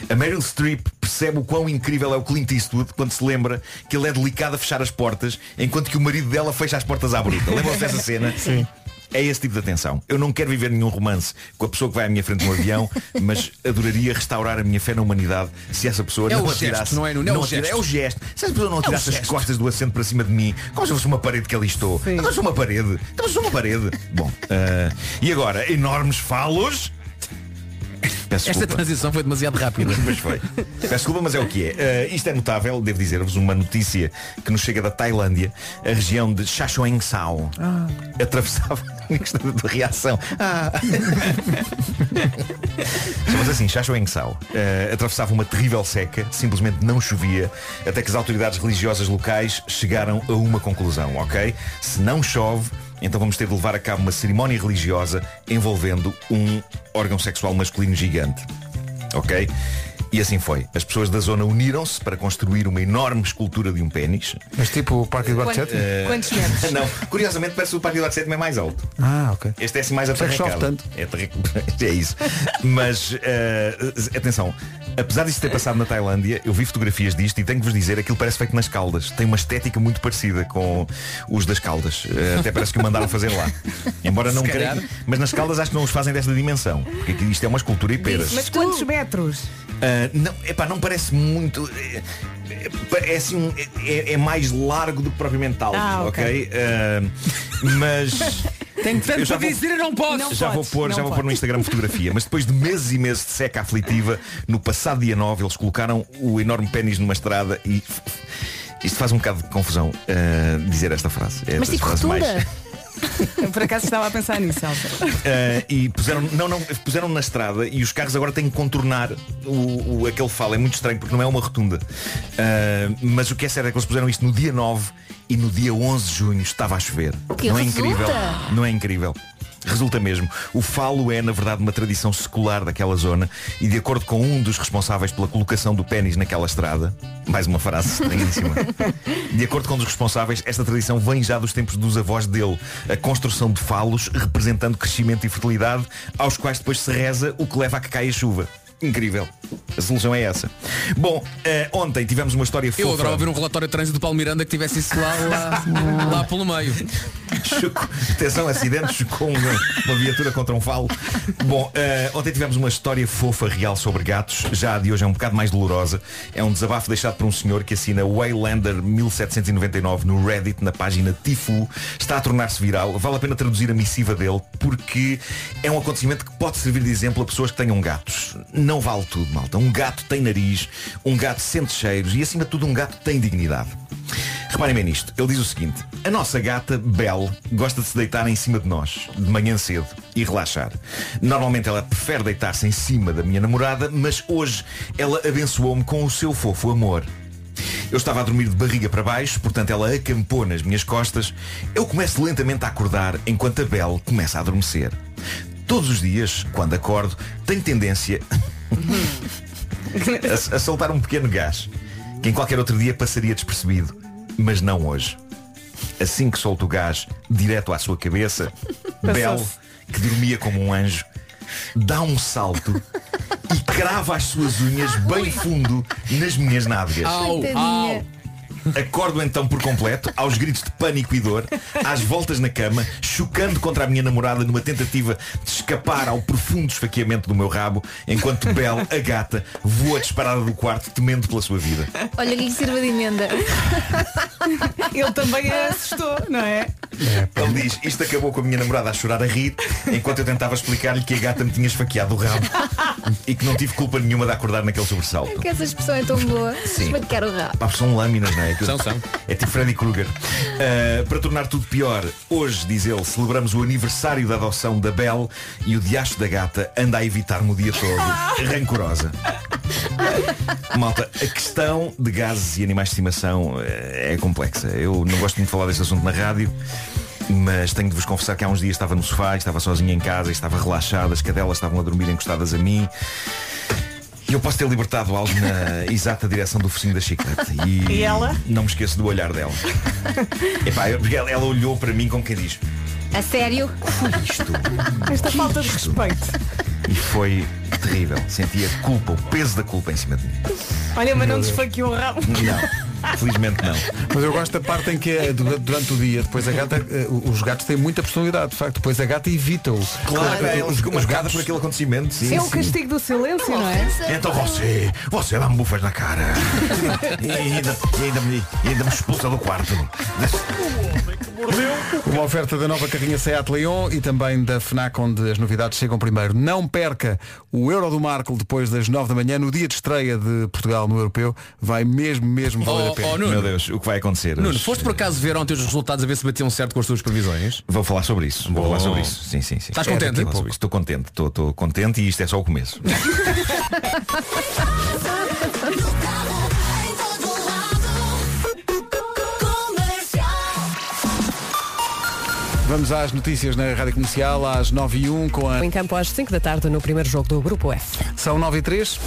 Speaker 12: A Meryl Streep percebe o quão incrível é o Clint Eastwood quando se lembra que ele é delicado a fechar as portas enquanto que o marido dela fecha as portas à bruta. Lembram-se dessa cena?
Speaker 11: Sim.
Speaker 12: É esse tipo de atenção. Eu não quero viver nenhum romance com a pessoa que vai à minha frente no avião, mas adoraria restaurar a minha fé na humanidade se essa pessoa
Speaker 6: É
Speaker 12: não
Speaker 6: o
Speaker 12: atirasse.
Speaker 6: gesto, não é, Nuno? É o
Speaker 12: atira-
Speaker 6: gesto.
Speaker 12: é o gesto. Se essa pessoa não
Speaker 6: É o
Speaker 12: atirasse as
Speaker 6: gesto.
Speaker 12: costas do assento para cima de mim, como se fosse uma parede que ali estou. Como se fosse uma parede. Como se fosse uma parede. Bom, ah, e agora, enormes falos. Peço
Speaker 6: Esta
Speaker 12: desculpa.
Speaker 6: transição foi demasiado rápida.
Speaker 12: Mas foi. Peço desculpa, mas é o que é. Eh, isto é notável, devo dizer-vos, uma notícia que nos chega da Tailândia, a região de Chachoengsao. Atravessava Gostei da tua reação. Ah. Chamamos assim, Chachoengsao. Eh, atravessava uma terrível seca, simplesmente não chovia, até que as autoridades religiosas locais chegaram a uma conclusão, ok? Se não chove, então vamos ter de levar a cabo uma cerimónia religiosa envolvendo um órgão sexual masculino gigante ok? E assim foi. As pessoas da zona uniram-se para construir uma enorme escultura de um pênis.
Speaker 1: Mas tipo o Parque do
Speaker 12: Quanto-
Speaker 1: Arcete?
Speaker 12: Eh, Não, curiosamente parece que o Partido Arcete é mais alto.
Speaker 1: Ah, ok.
Speaker 12: Este é assim mais
Speaker 1: Por isso é que chove
Speaker 12: atarracado. É, atarrac- é isso. Mas eh, atenção, apesar disto ter passado na Tailândia, eu vi fotografias disto e tenho que vos dizer, aquilo parece feito nas caldas. Tem uma estética muito parecida com os das caldas. Eh, até parece que o mandaram fazer lá. Embora
Speaker 2: Se
Speaker 12: não
Speaker 2: calhar.
Speaker 12: creio. Mas nas caldas acho que não os fazem desta dimensão. Porque aqui isto é uma escultura e peras.
Speaker 2: Mas quantos metros?
Speaker 12: Ah, não, epá, não parece muito. eh, eh, pa- É, assim um- é, é mais largo do que propriamente alto,
Speaker 5: Ah,
Speaker 12: ok?
Speaker 5: ok.
Speaker 12: Ah, mas.
Speaker 5: Tenho tanto
Speaker 12: Eu já
Speaker 5: para
Speaker 12: vou-
Speaker 5: dizer e não posso. Não
Speaker 12: já vou
Speaker 5: podes,
Speaker 12: pôr,
Speaker 5: não
Speaker 12: já vou pôr no
Speaker 5: podes.
Speaker 12: Instagram fotografia, mas depois de meses e meses de seca aflitiva, no passado dia 9 eles colocaram o enorme pênis numa estrada e. f- f- Isto faz um bocado de confusão ah, dizer esta frase. É
Speaker 2: Mas
Speaker 12: das
Speaker 2: tipo
Speaker 12: frases mais-
Speaker 2: rotunda. Eu por acaso estava a pensar nisso, Elsa.
Speaker 12: Uh, e puseram, não, não, puseram na estrada e os carros agora têm que contornar o, o- aquele falo. É muito estranho porque não é uma rotunda. Uh, mas o que é certo é que eles puseram isto no dia 9 e no dia 11 de junho estava a chover.
Speaker 5: Que
Speaker 12: não é
Speaker 5: resulta?
Speaker 12: incrível? Não é incrível. Resulta mesmo. O falo é, na verdade, uma tradição secular daquela zona e, de acordo com um dos responsáveis pela colocação do pênis naquela estrada, mais uma frase estranhíssima, de acordo com um dos responsáveis, esta tradição vem já dos tempos dos avós dele. A construção de falos representando crescimento e fertilidade, aos quais depois se reza, o que leva a que caia chuva. Incrível. A solução é essa. Bom, eh, ontem tivemos uma história fofa.
Speaker 6: Eu adorava ver um relatório de trânsito do Paulo Miranda que tivesse isso lá, lá, lá pelo meio.
Speaker 12: Chocou- Atenção, acidente, chocou uma, uma viatura contra um falo. Bom, eh, ontem tivemos uma história fofa real sobre gatos. Já a de hoje é um bocado mais dolorosa. É um desabafo deixado por um senhor que assina Waylander 1799 no Reddit, na página Tifu. Está a tornar-se viral. Vale a pena traduzir a missiva dele porque é um acontecimento que pode servir de exemplo a pessoas que tenham gatos. Não vale tudo, malta. Um gato tem nariz, um gato sente cheiros e, acima de tudo, um gato tem dignidade. Reparem bem nisto, ele diz o seguinte A nossa gata, Belle, gosta de se deitar em cima de nós De manhã cedo e relaxar Normalmente ela prefere deitar-se em cima da minha namorada Mas hoje ela abençoou-me com o seu fofo amor eu estava a dormir de barriga para baixo, portanto ela acampou nas minhas costas. Eu começo lentamente a acordar enquanto a Belle começa a adormecer. Todos os dias, quando acordo, tenho tendência a, a soltar um pequeno gás que em qualquer outro dia passaria despercebido, mas não hoje. Assim que solto o gás direto à sua cabeça, Bel, que dormia como um anjo, dá um salto e crava as suas unhas bem fundo nas minhas nádegas.
Speaker 5: Au, au.
Speaker 12: Acordo então por completo, aos gritos de pânico e dor, às voltas na cama, chocando contra a minha namorada numa tentativa de escapar ao profundo esfaqueamento do meu rabo, enquanto Bel, a gata, voa disparada do quarto, temendo pela sua vida.
Speaker 3: Olha que lhe sirva de emenda.
Speaker 2: Ele também a assustou, não é?
Speaker 12: Ele diz, isto acabou com a minha namorada a chorar a rir, enquanto eu tentava explicar-lhe que a gata me tinha esfaqueado o rabo e que não tive culpa nenhuma de acordar naquele sobressalto.
Speaker 3: Que essa expressão é tão boa.
Speaker 12: Sim.
Speaker 3: Esmaquear o rabo.
Speaker 12: Pá, são lâminas, não é? Aquilo- É tipo Freddy Krueger. Ah, para tornar tudo pior, hoje, diz ele, celebramos o aniversário da adoção da Belle e o diacho da gata anda a evitar-me o dia todo, rancorosa. Malta, a questão de gases e animais de estimação eh, é complexa. Eu não gosto muito de falar deste assunto na rádio, mas tenho de vos confessar que há uns dias estava no sofá, e estava sozinha em casa, e estava relaxada, as cadelas estavam a dormir encostadas a mim. E eu posso ter libertado algo na exata direção do focinho da chiclete. E,
Speaker 5: E ela?
Speaker 12: Não me esqueço do olhar dela. Epá, eu- porque ela, ela olhou para mim como quem diz.
Speaker 3: A sério?
Speaker 2: Esta falta de respeito.
Speaker 12: E foi terrível. Senti a culpa, o peso da culpa em cima de mim.
Speaker 2: Olha, mas não
Speaker 12: Meu Deus.
Speaker 2: desfaqueou o rabo.
Speaker 12: Não, felizmente não.
Speaker 1: Mas eu gosto da parte em que é dura- durante o dia, depois a gata, eh, os gatos têm muita personalidade, de facto, depois a gata evita-o.
Speaker 12: Claro, é, ela
Speaker 1: os,
Speaker 12: ficou
Speaker 1: os
Speaker 12: marcada
Speaker 1: gatos.
Speaker 12: por aquele acontecimento. um sim,
Speaker 2: é o
Speaker 12: sim.
Speaker 2: castigo do silêncio, não é?
Speaker 12: Então você, você dá-me bufas na cara. E ainda, e ainda, me, e ainda me expulsa do quarto.
Speaker 1: Uma oferta da nova carrinha Seat Leon e também da FNAC, onde as novidades chegam primeiro. Não perca o Euro do Marco depois das 9 da manhã, no dia de estreia de Portugal no Europeu. Vai mesmo, mesmo valer a
Speaker 6: Oh,
Speaker 1: pena.
Speaker 6: oh, Nuno. Meu
Speaker 12: Deus, o que vai acontecer?
Speaker 6: Nuno, foste por acaso ver ontem os resultados a ver se batiam certo com as tuas previsões?
Speaker 12: Vou falar sobre isso. Vou
Speaker 6: Bom.
Speaker 12: falar sobre isso. Sim, sim, sim.
Speaker 6: Estás
Speaker 12: É,
Speaker 6: contente?
Speaker 12: vou falar sobre isso. Estou contente, estou- estou contente e isto é só o começo.
Speaker 1: Vamos às notícias na Rádio Comercial, às 9 e 1 com a...
Speaker 16: Em campo às 5 da tarde no primeiro jogo do Grupo F.
Speaker 1: São 9 e 3.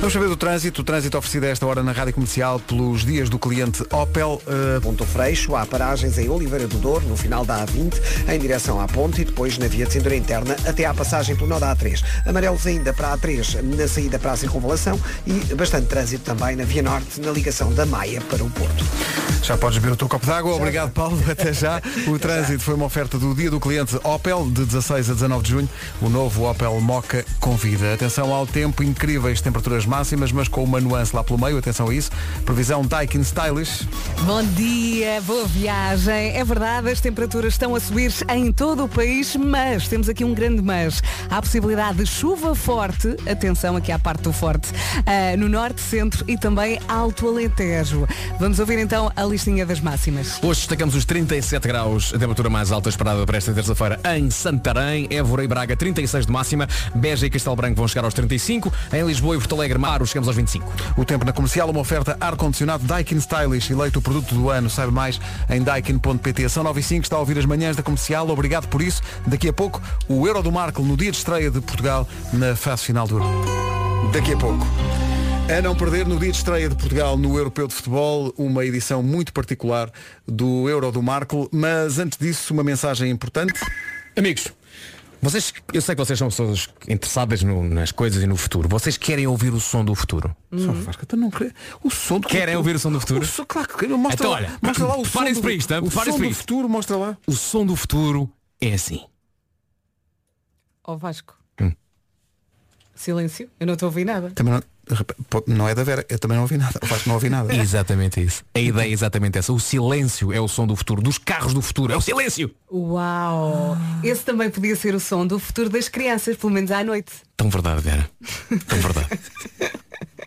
Speaker 1: Vamos saber do trânsito. O trânsito oferecido a esta hora na Rádio Comercial pelos dias do cliente Opel. Eh,
Speaker 4: Ponto Freixo, há paragens em Oliveira do Douro, no final da A20, em direção à ponte e depois na via de cintura interna até à passagem pelo nó da A3. Amarelos ainda para a A3, na saída para a circunvalação e bastante trânsito também na via norte, na ligação da Maia para o Porto.
Speaker 1: Já podes beber o teu copo d'água. Obrigado, Paulo. Até já. O trânsito foi uma oferta do dia do cliente Opel, de 16 a 19 de junho. O novo Opel Moca convida. Atenção ao tempo, incríveis temperaturas máximas, mas com uma nuance lá pelo meio. Atenção a isso. Previsão Daikin Stylish.
Speaker 2: Bom dia, boa viagem. É verdade, as temperaturas estão a subir em todo o país, mas temos aqui um grande mas. Há a possibilidade de chuva forte, atenção aqui à parte do forte, ah, no norte, centro e também alto Alentejo. Vamos ouvir então a listinha das máximas.
Speaker 6: Hoje destacamos os 37 graus, a temperatura mais alta esperada para esta terça-feira em Santarém, Évora e Braga 36 de máxima, Beja e Castelo Branco vão chegar aos 35, em Lisboa e Porto Alegre, Maro, chegamos aos 25.
Speaker 1: O tempo na comercial, uma oferta ar-condicionado Daikin Stylish, eleito o produto do ano. Sabe mais em daikin.pt. São 95, está a ouvir as manhãs da comercial. Obrigado por isso. Daqui a pouco, o Euro do Marco no dia de estreia de Portugal na fase final do Euro. Daqui a pouco. A não perder no dia de estreia de Portugal no Europeu de Futebol, uma edição muito particular do Euro do Marco, mas antes disso uma mensagem importante.
Speaker 6: Amigos, vocês, eu sei que vocês são pessoas interessadas no- nas coisas e no futuro. Vocês querem ouvir o som do futuro? Hum.
Speaker 1: Só faz que eu não quero. O som do
Speaker 6: Querem ouvir o som do futuro?
Speaker 1: O som, claro que quero. mostra
Speaker 6: então,
Speaker 1: lá,
Speaker 6: olha,
Speaker 1: mostra lá o som
Speaker 6: preparem-se
Speaker 1: do-
Speaker 6: para isto, hein?
Speaker 1: o
Speaker 6: Preparem-se
Speaker 1: som
Speaker 6: para
Speaker 1: do
Speaker 6: isto.
Speaker 1: futuro, mostra lá.
Speaker 6: O som do futuro é assim.
Speaker 2: Ó Vasco.
Speaker 6: Hum.
Speaker 2: Silêncio, eu não estou a ouvir nada.
Speaker 1: Também não, pô, não é da Vera, eu também não ouvi nada. O Vasco não ouvi nada.
Speaker 6: Exatamente isso. A ideia é exatamente essa. O silêncio é o som do futuro. Dos carros do futuro. É o silêncio.
Speaker 2: Uau! Esse também podia ser o som do futuro das crianças, pelo menos à noite.
Speaker 6: Tão verdade, Vera. Tão verdade.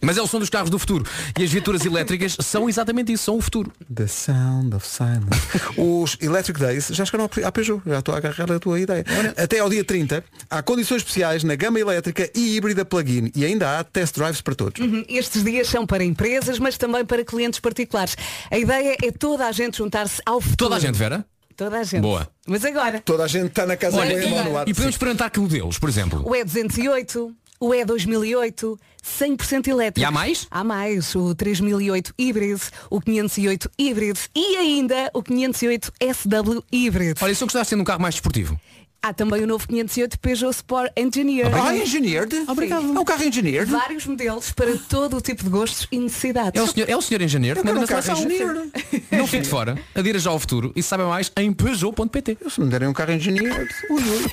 Speaker 6: Mas é o som dos carros do futuro. E as viaturas elétricas são exatamente isso, são o futuro.
Speaker 1: The sound of silence. Os Electric Days já chegaram à Peugeot. Já estou a agarrar a tua ideia. Até ao dia 30, há condições especiais na gama elétrica e híbrida plug-in. E ainda há test drives para todos.
Speaker 2: Uhum. Estes dias são para empresas, mas também para clientes particulares. A ideia é toda a gente juntar-se ao futuro.
Speaker 6: Toda a gente, Vera?
Speaker 2: Toda a gente.
Speaker 6: Boa.
Speaker 2: Mas agora,
Speaker 1: Toda a gente está na casa
Speaker 12: é
Speaker 6: Olha,
Speaker 1: da mão no ar.
Speaker 6: e, e podemos experimentar que modelos, por exemplo.
Speaker 2: o E208, o E2008, 100% elétrico.
Speaker 6: E há mais?
Speaker 2: Há mais. O 3008 híbrido, o 508 híbrido e ainda o 508 SW híbrido.
Speaker 6: Olha, se eu gostasse de ter um carro mais desportivo.
Speaker 2: Há também o novo 508 Peugeot Sport Engineer.
Speaker 6: Ah, bem. Ah,
Speaker 1: engineered?
Speaker 2: Obrigado.
Speaker 1: É um carro engineered?
Speaker 2: Vários modelos para todo o tipo de gostos e necessidades.
Speaker 6: É o senhor, é o senhor engenheiro que manda na seleção. é um Não fique de fora. Adira já ao futuro e saiba mais em Peugeot.pt.
Speaker 1: Se me derem um carro engineered, ui, ui.
Speaker 16: Hey,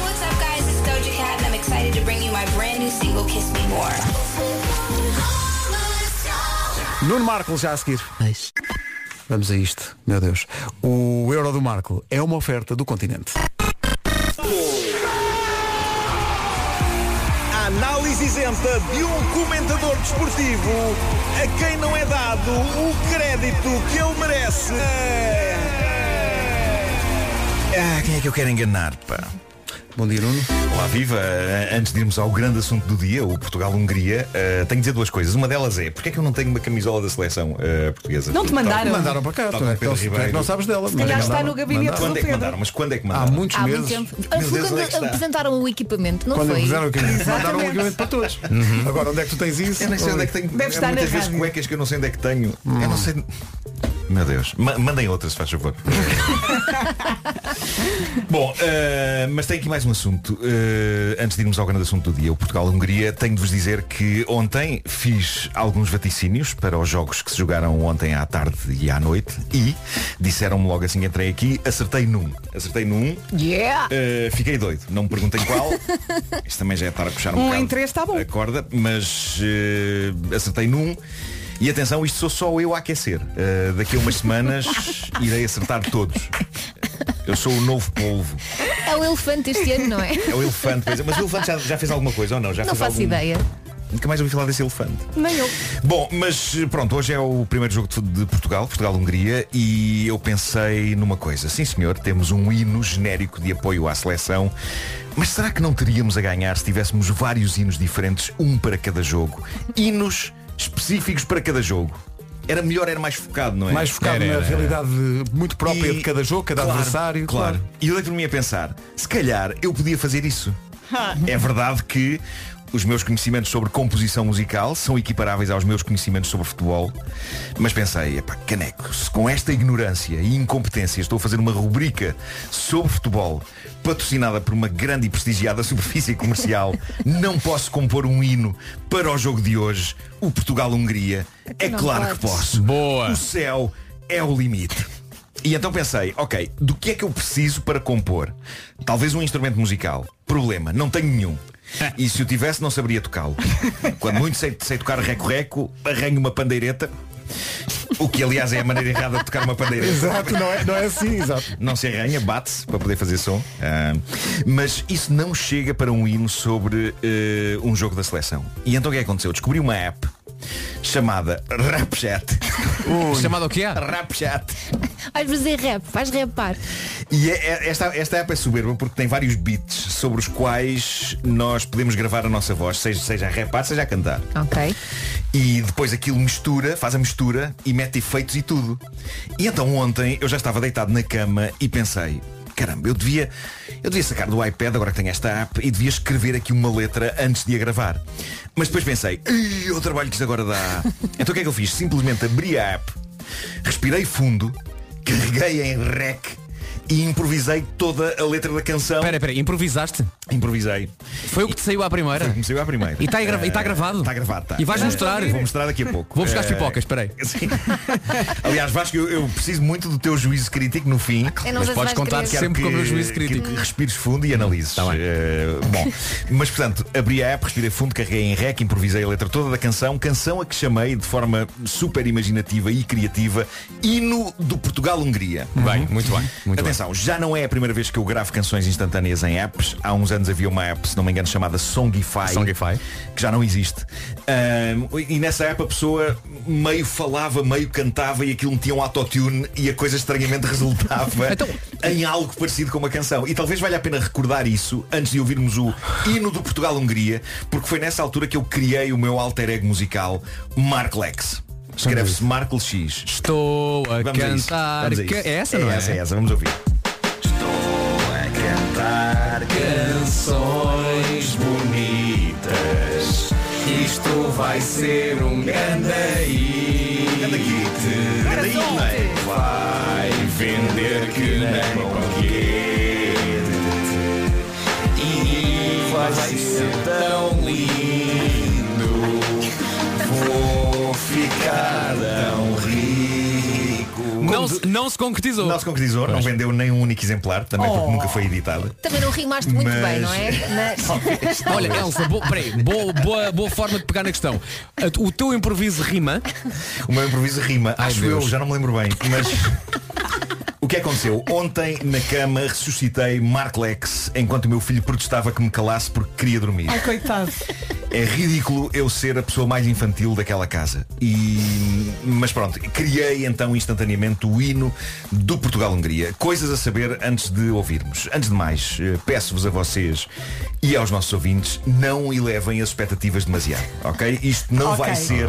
Speaker 16: what's up, guys? It's Doja Cat, and I'm excited to bring you my brand new single, Kiss Me More.
Speaker 1: Nuno Marco já a seguir. Vamos a isto, meu Deus. O Euro do Marco é uma oferta do continente.
Speaker 13: A análise isenta de um comentador desportivo a quem não é dado o crédito que ele merece.
Speaker 12: Ah, quem é que eu quero enganar, pá?
Speaker 1: Bom dia, Nuno.
Speaker 12: Olá, viva! Ah, Antes de irmos ao grande assunto do dia, o Portugal-Hungria, ah, tenho de dizer duas coisas. Uma delas é, porque é que eu não tenho uma camisola da seleção ah, portuguesa?
Speaker 2: Não te mandaram.
Speaker 1: Mandaram para cá,
Speaker 12: Tal
Speaker 1: tu
Speaker 12: como
Speaker 1: é que
Speaker 12: Pedro
Speaker 1: não- tu é que
Speaker 12: Ribeiro.
Speaker 1: não sabes dela,
Speaker 2: Se mas calhar mandaram. está no gabinete
Speaker 12: Mandaram.
Speaker 2: do
Speaker 12: Quando é que
Speaker 2: Pedro.
Speaker 12: mandaram? Mas quando é que mandaram?
Speaker 1: Há muitos
Speaker 3: Há muito tempo.
Speaker 12: Meu
Speaker 3: Ah,
Speaker 12: Deus,
Speaker 3: Foi
Speaker 12: onde é que
Speaker 3: quando
Speaker 12: está?
Speaker 3: apresentaram o equipamento, não
Speaker 1: Quando
Speaker 3: foi?
Speaker 1: avisaram o equipamento, mandaram o equipamento para todos. Agora, onde é que tu tens isso?
Speaker 12: Eu nem sei onde é que tenho.
Speaker 1: Deve
Speaker 12: é
Speaker 1: estar na
Speaker 12: muitas vezes
Speaker 1: rádio.
Speaker 12: cuecas que eu não sei onde é que tenho. Eu não sei. Meu Deus. Ma- mandem outras, se faz favor. Bom, eh, mas tem aqui mais um assunto. Eh, antes de irmos ao grande assunto do dia, o Portugal-Hungria, tenho de vos dizer que ontem fiz alguns vaticínios para os jogos que se jogaram ontem à tarde e à noite e disseram-me logo assim que entrei aqui, acertei num. Acertei num.
Speaker 2: Yeah!
Speaker 12: Eh, fiquei doido. Não me perguntem qual. Isto também já é estar a puxar um,
Speaker 2: Um
Speaker 12: bocado
Speaker 2: em três está bom.
Speaker 12: a corda, mas eh, acertei num. E atenção, isto sou só eu a aquecer. Eh, daqui a umas semanas irei acertar todos. Eu sou o novo polvo.
Speaker 3: É o elefante este ano, não é?
Speaker 12: É o elefante, pois é. mas o elefante já, já fez alguma coisa ou não? Já
Speaker 3: não
Speaker 12: fez
Speaker 3: faço
Speaker 12: algum...
Speaker 3: ideia.
Speaker 12: Nunca mais ouvi falar desse elefante.
Speaker 2: Nem eu.
Speaker 12: Bom, mas eh, pronto, hoje é o primeiro jogo de de Portugal, Portugal-Hungria, e eu pensei numa coisa. Sim, senhor, temos um hino genérico de apoio à seleção, mas será que não teríamos a ganhar se tivéssemos vários hinos diferentes, um para cada jogo? Hinos específicos para cada jogo. Era melhor, era mais focado, não é?
Speaker 1: Mais focado
Speaker 12: Era,
Speaker 1: na
Speaker 12: era, era.
Speaker 1: realidade muito própria de cada jogo, cada
Speaker 12: Claro,
Speaker 1: adversário.
Speaker 12: Claro. E eu dei por mim a pensar, se calhar eu podia fazer isso. É verdade que Os meus conhecimentos sobre composição musical são equiparáveis aos meus conhecimentos sobre futebol. Mas pensei, epá, caneco, se com esta ignorância e incompetência estou a fazer uma rubrica sobre futebol patrocinada por uma grande e prestigiada superfície comercial, não posso compor um hino para o jogo de hoje, o Portugal-Hungria.
Speaker 13: que
Speaker 12: É
Speaker 13: não
Speaker 12: claro que
Speaker 13: podes.
Speaker 12: posso. Boa. O céu é o limite. E então pensei, ok, do que é que eu preciso para compor? Talvez um instrumento musical. Problema, não tenho nenhum. E se o tivesse, não saberia tocá-lo. Quando muito sei, sei tocar reco-reco, arranho uma pandeireta. O que, aliás, é a maneira errada de tocar uma pandeireta.
Speaker 1: Exato, não é, não é assim, exato.
Speaker 12: Não se arranha, bate-se para poder fazer som. Ah, mas isso não chega para um hino sobre eh, um jogo da seleção. E então o que é que aconteceu? Descobri uma app chamada RapChat.
Speaker 1: Uh.
Speaker 6: Chamada o que é?
Speaker 12: RapChat.
Speaker 3: Vais fazer rap, vais rapar.
Speaker 12: E é- é- esta, esta app é soberba porque tem vários beats sobre os quais nós podemos gravar a nossa voz, seja, seja a rapar, seja a cantar.
Speaker 3: Ok.
Speaker 12: E depois aquilo mistura, faz a mistura e mete efeitos e tudo. E então ontem eu já estava deitado na cama e pensei, caramba, eu devia, eu devia sacar do iPad agora que tenho esta app e devia escrever aqui uma letra antes de a gravar. Mas depois pensei, "Ih, é o trabalho que isto agora dá. então o que é que eu fiz? Simplesmente abri a app, respirei fundo, carreguei em rec e improvisei toda a letra da canção. Espera,
Speaker 6: espera, improvisaste?
Speaker 12: Improvisei.
Speaker 6: Foi o que te saiu à primeira?
Speaker 12: Foi o que me saiu à primeira.
Speaker 6: E está gra- e está gravado?
Speaker 12: Está gravado, está.
Speaker 6: E vais
Speaker 12: Eh,
Speaker 6: mostrar?
Speaker 12: Vou mostrar daqui a pouco.
Speaker 6: Vou buscar as
Speaker 12: Eh,
Speaker 6: pipocas, espera aí.
Speaker 12: Sim. Aliás, Vasco, eu, eu preciso muito do teu juízo crítico no
Speaker 6: Eu
Speaker 12: fim.
Speaker 6: não Mas sei se podes vais contar querer. sempre
Speaker 12: Quero
Speaker 6: com o meu
Speaker 12: que-
Speaker 6: juízo crítico. Tá
Speaker 12: quero que respires fundo e analises. Eh, bom, mas portanto, abri a app, respirei fundo, carreguei em rec, improvisei a letra toda da canção, canção a que chamei de forma super imaginativa e criativa, hino do Portugal-Hungria.
Speaker 6: Uhum. Bem, muito bem. Muito
Speaker 12: Atenção, já não é a primeira vez que eu gravo canções instantâneas em apps. Há uns anos havia uma app, se não me engano, chamada Songify,
Speaker 6: Songify.
Speaker 12: que já não existe. Ahm, e nessa app a pessoa meio falava, meio cantava e aquilo metia um autotune e a coisa estranhamente resultava em algo parecido com uma canção. E talvez valha a pena recordar isso antes de ouvirmos o hino do Portugal-Hungria, porque foi nessa altura que eu criei o meu alter ego musical, Marklex. Escreve-se Markle X.
Speaker 6: Estou a
Speaker 12: Vamos a isso.
Speaker 6: cantar.
Speaker 12: Vamos a
Speaker 6: que-
Speaker 12: isso.
Speaker 6: É essa, não é?
Speaker 12: essa, é essa. Vamos ouvir. cantar
Speaker 13: canções bonitas. Isto vai ser um grande hit. Grande hit.
Speaker 12: é?
Speaker 13: Vai vender que nem banquete. E vai ser tão lindo. Vou ficar tão rico.
Speaker 6: Não, se- não se concretizou.
Speaker 12: Não se concretizou, não vendeu nem um único exemplar, também
Speaker 3: Oh.
Speaker 12: porque nunca foi editada.
Speaker 3: Também não rimaste muito
Speaker 12: Mas-
Speaker 3: bem, não é? Mas...
Speaker 6: Olha, Elsa, bo, peraí, bo- boa, boa forma de pegar na questão. A- O teu improviso rima.
Speaker 12: O meu improviso rima,
Speaker 6: Ai,
Speaker 12: acho
Speaker 6: Deus.
Speaker 12: eu, já não me lembro bem, mas. O que aconteceu? Ontem na cama ressuscitei Marklex enquanto o meu filho protestava que me calasse porque queria dormir.
Speaker 2: Ai, coitado.
Speaker 12: É ridículo eu ser a pessoa mais infantil daquela casa. E... Mas pronto, criei então instantaneamente o hino do Portugal-Hungria. Coisas a saber antes de ouvirmos. Antes de mais, eh, peço-vos a vocês e aos nossos ouvintes, não elevem as expectativas demasiado, ok? Isto não
Speaker 13: Ok.
Speaker 12: vai ser...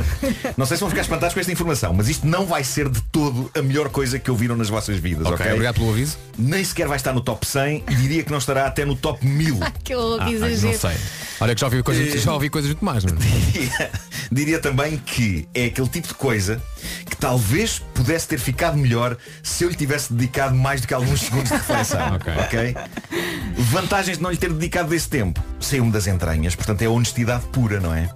Speaker 12: Não sei se vão ficar espantados com esta informação, mas isto não vai ser de todo a melhor coisa que ouviram nas vossas vidas, ok?
Speaker 6: Ok, obrigado pelo aviso.
Speaker 12: Nem sequer vai estar no top 100, diria que não estará até no top 1000.
Speaker 3: Que horror, que
Speaker 6: Ah, não
Speaker 3: exagero.
Speaker 6: sei. Olha que já ouvi coisas,
Speaker 12: Eh,
Speaker 6: já ouvi coisas muito mais, não é?
Speaker 12: Diria, diria também que é aquele tipo de coisa que talvez pudesse ter ficado melhor se eu lhe tivesse dedicado mais do que alguns segundos de reflexão.
Speaker 13: Ok.
Speaker 12: ok? Vantagens de não lhe ter dedicado esse tempo. Saiu-me das entranhas, portanto é honestidade pura, não é?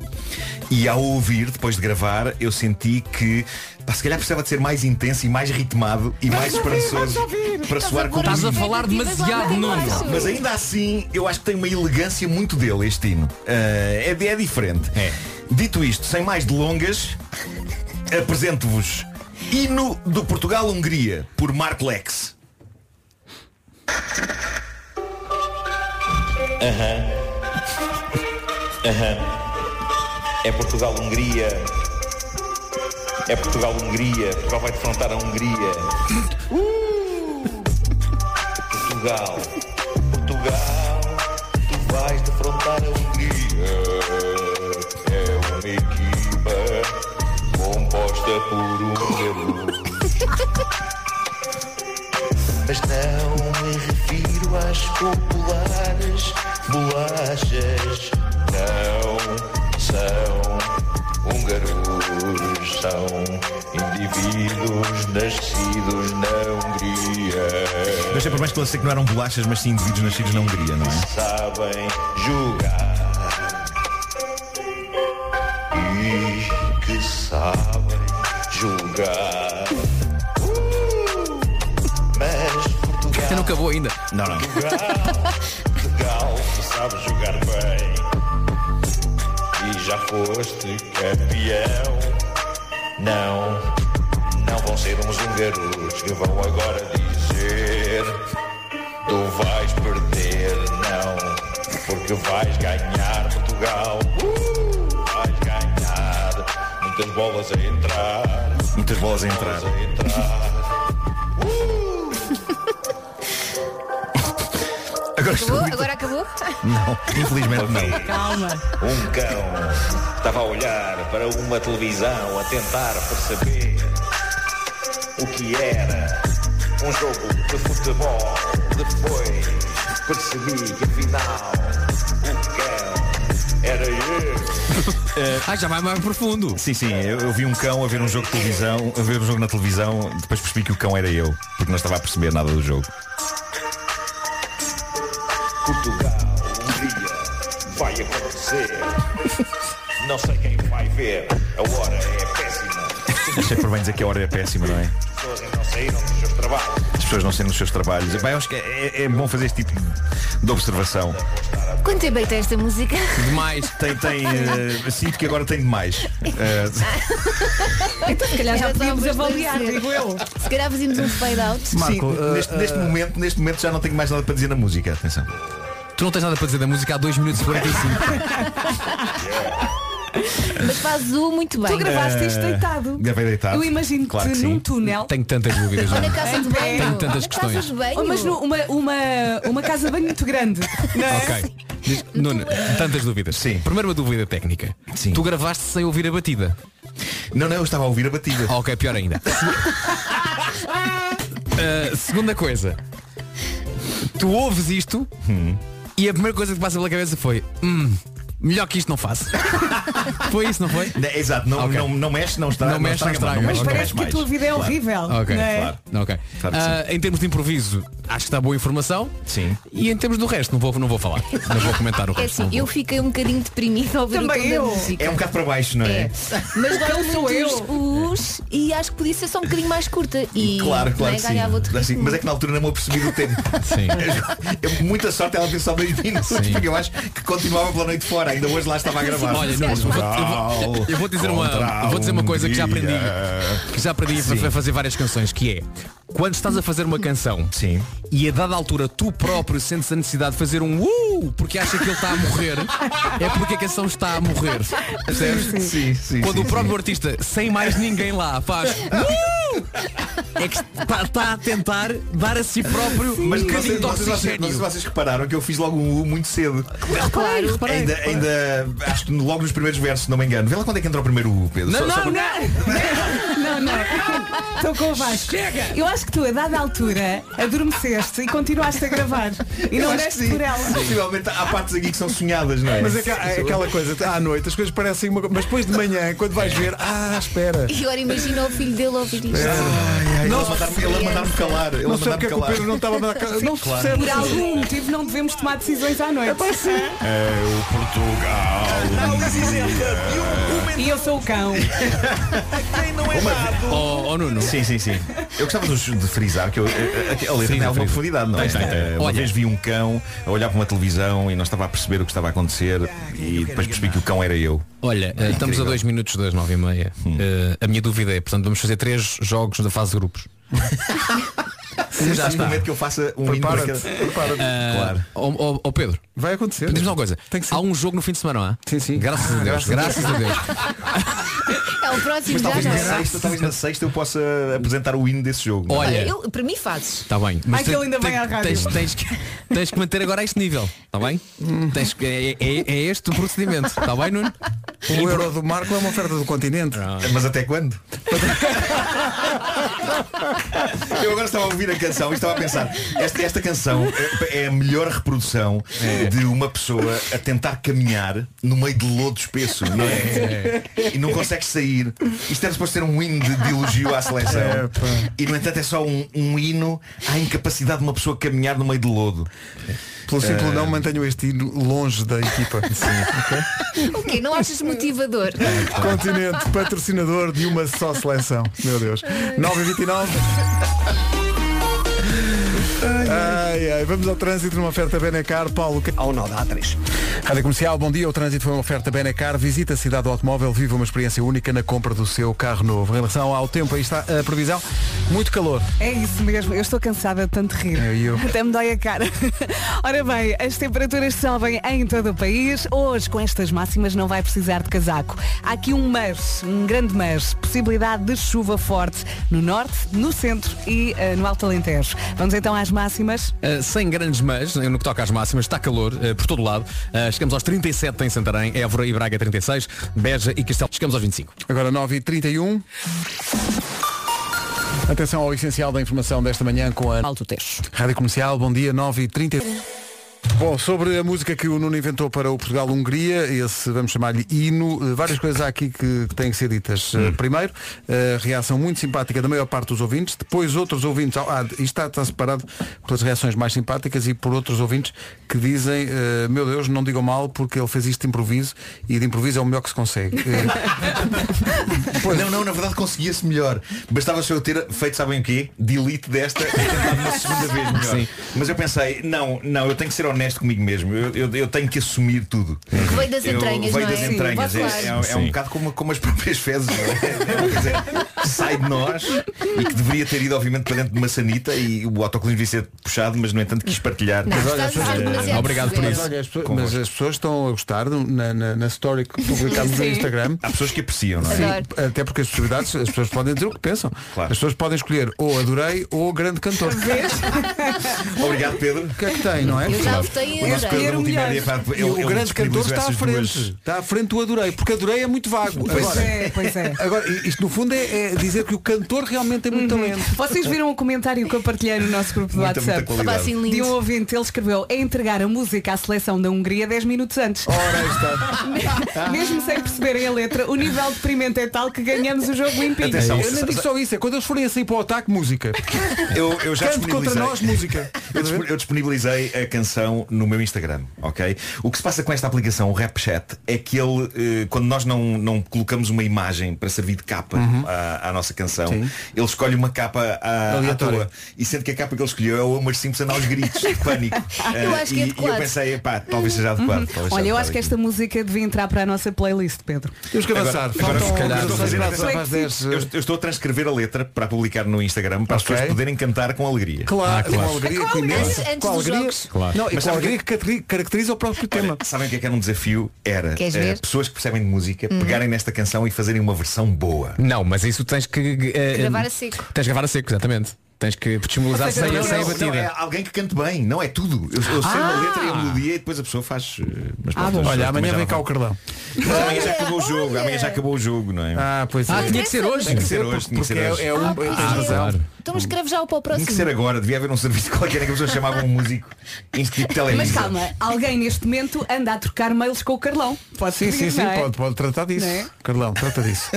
Speaker 12: E ao ouvir, depois de gravar, eu senti que pá, se calhar precisava de ser mais intenso e mais ritmado e mais esperançoso para soar como
Speaker 6: Estás a
Speaker 12: um hino.
Speaker 6: falar demasiado, Nuno.
Speaker 12: Mas ainda assim, eu acho que tem uma elegância muito dele este hino. Ah, é, é diferente. Dito isto, sem mais delongas, apresento-vos Hino do Portugal-Hungria, por Mark Lex.
Speaker 10: Aham. Aham. É Portugal-Hungria. É Portugal-Hungria. Portugal vai defrontar a Hungria. Portugal. Portugal. Tu vais defrontar a Hungria. É uma equipa composta por um garoto. Mas não me refiro às populares bolachas
Speaker 17: Não são húngaros, são indivíduos nascidos na Hungria.
Speaker 12: Mas sempre mais que que não eram bolachas, mas sim indivíduos nascidos na Hungria, não é?
Speaker 17: sabem jogar e que sabem jogar. Uh! Mas
Speaker 6: Você não acabou ainda.
Speaker 12: Não, não.
Speaker 17: Portugal, Portugal, tu sabes jogar bem e já foste campeão. Não, não vão ser uns húngaros que vão agora dizer tu vais perder, não, porque vais ganhar Portugal. Uh, vais ganhar muitas bolas a entrar.
Speaker 12: Muitas bolas a entrar.
Speaker 17: A entrar.
Speaker 12: Agora estou
Speaker 3: Acabou?
Speaker 12: muito...
Speaker 3: Agora acabou?
Speaker 12: Não, infelizmente não.
Speaker 3: Calma.
Speaker 17: Um cão estava a olhar para uma televisão a tentar perceber o que era um jogo de futebol. Depois percebi que afinal o cão era eu.
Speaker 6: Eh,
Speaker 12: ah, já vai mais profundo. Sim, sim, eu, eu vi um cão a ver um jogo de televisão, a ver um jogo na televisão, depois percebi que o cão era eu, porque não estava a perceber nada do jogo.
Speaker 17: Portugal um dia vai acontecer. Não sei quem vai ver, a hora é péssima.
Speaker 12: Achei por bem dizer que a hora é péssima, não é?
Speaker 17: As pessoas ainda não saíram dos seus trabalhos.
Speaker 12: As pessoas não sendo nos seus trabalhos. Bem, eu acho que é, é bom fazer este tipo de- de observação.
Speaker 3: Quanto tempo é que tem esta música?
Speaker 12: Demais. Tem, tem, eh, sinto que agora tem demais. Eh,
Speaker 3: então, se calhar
Speaker 9: já podíamos avaliar, digo eu.
Speaker 3: Se calhar fazíamos um fade out.
Speaker 12: sim,
Speaker 6: eh,
Speaker 12: neste, neste momento, neste momento já não tenho mais nada para dizer na música, atenção.
Speaker 6: Tu não tens nada para dizer da música há 2 minutos e 45.
Speaker 3: Mas faz o muito bem.
Speaker 2: Tu gravaste isto deitado.
Speaker 12: Gravei é deitado.
Speaker 2: Eu imagino
Speaker 6: Claro
Speaker 2: que
Speaker 6: que
Speaker 2: num
Speaker 6: sim.
Speaker 2: túnel.
Speaker 6: Tenho tantas dúvidas.
Speaker 2: Ou
Speaker 6: não é?
Speaker 2: na casa de banho.
Speaker 6: Tenho tantas
Speaker 2: Na
Speaker 6: questões.
Speaker 2: Ou Oh, mas nu- uma, uma, uma casa de banho muito grande. Não é?
Speaker 6: Ok. Diz- Nuno, tantas dúvidas. Sim. Primeiro uma dúvida técnica. Sim. Tu gravaste sem ouvir a batida.
Speaker 12: Não, não, eu estava a ouvir a batida.
Speaker 6: Ah, ok, pior ainda. Se- Uh, segunda coisa. Tu ouves isto e a primeira coisa que passa pela cabeça foi. "Hum, melhor que isto não faço. foi isso, não foi?
Speaker 12: exato, não, não, não mexe, não estraga.
Speaker 6: Não mexe, não estraga.
Speaker 12: Não
Speaker 6: Mas
Speaker 12: mexe, não
Speaker 6: parece
Speaker 12: mexe
Speaker 6: que a
Speaker 12: mais.
Speaker 2: tua vida é horrível,
Speaker 6: Ok,
Speaker 2: não é?
Speaker 6: claro. Ok.
Speaker 12: Claro que
Speaker 6: Ah, em termos de improviso, acho que está boa informação. Sim. E em termos do resto, não vou, não vou falar. Não vou comentar o
Speaker 3: É
Speaker 6: resto.
Speaker 3: assim, eu fiquei um bocadinho deprimida ao ouvir o
Speaker 2: Também
Speaker 3: tom
Speaker 2: eu. Ah,
Speaker 3: da música.
Speaker 12: É um bocado para baixo, não é?
Speaker 3: É. Mas gosto
Speaker 2: sou
Speaker 3: muito os, os e acho que podia ser só um bocadinho mais curta. E
Speaker 12: Claro,
Speaker 3: não é,
Speaker 12: claro que sim.
Speaker 3: ganhava outro
Speaker 12: Assim,
Speaker 3: ritmo.
Speaker 12: Mas é que na altura não me apercebi do tempo.
Speaker 6: Sim.
Speaker 12: É, muita sorte ela ter só meio minutos, porque eu acho que continuava pela noite fora. Ainda hoje lá estava a gravar.
Speaker 6: Olha, não, eu vou- eu vou- eu vou dizer uma-
Speaker 12: Contra
Speaker 6: eu vou dizer uma
Speaker 12: um
Speaker 6: coisa que já aprendi.
Speaker 12: dia.
Speaker 6: que já aprendi
Speaker 12: Sim.
Speaker 6: a fazer várias canções, que é quando estás a fazer uma canção Sim. e a dada altura tu próprio sentes a necessidade de fazer um uh porque acha que ele está a morrer, é porque a canção está a morrer. Percebes?
Speaker 12: Sim, sim,
Speaker 6: quando
Speaker 12: sim,
Speaker 6: o próprio artista, sem mais ninguém lá, faz "Uh!", é que está está a tentar dar a si próprio
Speaker 12: Mas
Speaker 6: um bocadinho
Speaker 12: vocês,
Speaker 6: de
Speaker 12: vocês, vocês,
Speaker 6: oxigênio.
Speaker 12: vocês, vocês repararam que eu fiz logo um U muito cedo.
Speaker 6: Reparei, reparei,
Speaker 12: ainda,
Speaker 6: reparei.
Speaker 12: ainda acho que logo nos primeiros versos, se não me engano. Vê lá quando é que entra o primeiro U, Pedro.
Speaker 2: Não,
Speaker 12: Só- só
Speaker 2: Oh, não,
Speaker 12: para-
Speaker 2: não, não, não. Estou com o Vasco.
Speaker 12: Chega!
Speaker 2: Eu acho que tu, a dada altura, adormeceste e continuaste a gravar. E
Speaker 12: Eu
Speaker 2: não
Speaker 12: acho que
Speaker 2: deste
Speaker 12: sim.
Speaker 2: por ela.
Speaker 12: Possivelmente há partes aqui que são sonhadas, não é?
Speaker 1: Mas é, que, é aquela coisa, à noite as coisas parecem uma coisa, mas depois de manhã, quando vais ver, ah, espera.
Speaker 3: E agora imagina o filho dele ouvir isto.
Speaker 12: É. Ele a mandar-me- ele a mandar-me calar. Ele a
Speaker 1: Não
Speaker 12: mandar-me
Speaker 1: sei porque é que o
Speaker 12: calar.
Speaker 1: Pedro não estava a mandar calar. Não se
Speaker 12: Claro.
Speaker 1: percebe.
Speaker 2: Por algum motivo não devemos tomar decisões à noite.
Speaker 12: É o Portugal.
Speaker 6: é-
Speaker 2: E eu sou o cão.
Speaker 6: Oh, oh, Nuno.
Speaker 12: Sim, sim, sim. Eu gostava de, de frisar que eu, a, a- a letra
Speaker 6: Sim,
Speaker 12: tem alguma
Speaker 6: frisa.
Speaker 12: profundidade, não é?
Speaker 6: Tem, tem, tem.
Speaker 12: Eh, Uma
Speaker 6: Olha.
Speaker 12: vez vi um cão a olhar para uma televisão e não estava a perceber o que estava a acontecer e depois percebi que o cão era eu.
Speaker 6: Olha, eh, estamos a dois minutos das nove e meia.
Speaker 12: Hum.
Speaker 6: Eh, a minha dúvida é, portanto, vamos fazer três jogos da fase de grupos.
Speaker 12: Sim, já está. momento que eu faça um hino para
Speaker 6: Prepara-te,
Speaker 12: cada-
Speaker 6: Ah,
Speaker 12: Claro.
Speaker 6: Ó ó, ó, Pedro.
Speaker 1: Vai acontecer.
Speaker 6: Diz-me uma coisa. Há um jogo no fim de semana, não há? Sim, sim. Graças a Deus. Graças a Deus.
Speaker 3: É o próximo
Speaker 12: Mas
Speaker 3: já
Speaker 12: talvez
Speaker 3: não
Speaker 12: na,
Speaker 3: é?
Speaker 12: sexta, talvez na sexta eu possa apresentar o hino desse jogo. não é?
Speaker 6: Olha.
Speaker 3: Eu- para mim fazes.
Speaker 6: Está bem.
Speaker 3: Ai, que ele ainda
Speaker 6: tem-
Speaker 3: vem à rádio.
Speaker 6: Tens, tens que, tá Hum. tens que manter agora este nível. Está bem? Tens que- é, é- é este o procedimento. Está bem, Nuno?
Speaker 1: O euro do Marco é uma oferta do continente.
Speaker 12: Mas até quando? Eu agora estava a ouvir a canção e estava a pensar Esta, esta canção é, é a melhor reprodução De uma pessoa a tentar caminhar No meio de lodo espesso não é? E não consegue sair Isto era suposto ser um hino de, de elogio à seleção
Speaker 1: É,
Speaker 12: E no entanto é só um, um hino À incapacidade de uma pessoa caminhar no meio de lodo
Speaker 1: Pelo simples
Speaker 12: Eh,
Speaker 1: não mantenho este hino longe da equipa.
Speaker 3: O quê? Não achas motivador?
Speaker 12: é
Speaker 1: Continente, patrocinador de uma só seleção. Meu Deus. 9 e 29 Ai, ai, vamos ao trânsito numa oferta Benacar, Paulo.
Speaker 4: Ao nó da A3.
Speaker 1: Rádio Comercial, bom dia. O trânsito foi uma oferta Benacar. Visita a cidade do automóvel, viva uma experiência única na compra do seu carro novo. Em relação ao tempo, aí está a previsão. Muito calor.
Speaker 2: É isso mesmo, eu estou cansada de tanto rir.
Speaker 1: É, e eu?
Speaker 2: Até me dói a cara. Ora bem, as temperaturas sobem em todo o país. Hoje, com estas máximas, não vai precisar de casaco. Há aqui um mas, um grande mas, possibilidade de chuva forte no norte, no centro e eh, no Alto Alentejo. Vamos então às máximas.
Speaker 6: Uh, sem grandes mas, no que toca às máximas, está calor uh, por todo lado. Uh, chegamos aos 37 em Santarém, Évora e Braga 36, Beja e Castelo. Chegamos aos 25.
Speaker 1: Agora 9h31. Atenção ao essencial da informação desta manhã com a
Speaker 2: Alto Tejo.
Speaker 1: Rádio Comercial, bom dia, 9h30. um. Bom, sobre a música que o Nuno inventou para o Portugal-Hungria, esse vamos chamar-lhe hino, eh, várias coisas há aqui que, que têm que ser ditas. Eh, Primeiro, a reação muito simpática da maior parte dos ouvintes, depois outros ouvintes, ah, isto está, está separado pelas reações mais simpáticas e por outros ouvintes que dizem, eh, meu Deus, não digam mal porque ele fez isto de improviso e de improviso é o melhor que se consegue. Eh,
Speaker 12: Não, não, na verdade conseguia-se melhor. Bastava só eu ter feito, sabem o quê? Delete desta e tentado uma segunda vez melhor. Mas eu pensei, não, não, eu tenho que ser honesto comigo mesmo. Eu, eu- eu tenho que assumir tudo.
Speaker 3: Veio das
Speaker 12: Eu-
Speaker 3: entranhas,
Speaker 12: veio
Speaker 3: não é?
Speaker 12: das
Speaker 3: Sim,
Speaker 12: entranhas.
Speaker 3: vá
Speaker 12: É- é-
Speaker 3: claro.
Speaker 12: é, um
Speaker 3: Sim.
Speaker 12: bocado como, como as próprias fezes. não é? É uma coisa que sai de nós e que deveria ter ido, obviamente, para dentro de uma sanita e o autocolismo devia ser puxado, mas no entanto quis partilhar.
Speaker 1: Mas olha, as pessoas-
Speaker 12: Eh,
Speaker 1: Mas, olha, as pessoas- mas as pessoas estão a gostar do- na, na, na story que publicámos no
Speaker 12: Sim.
Speaker 1: Instagram.
Speaker 12: Há pessoas que apreciam, não é?
Speaker 1: Sim,
Speaker 12: Adoro.
Speaker 1: até porque as possibilidades, as pessoas podem dizer o que pensam. As pessoas podem escolher ou adorei ou grande cantor.
Speaker 12: Obrigado, Pedro.
Speaker 1: O que é que tem, não é?
Speaker 12: Eu já votei em
Speaker 1: O nosso
Speaker 12: adorei.
Speaker 1: Pedro
Speaker 12: Era o
Speaker 1: Multimédia,
Speaker 12: melhor.
Speaker 1: pá,
Speaker 12: Ele-
Speaker 1: e o
Speaker 12: ele
Speaker 1: grande cantor
Speaker 12: disponibilizou
Speaker 1: está à
Speaker 12: essas
Speaker 1: frente.
Speaker 12: duas.
Speaker 1: Está à frente o adorei, porque adorei é muito vago.
Speaker 12: Pois
Speaker 1: agora,
Speaker 12: é,
Speaker 2: pois é.
Speaker 1: agora, i- isto no fundo é, é dizer que o cantor realmente tem
Speaker 12: Uhum.
Speaker 1: muito talento.
Speaker 2: Vocês viram o comentário que eu partilhei no nosso grupo do
Speaker 1: Muita, muita
Speaker 2: WhatsApp
Speaker 1: qualidade. Pá, assim, lindo.
Speaker 2: de um ouvinte, ele escreveu é entregar a música à seleção da Hungria 10 minutos antes. Mesmo sem perceberem a letra, o nível deprimente é tal que ganhamos o jogo limpinho.
Speaker 12: Atenção,
Speaker 1: eu não digo só isso, é quando eles forem assim para o ataque, música.
Speaker 12: Eu, eu já
Speaker 1: Cante contra
Speaker 12: disponibilizei.
Speaker 1: nós, música.
Speaker 12: Eu, dispo- eu disponibilizei a canção no meu Instagram, ok? O que se passa com esta aplicação, o Rap Chat, é que ele, eh, quando nós não, não colocamos uma imagem para servir de capa
Speaker 13: Uhum.
Speaker 12: à, à nossa canção,
Speaker 13: Sim.
Speaker 12: ele escolhe uma capa à, à
Speaker 13: Aleatória.
Speaker 12: toa. E sendo que a capa que ele escolheu é o Homer Simpson aos gritos, de pânico.
Speaker 2: Eu
Speaker 12: Eh,
Speaker 2: acho que
Speaker 12: e,
Speaker 2: é
Speaker 12: e eu
Speaker 2: adequado.
Speaker 12: pensei, pá, talvez seja
Speaker 2: Uhum.
Speaker 12: adequado. talvez
Speaker 2: Olha,
Speaker 12: seja
Speaker 2: eu
Speaker 12: adequado
Speaker 2: acho que
Speaker 12: aqui.
Speaker 2: esta música devia entrar para a nossa playlist, Pedro.
Speaker 12: Agora,
Speaker 1: Faltam
Speaker 12: o que eu estou a fazer é-
Speaker 1: algumas horas para as dez.
Speaker 12: eu, eu estou a transcrever a letra para publicar no Instagram para
Speaker 1: Ok.
Speaker 12: as pessoas poderem cantar com alegria.
Speaker 1: Claro, é com alegria, com imensa. com alegria, Não,
Speaker 12: Ah,
Speaker 1: e
Speaker 12: Mas
Speaker 1: com
Speaker 12: sabem
Speaker 1: alegria que catri- caracteriza o próprio
Speaker 12: Olha,
Speaker 1: tema.
Speaker 12: sabem o que é que era um desafio? Era
Speaker 1: Queres
Speaker 12: eh,
Speaker 1: ver?
Speaker 12: pessoas que percebem de música pegarem nesta canção e fazerem uma versão boa.
Speaker 6: Não, mas isso tens que. eh,
Speaker 12: Gravar
Speaker 6: eh,
Speaker 12: a seco.
Speaker 6: Tens que gravar a seco, exatamente. Tens que disponibilizar sem,
Speaker 12: Não,
Speaker 6: sem a
Speaker 12: não, não, é
Speaker 6: batida.
Speaker 12: alguém que cante bem, não é tudo. Eu, eu sei
Speaker 6: Ah!
Speaker 12: uma letra e a melodia e depois a pessoa faz. eh, Mas
Speaker 6: Ah, bom.
Speaker 12: pronto, as
Speaker 6: Olha,
Speaker 12: pessoas também
Speaker 6: amanhã
Speaker 12: já
Speaker 6: vem
Speaker 12: não
Speaker 6: cá
Speaker 12: vão.
Speaker 6: o Cardão.
Speaker 12: Mas amanhã já acabou o jogo, amanhã já acabou o jogo, não é?
Speaker 1: Ah, pois
Speaker 6: Ah, é. tinha que ser hoje.
Speaker 12: Tem que ser hoje, tinha que ser
Speaker 1: Porque é-
Speaker 12: hoje.
Speaker 1: é um- Ah, tens pois razão. é.
Speaker 3: Então escreve já o para o
Speaker 12: Tinha
Speaker 3: próximo.
Speaker 12: Hum. que ser agora, devia haver um serviço qualquer em que as pessoas chamavam um músico. Instituto Televisa.
Speaker 2: Mas calma, alguém neste momento anda a trocar mails com o Carlão. Pode
Speaker 1: Sim,
Speaker 2: ser.
Speaker 1: sim, sim,
Speaker 2: não é?
Speaker 1: pode, pode tratar disso.
Speaker 2: Não é?
Speaker 1: Carlão, trata disso.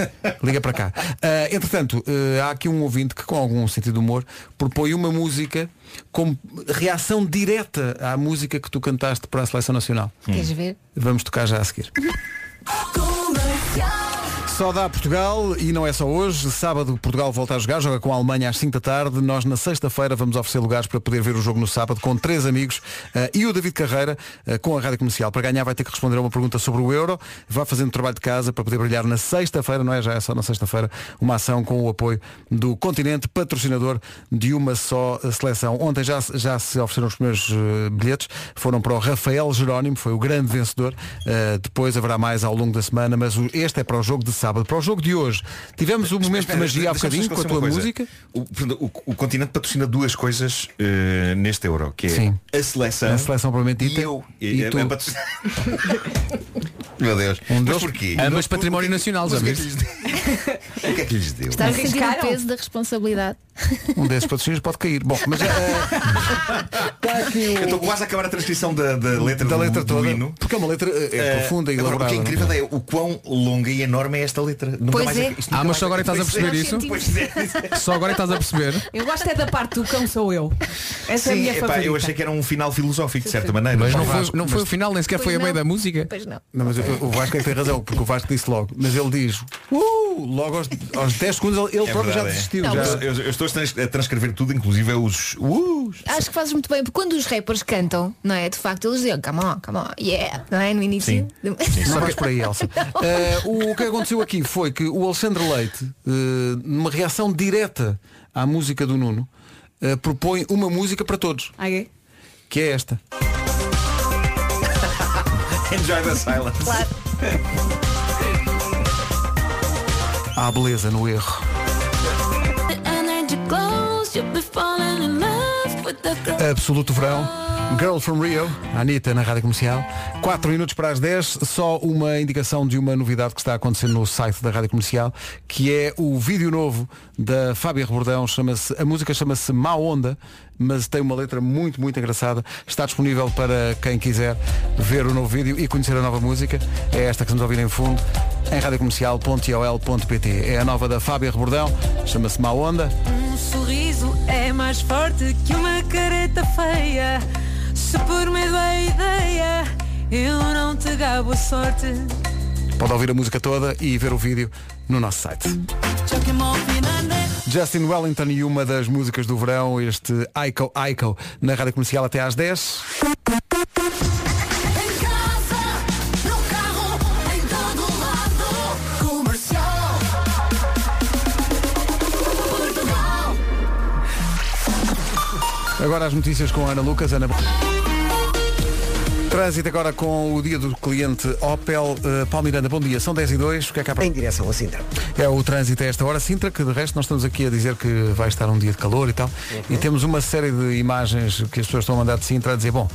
Speaker 1: Liga para cá. Ah, entretanto, eh, há aqui um ouvinte que, com algum sentido de humor, propõe uma música como reação direta à música que tu cantaste para a Seleção Nacional.
Speaker 3: Queres ver?
Speaker 2: Hum.
Speaker 1: Vamos tocar já a seguir. Só dá Portugal e não é só hoje. Sábado Portugal volta a jogar, joga com a Alemanha às 5 da tarde. Nós na sexta-feira vamos oferecer lugares para poder ver o jogo no sábado com três amigos eh, e o David Carreira eh, com a Rádio Comercial. Para ganhar vai ter que responder a uma pergunta sobre o Euro. Vá fazendo trabalho de casa para poder brilhar na sexta-feira, não é já é só na sexta-feira, uma ação com o apoio do Continente, patrocinador de uma só eh, seleção. Ontem já, se- já se ofereceram os primeiros eh, bilhetes, foram para o Rafael Jerónimo, foi o grande vencedor. Eh, depois haverá mais ao longo da semana, mas o- este é para o jogo de sábado. Para o jogo de hoje, tivemos um momento de magia há
Speaker 12: Deixa-me
Speaker 1: bocadinho
Speaker 12: só
Speaker 1: com a
Speaker 12: esclarecer
Speaker 1: tua
Speaker 12: uma coisa.
Speaker 1: música.
Speaker 12: O, portanto, o- o continente patrocina duas coisas eh, neste euro, que é
Speaker 1: Sim.
Speaker 12: a seleção.
Speaker 1: A seleção propriamente dita.
Speaker 12: E eu.
Speaker 1: E
Speaker 12: a-
Speaker 1: tu.
Speaker 12: a patrocin- é, Meu Deus.
Speaker 6: Um
Speaker 12: Mas
Speaker 6: deles,
Speaker 12: porquê?
Speaker 6: ambas património nacional, já
Speaker 12: mas
Speaker 6: viste?
Speaker 12: O que é que lhes deu?
Speaker 3: Estás a
Speaker 12: Mas-
Speaker 3: sentir o
Speaker 2: Arriscaram?
Speaker 3: peso da responsabilidade.
Speaker 1: Um desses patrocínios pode cair. Bom, mas eh,
Speaker 12: Eu estou quase a acabar a transcrição da, da letra
Speaker 1: da
Speaker 12: do,
Speaker 1: letra
Speaker 12: do
Speaker 1: toda,
Speaker 12: hino.
Speaker 1: porque é uma letra eh, é
Speaker 12: Eh,
Speaker 1: profunda e
Speaker 12: agora,
Speaker 1: elaborada.
Speaker 12: O que é incrível
Speaker 1: não
Speaker 12: é o quão longa e enorme é esta letra. Nunca
Speaker 2: Pois
Speaker 12: mais
Speaker 2: é.
Speaker 12: isto
Speaker 6: Ah,
Speaker 12: nunca
Speaker 6: mas
Speaker 12: mais
Speaker 6: só agora estás a
Speaker 12: Pois
Speaker 6: perceber
Speaker 12: é,
Speaker 6: isso?
Speaker 12: Pois é.
Speaker 6: Só agora é que estás a perceber.
Speaker 2: Eu gosto é da parte do cão sou eu. Essa é a
Speaker 12: Sim,
Speaker 2: minha
Speaker 12: epá,
Speaker 2: favorita.
Speaker 12: eu achei que era um final filosófico, de certa maneira.
Speaker 6: Mas
Speaker 12: Pá,
Speaker 6: não foi,
Speaker 12: Vasco,
Speaker 6: não foi
Speaker 12: mas-
Speaker 6: o final, nem sequer
Speaker 3: Pois
Speaker 6: foi a meio
Speaker 3: não.
Speaker 6: da música.
Speaker 3: Pois não.
Speaker 1: Não, mas eu- o Vasco é que tem razão, porque o Vasco disse logo, mas ele diz, uh, logo aos, aos 10 segundos ele, ele
Speaker 12: É
Speaker 1: próprio já
Speaker 12: verdade, é.
Speaker 1: desistiu.
Speaker 12: Não,
Speaker 1: já.
Speaker 12: mas Eu, eu estou a trans- a transcrever tudo, inclusive é os uh,
Speaker 3: Acho que fazes muito bem, porque quando os rappers cantam, não é? De facto, eles dizem, come on, come on, yeah, não é? No início.
Speaker 1: Não vais é por aí, Elsa. Eh, o, o que aconteceu aqui foi que o Alexandre Leite, eh, numa reação direta à música do Nuno, eh, propõe uma música para todos,
Speaker 2: Ah, é?
Speaker 1: que é esta.
Speaker 12: Enjoy the silence.
Speaker 1: Há beleza no erro. Absoluto verão. Girl from Rio, Anitta na Rádio Comercial. 4 minutos para as 10, só uma indicação de uma novidade que está acontecendo no site da Rádio Comercial, que é o vídeo novo da Fábia Rebordão, chama-se, a música chama-se Má Onda, mas tem uma letra muito, muito engraçada. Está disponível para quem quiser ver o novo vídeo e conhecer a nova música. É esta que estamos a ouvir em fundo, em radiocomercial.iol.pt. É a nova da Fábia Rebordão, chama-se Má Onda.
Speaker 18: Um sorriso é mais forte que uma careta feia. Se por medo a ideia, eu não te gabo a sorte.
Speaker 1: Pode ouvir a música toda e ver o vídeo no nosso site. Justin Wellington e uma das músicas do verão, este Ico Ico, na rádio comercial até às 10. Agora as notícias com a Ana Lucas. Ana. Trânsito agora com o dia do cliente Opel. Uh, Paulo Miranda, bom dia. São 10 e 2. O que é que há para... Em
Speaker 4: direção a Sintra.
Speaker 1: É o trânsito a esta hora. Sintra, que de resto nós estamos aqui a dizer que vai estar um dia de calor e tal.
Speaker 4: Uhum.
Speaker 1: E temos uma série de imagens que as pessoas estão a mandar de Sintra a dizer, bom,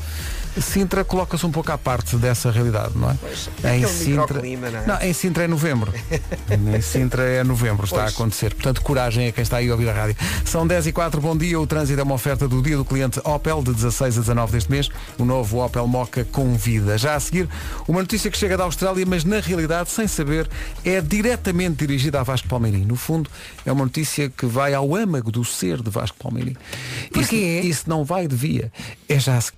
Speaker 1: Sintra coloca-se um pouco à parte dessa realidade, não é?
Speaker 4: é aquele microclima, não é?
Speaker 1: em Sintra é novembro. em Sintra é novembro, está a acontecer. Portanto, coragem a quem está aí a ouvir a rádio. São 10 e 4, bom dia. O trânsito é uma oferta do dia do cliente Opel, de 16 a 19 deste mês. O novo Opel Moca convida. Já a seguir, uma notícia que chega da Austrália, mas na realidade, sem saber, é diretamente dirigida a Vasco Palmeirim. No fundo, é uma notícia que vai ao âmago do ser de Vasco Palmeirim. Porquê? Isso, isso não vai, devia. É já a seguir.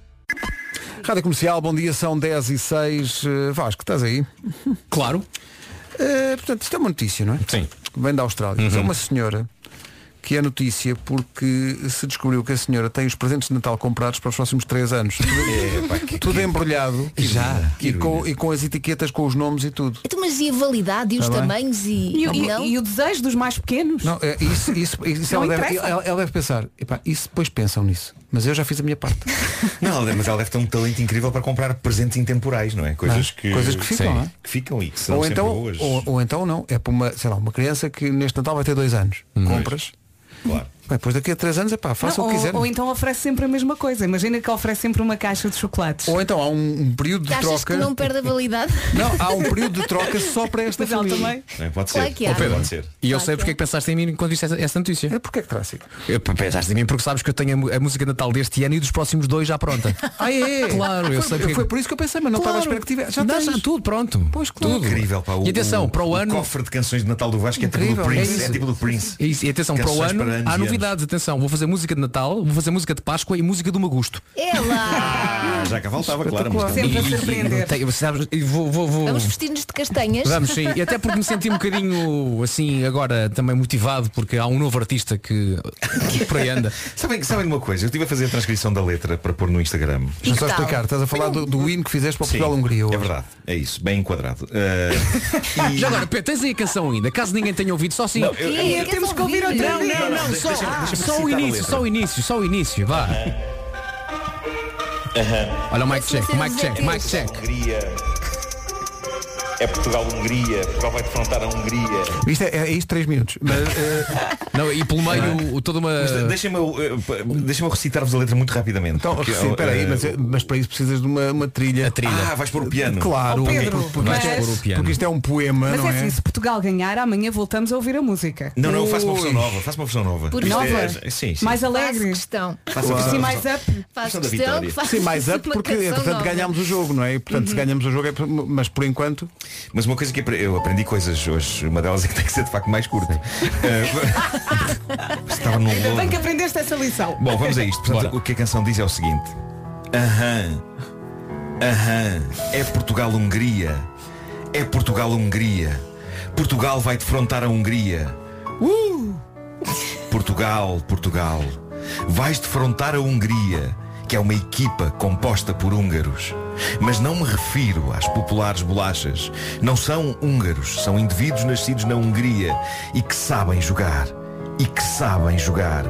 Speaker 1: Rádio Comercial, bom dia, são 10 e 6. Eh, Vasco, estás aí?
Speaker 6: Claro.
Speaker 1: portanto, isto é uma notícia, não é?
Speaker 6: Sim.
Speaker 1: Vem da Austrália.
Speaker 6: Uhum.
Speaker 1: É uma senhora que é notícia porque se descobriu que a senhora tem os presentes de Natal comprados para os próximos 3 anos. Tudo, tudo embrulhado. já. E com, e com as etiquetas, com os nomes e tudo.
Speaker 3: Então, mas e a validade e os
Speaker 1: Tá bem.
Speaker 3: tamanhos e,
Speaker 2: E, o- e-
Speaker 3: não?
Speaker 2: e o desejo dos mais pequenos?
Speaker 1: Não, é, isso, isso, isso
Speaker 2: Não
Speaker 1: ela, deve,
Speaker 2: interessa.
Speaker 1: ela- ela deve pensar, "Epá, isso depois pensam nisso. Mas eu já fiz a minha parte.
Speaker 12: Não, mas ela deve ter um talento incrível para comprar presentes intemporais, não é? Coisas
Speaker 1: Ah,
Speaker 12: que,
Speaker 1: coisas que ficam, não é?
Speaker 12: que ficam e que são
Speaker 1: Ou
Speaker 12: sempre
Speaker 1: então,
Speaker 12: boas.
Speaker 1: ou, ou então não, é para uma, sei lá, uma criança que neste Natal vai ter dois anos. Compras.
Speaker 12: Claro.
Speaker 1: Depois daqui a três anos, é pá, faça
Speaker 2: Não,
Speaker 1: o que
Speaker 2: ou-
Speaker 1: quiser.
Speaker 2: ou, então oferece sempre a mesma coisa. Imagina que oferece sempre uma caixa de chocolates.
Speaker 1: Ou então há um, um período de
Speaker 3: Achas
Speaker 1: troca.
Speaker 3: que não perde a validade?
Speaker 1: Não, há um período de troca só para esta
Speaker 3: Mas ela
Speaker 1: família.
Speaker 3: também.
Speaker 12: É, pode
Speaker 3: Claro que há.
Speaker 6: Ó, Pedro,
Speaker 12: Pode ser.
Speaker 6: E eu
Speaker 3: Claro
Speaker 6: sei
Speaker 3: que
Speaker 6: porque é que pensaste em mim quando disse essa, essa notícia. É
Speaker 1: porque é que trágico?
Speaker 6: Pensaste em mim porque sabes que eu tenho a mu- a música de Natal deste ano e dos próximos dois já pronta.
Speaker 1: Ah, é?
Speaker 6: Claro, eu
Speaker 1: Foi-
Speaker 6: sei porque...
Speaker 1: Foi por isso que eu pensei, mas não estava à espera que tivesse. Já
Speaker 6: Não,
Speaker 1: tens.
Speaker 6: já tudo pronto. Pois
Speaker 12: Tudo. Incrível, pá. O,
Speaker 6: E atenção, para o ano-
Speaker 12: cofre de canções de Natal do Vasco
Speaker 6: Incrível.
Speaker 12: é
Speaker 6: É
Speaker 12: tipo do Prince.
Speaker 6: isso.
Speaker 12: É, tipo do Prince.
Speaker 6: É isso, E atenção, para o
Speaker 12: Canções
Speaker 6: ano
Speaker 12: para anos
Speaker 6: há
Speaker 12: e
Speaker 6: novidades, atenção, vou fazer música de Natal, vou fazer música de Páscoa e música do Magusto.
Speaker 12: Ah, já cá faltava, claro.
Speaker 6: Espetacular.
Speaker 12: mas-
Speaker 6: E- e- e- tem- você sabe, e vou- vou- vou-
Speaker 3: Vamos vestir-nos de castanhas.
Speaker 6: Vamos sim, e até porque me senti um bocadinho assim agora também motivado porque há um novo artista que por aí anda.
Speaker 12: Sabem, sabem de uma coisa? Eu estive a fazer a transcrição da letra para pôr no Instagram.
Speaker 1: Mas só explicar, estás a falar do, do hino que fizeste para o
Speaker 12: Sim,
Speaker 1: Portugal-Hungria
Speaker 12: É
Speaker 1: hoje.
Speaker 12: verdade, é isso, bem enquadrado. Uh,
Speaker 6: Já agora, Pedro, tens aí a canção ainda, caso ninguém tenha ouvido, só assim.
Speaker 12: Não, eu- eu-
Speaker 2: Ih, temos que ouvir outra
Speaker 6: Não,
Speaker 2: vez.
Speaker 6: não, não, só, ah,
Speaker 12: Deixa-me- deixa-me
Speaker 6: só o
Speaker 12: recitar a
Speaker 6: início,
Speaker 12: letra.
Speaker 6: só o início, só o início, vá. Olha o mic check, mic check, mic check.
Speaker 12: Hungria.
Speaker 17: É Portugal-Hungria. Portugal vai defrontar a Hungria.
Speaker 1: Isto é, é isto 3 minutos. Mas, eh,
Speaker 6: Não, e pelo meio o- toda uma.
Speaker 12: Mas Deixa-me eu, eh, p- deixa-me eu recitar-vos a letra muito rapidamente.
Speaker 1: então,
Speaker 12: porque,
Speaker 1: sim,
Speaker 12: eh,
Speaker 1: espera aí, mas, mas para isso precisas de uma, uma trilha.
Speaker 12: Ah, vais pôr o piano.
Speaker 1: Claro,
Speaker 12: Oh, Pedro,
Speaker 1: porque, porque
Speaker 12: mas-
Speaker 1: isto, é-
Speaker 12: Vais pôr o piano.
Speaker 1: porque isto é um poema,
Speaker 2: Mas
Speaker 1: não
Speaker 2: é
Speaker 1: é?
Speaker 2: assim, se Portugal ganhar, amanhã voltamos a ouvir a música.
Speaker 12: Não, não, eu faço uma
Speaker 1: Ui.
Speaker 12: versão nova. Faço uma versão nova.
Speaker 2: Por
Speaker 12: Isto
Speaker 2: nova?
Speaker 12: é- sim, sim.
Speaker 2: Mais alegre.
Speaker 3: Questão.
Speaker 12: Faço a versão-
Speaker 2: Sim, mais up.
Speaker 12: Faço da vitória.
Speaker 1: Sim, mais up porque entretanto ganhámos o jogo, não é? E, portanto, se ganhamos o jogo é por- mas por enquanto.
Speaker 12: Mas uma coisa que apre- eu aprendi coisas hoje, uma delas é que tem que ser de facto mais curta. Eh, Estava num
Speaker 2: Ainda bem
Speaker 12: lodo.
Speaker 2: que aprendeste essa lição.
Speaker 12: Bom, vamos a isto. Portanto, o que a canção diz é o seguinte. Aham. Aham. É Portugal-Hungria. É Portugal-Hungria. Portugal vai defrontar a Hungria. Uh! Portugal, Portugal. Vais defrontar a Hungria, que é uma equipa composta por húngaros. Mas não me refiro às populares bolachas. Não são húngaros, são indivíduos nascidos na Hungria e que sabem jogar. E que sabem jogar.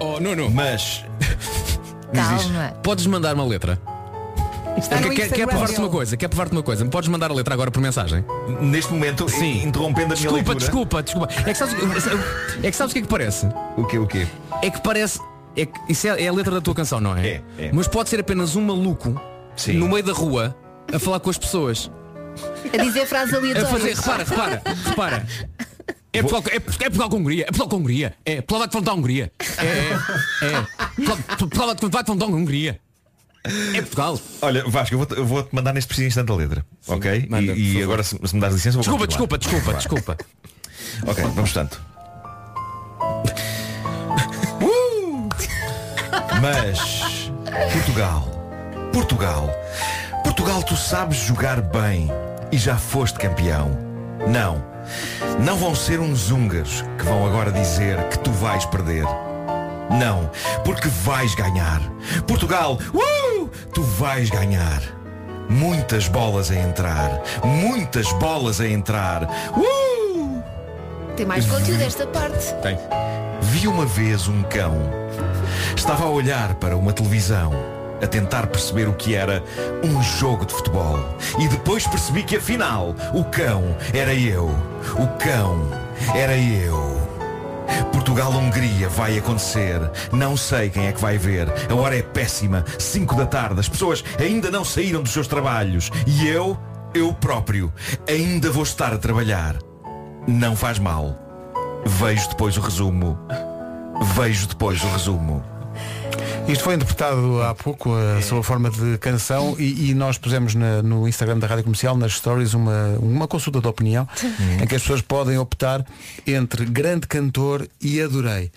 Speaker 6: Oh, não, não.
Speaker 12: Mas.
Speaker 3: Calma.
Speaker 6: Podes mandar uma letra?
Speaker 3: Está
Speaker 6: Quer-
Speaker 3: no
Speaker 6: quer quer
Speaker 3: Instagram
Speaker 6: provar-te
Speaker 3: dele.
Speaker 6: uma coisa? Quer provar-te uma coisa? Podes mandar a letra agora por mensagem?
Speaker 12: Neste momento,
Speaker 6: Sim.
Speaker 12: interrompendo a minha
Speaker 6: desculpa,
Speaker 12: leitura.
Speaker 6: Desculpa, desculpa, É que sabes, é que sabes o que é que parece?
Speaker 12: O quê, o quê?
Speaker 6: É que parece. É que, isso é, é a letra da tua canção, não é? É, Mas pode ser apenas um maluco no meio da rua a falar com as pessoas.
Speaker 3: A dizer frases
Speaker 6: A
Speaker 3: aleatórias.
Speaker 6: fazer, repara, repara, repara. É Portugal, é, é Portugal com Hungria, é Portugal com Hungria, é Portugal vai confrontar a Hungria. É, é, é. Portugal- Portugal vai confrontar a Hungria. É Portugal.
Speaker 12: Olha, Vasco, eu vou-te vou -te mandar neste preciso instante a letra. ok? E- e agora, se, se me das licença, vou
Speaker 6: Desculpa,
Speaker 12: continuar.
Speaker 6: desculpa, desculpa, desculpa.
Speaker 12: Ok, vamos tanto. Uh! Mas Portugal, Portugal, Portugal, tu sabes jogar bem e já foste campeão. Não, não vão ser uns húngaros que vão agora dizer que tu vais perder. Não, porque vais ganhar. Portugal, uh, tu vais ganhar. Muitas bolas a entrar, muitas bolas a entrar. Uh!
Speaker 3: Tem mais conteúdo esta parte.
Speaker 12: Tem. Vi uma vez um cão. Estava a olhar para uma televisão, a tentar perceber o que era um jogo de futebol. E depois percebi que afinal o cão era eu. O cão era eu. Portugal-Hungria vai acontecer. Não sei quem é que vai ver. A hora é péssima. 5 da tarde. As pessoas ainda não saíram dos seus trabalhos. E eu, eu próprio, ainda vou estar a trabalhar. Não faz mal. Vejo depois o resumo. Vejo depois o resumo.
Speaker 1: Isto foi interpretado há pouco, a
Speaker 12: É.
Speaker 1: sua forma de canção, e, e nós pusemos na- no Instagram da Rádio Comercial, nas stories, uma, uma consulta de opinião, em que as pessoas podem optar entre grande cantor e adorei.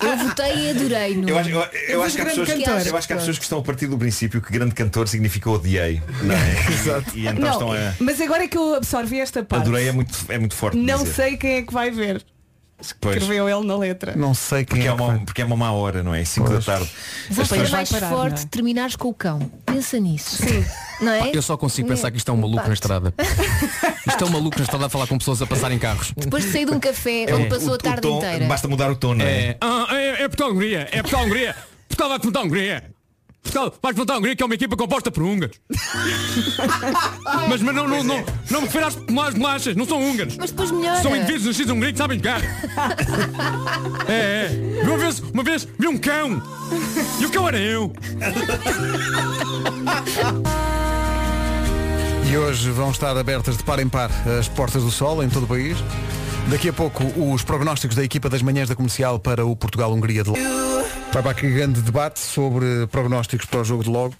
Speaker 3: Eu votei e adorei. é? Nuno.
Speaker 12: Uhum. Eu acho, eu- eu
Speaker 3: vou
Speaker 12: acho que há
Speaker 3: grande
Speaker 12: pessoas,
Speaker 3: cantor.
Speaker 12: eu acho que há pessoas que estão a partir do princípio que grande cantor significa odiei. Não é? Exato. E, então
Speaker 2: Não,
Speaker 12: estão a.
Speaker 2: Mas agora é que eu absorvi esta parte.
Speaker 12: Adorei é muito, é muito forte.
Speaker 2: Não
Speaker 12: dizer.
Speaker 2: sei quem é que vai ver.
Speaker 12: Pois.
Speaker 2: Escreveu ele na letra.
Speaker 1: Não sei quem
Speaker 12: porque é, uma, porque é uma má hora, não é? 5 da tarde.
Speaker 3: Vou
Speaker 12: As
Speaker 3: fazer
Speaker 12: pessoas-
Speaker 3: é mais
Speaker 2: é?
Speaker 3: forte, terminares com o cão. Pensa nisso. Sim. Não é?
Speaker 6: Eu só consigo pensar que isto é um maluco na estrada. Isto é um maluco na estrada a falar com pessoas a passarem carros.
Speaker 3: Depois de sair de um café
Speaker 6: É
Speaker 3: onde
Speaker 6: o-
Speaker 3: passou
Speaker 6: o-
Speaker 3: a
Speaker 6: o
Speaker 3: tarde
Speaker 6: tom-
Speaker 3: inteira.
Speaker 12: Basta mudar o tom, não é?
Speaker 6: É, ah, é, é Portugal Hungria, é Portugal Hungria, Portugal vai enfrentar a Hungria. Portugal vai enfrentar a Hungria que é uma equipa composta por húngaros. Mas, mas não, não, não, não me refiro às mais bolachas, não são húngaros.
Speaker 3: Mas depois melhora.
Speaker 6: São indivíduos nascidos em Hungria que sabem jogar. É, é. Uma vez, uma vez vi um cão. E o cão era eu.
Speaker 1: E hoje vão estar abertas de par em par as portas do sol em todo o país. Daqui a pouco os prognósticos da equipa das manhãs da comercial para o Portugal-Hungria de logo. Vai para aqui grande debate sobre prognósticos para o jogo de logo.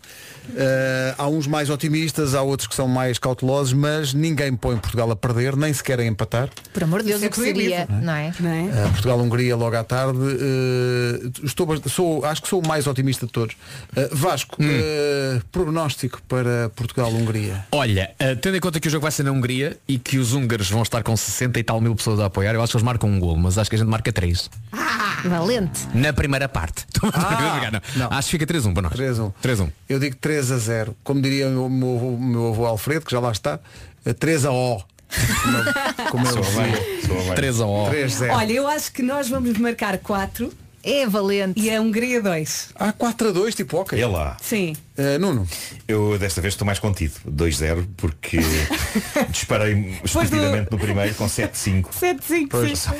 Speaker 1: Eh, há uns mais otimistas, há outros que são mais cautelosos, mas ninguém põe Portugal a perder, nem sequer a empatar.
Speaker 3: Por amor de Deus,
Speaker 2: Isso é
Speaker 3: o que seria,
Speaker 2: proibido.
Speaker 3: não é?
Speaker 1: Eh, Portugal-Hungria logo à tarde. eh, estou, bast- sou, acho que sou o mais otimista de todos. Eh, Vasco, eh, prognóstico para Portugal-Hungria.
Speaker 6: Olha, eh, tendo em conta que o jogo vai ser na Hungria e que os húngaros vão estar com 60 e tal mil pessoas a apoiar, eu acho que eles marcam um gol, mas acho que a gente marca 3.
Speaker 3: é? Valente.
Speaker 6: Na primeira parte. Ah, Não, um. Acho que fica 3-1 para nós.
Speaker 1: 3-1.
Speaker 6: 3-1.
Speaker 1: Eu digo 3 a 0. Como diria o meu, meu- meu avô Alfredo, que já lá está, eh, 3 a O. Como eu
Speaker 6: Soa bem,
Speaker 1: dizia.
Speaker 6: soa bem. 3 a O.
Speaker 1: 3 a 0.
Speaker 2: Olha, eu acho que nós vamos marcar 4
Speaker 3: É valente.
Speaker 2: E a Hungria 2.
Speaker 1: Há 4 a 2, tipo, ok. Eh,
Speaker 12: É lá.
Speaker 2: Sim.
Speaker 1: Nuno.
Speaker 12: Eu desta vez estou mais contido. 2-0, porque disparei estupidamente no primeiro com 7-5.
Speaker 2: 7-5.
Speaker 12: Pois.
Speaker 2: sim.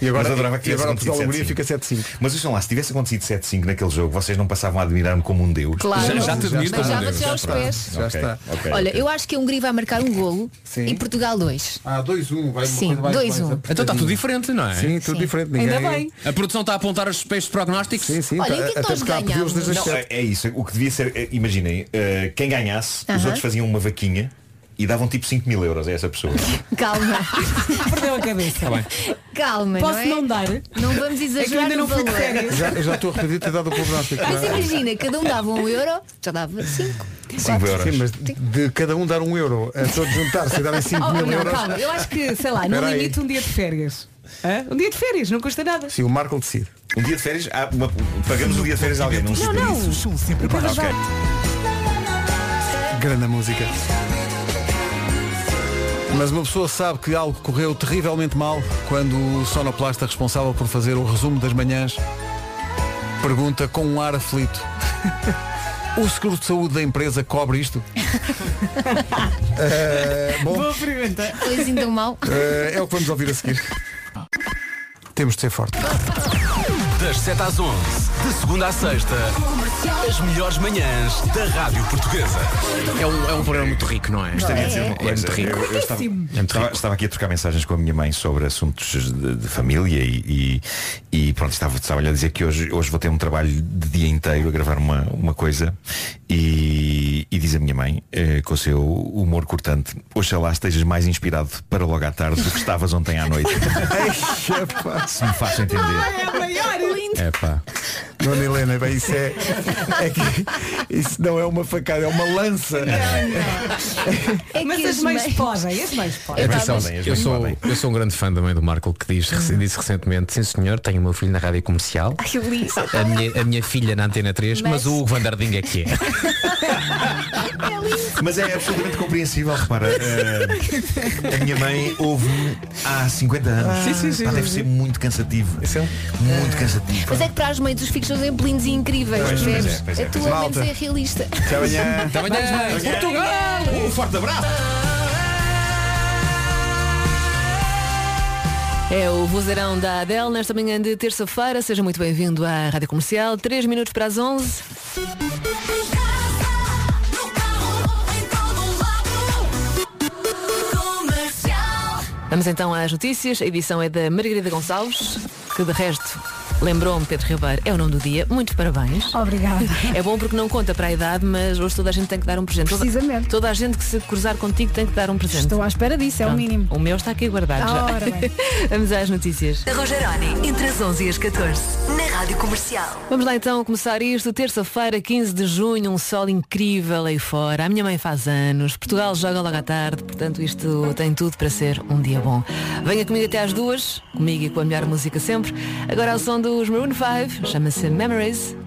Speaker 1: E agora-
Speaker 12: Mas adorava
Speaker 1: e
Speaker 12: que tivesse
Speaker 1: agora
Speaker 12: acontecido
Speaker 1: Portugal-Hungria
Speaker 12: 7-5.
Speaker 1: fica 7-5.
Speaker 12: Mas vejam lá, se tivesse acontecido 7-5 naquele jogo, vocês não passavam a admirar-me como um deus.
Speaker 3: Claro. Já- já te admiro como um
Speaker 1: Ah,
Speaker 3: Beijava-te deus. já aos pés.
Speaker 1: Já está.
Speaker 3: Olha, eu acho que a Hungria vai marcar um golo
Speaker 1: Sim.
Speaker 3: e Portugal dois.
Speaker 1: Ah, 2-1, vai
Speaker 3: Sim,
Speaker 1: uma coisa mais-
Speaker 3: 2-1.
Speaker 1: mais
Speaker 6: Então está tudo diferente, não é?
Speaker 1: Sim, tudo diferente. Ninguém... é-
Speaker 6: A produção está a apontar os pés de prognósticos? Sim,
Speaker 1: sim.
Speaker 3: Olha, e o que é que até nós porque há pedidos desde as
Speaker 12: Não,
Speaker 3: sete.
Speaker 12: é isso. O que devia ser, eh, imaginem, eh, quem ganhasse, os
Speaker 3: Aham.
Speaker 12: outros faziam uma vaquinha e davam tipo 5 mil euros a essa pessoa.
Speaker 3: Calma.
Speaker 2: Ah, Perdeu a cabeça.
Speaker 12: bem.
Speaker 3: Calma.
Speaker 2: Posso
Speaker 3: não, é?
Speaker 2: não dar?
Speaker 3: Não vamos exagerar
Speaker 2: ainda
Speaker 3: no
Speaker 2: não fui de
Speaker 3: valor.
Speaker 2: férias.
Speaker 1: Já, já estou arrependido de ter dado o prognóstico.
Speaker 3: Mas
Speaker 1: não é?
Speaker 3: imagina, cada um dava um euro, já dava cinco.
Speaker 1: Cinco
Speaker 3: Quatro.
Speaker 1: Sim, mas de cada um dar um euro a todos juntar-se e darem 5
Speaker 2: Oh,
Speaker 1: mil
Speaker 2: não,
Speaker 1: euros.
Speaker 2: calma, eu acho que, sei lá, no
Speaker 1: Espera aí.
Speaker 2: limite um dia de férias. Hã? Um dia de férias, não custa nada.
Speaker 1: Sim, o Marco decide.
Speaker 12: Um dia de férias, há uma- pagamos um dia de férias a alguém. Não,
Speaker 2: Não, não. Depois
Speaker 12: Ah, ok.
Speaker 2: vai.
Speaker 1: Grande música. Mas uma pessoa sabe que algo correu terrivelmente mal quando o sonoplasta responsável por fazer o resumo das manhãs pergunta com um ar aflito. O seguro de saúde da empresa cobre isto? Eh, bom,
Speaker 2: pergunta.
Speaker 3: Foi assim tão mal.
Speaker 1: eh, é o que vamos ouvir a seguir. Temos de ser forte.
Speaker 19: Das 7 às 11, de segunda à sexta, as melhores manhãs da Rádio Portuguesa.
Speaker 6: É um, é um programa muito rico, não é?
Speaker 12: Gostaria de dizer
Speaker 6: É
Speaker 12: uma coisa.
Speaker 6: muito rico.
Speaker 12: Eu- eu estava, estava- estava aqui a trocar mensagens com a minha mãe sobre assuntos de, de família e, e, e pronto, estava, estava a dizer que hoje, hoje vou ter um trabalho de dia inteiro a gravar uma, uma coisa e, e diz a minha mãe, eh, com o seu humor cortante, oxalá estejas mais inspirado para logo à tarde do que estavas ontem à noite. Se me faço entender.
Speaker 2: É o maior.
Speaker 12: É pá.
Speaker 1: Dona Helena, bem, isso é, é que isso não é uma facada, é uma lança.
Speaker 3: É
Speaker 20: É
Speaker 2: Mas as mães podem, as mães podem.
Speaker 6: Atenção, eu, sou, eu sou um grande fã também do Marco que diz, disse recentemente, sim senhor, tenho o meu filho na rádio comercial,
Speaker 3: Ai, eu li isso.
Speaker 6: a minha, a minha filha na antena 3, mas,
Speaker 3: Mas-
Speaker 6: o Hugo Vandarding é que é.
Speaker 12: Mas é absolutamente compreensível, repara. eh, a minha mãe ouve-me há 50 anos.
Speaker 3: Ah, sim, sim, sim,
Speaker 12: Pá, deve
Speaker 3: sim. é um-
Speaker 12: ser muito cansativo. Muito cansativo.
Speaker 3: Mas é que para as mães dos filhos são sempre lindos e incríveis,
Speaker 12: Pois, pois é,
Speaker 3: percebes?
Speaker 12: pois é,
Speaker 3: a
Speaker 12: pois
Speaker 3: tua
Speaker 12: é.
Speaker 3: menos
Speaker 12: Malta.
Speaker 3: é realista.
Speaker 12: Até amanhã. Até amanhã.
Speaker 3: Vamos lá.
Speaker 12: Portugal! Um forte abraço!
Speaker 20: É o vozeirão da Adele nesta manhã de terça-feira. Seja muito bem-vindo à Rádio Comercial. 3 minutos para as 11. Vamos então às notícias. A edição é da Margarida Gonçalves, que de resto lembrou-me, Pedro Ribeiro, é o nome do dia. Muitos parabéns.
Speaker 2: Obrigada.
Speaker 20: É bom porque não conta para a idade, mas hoje toda a gente tem que dar um presente. Toda- Toda, a gente que se cruzar contigo tem que dar um presente. Estou à espera disso, é o mínimo. O meu está aqui guardado já.
Speaker 3: Oh.
Speaker 21: Ah, ora bem.
Speaker 20: Vamos às notícias.
Speaker 21: Da Rogeroni, entre as 11 e as 14, na Rádio Comercial.
Speaker 20: Vamos lá então começar isto, terça-feira, 15 de junho, um sol incrível aí fora. A minha mãe faz anos, Portugal joga logo à tarde, portanto isto tem tudo para ser um dia bom. Venha comigo até às duas, comigo e com a melhor música sempre. Agora ao som dos Maroon 5, chama-se Memories.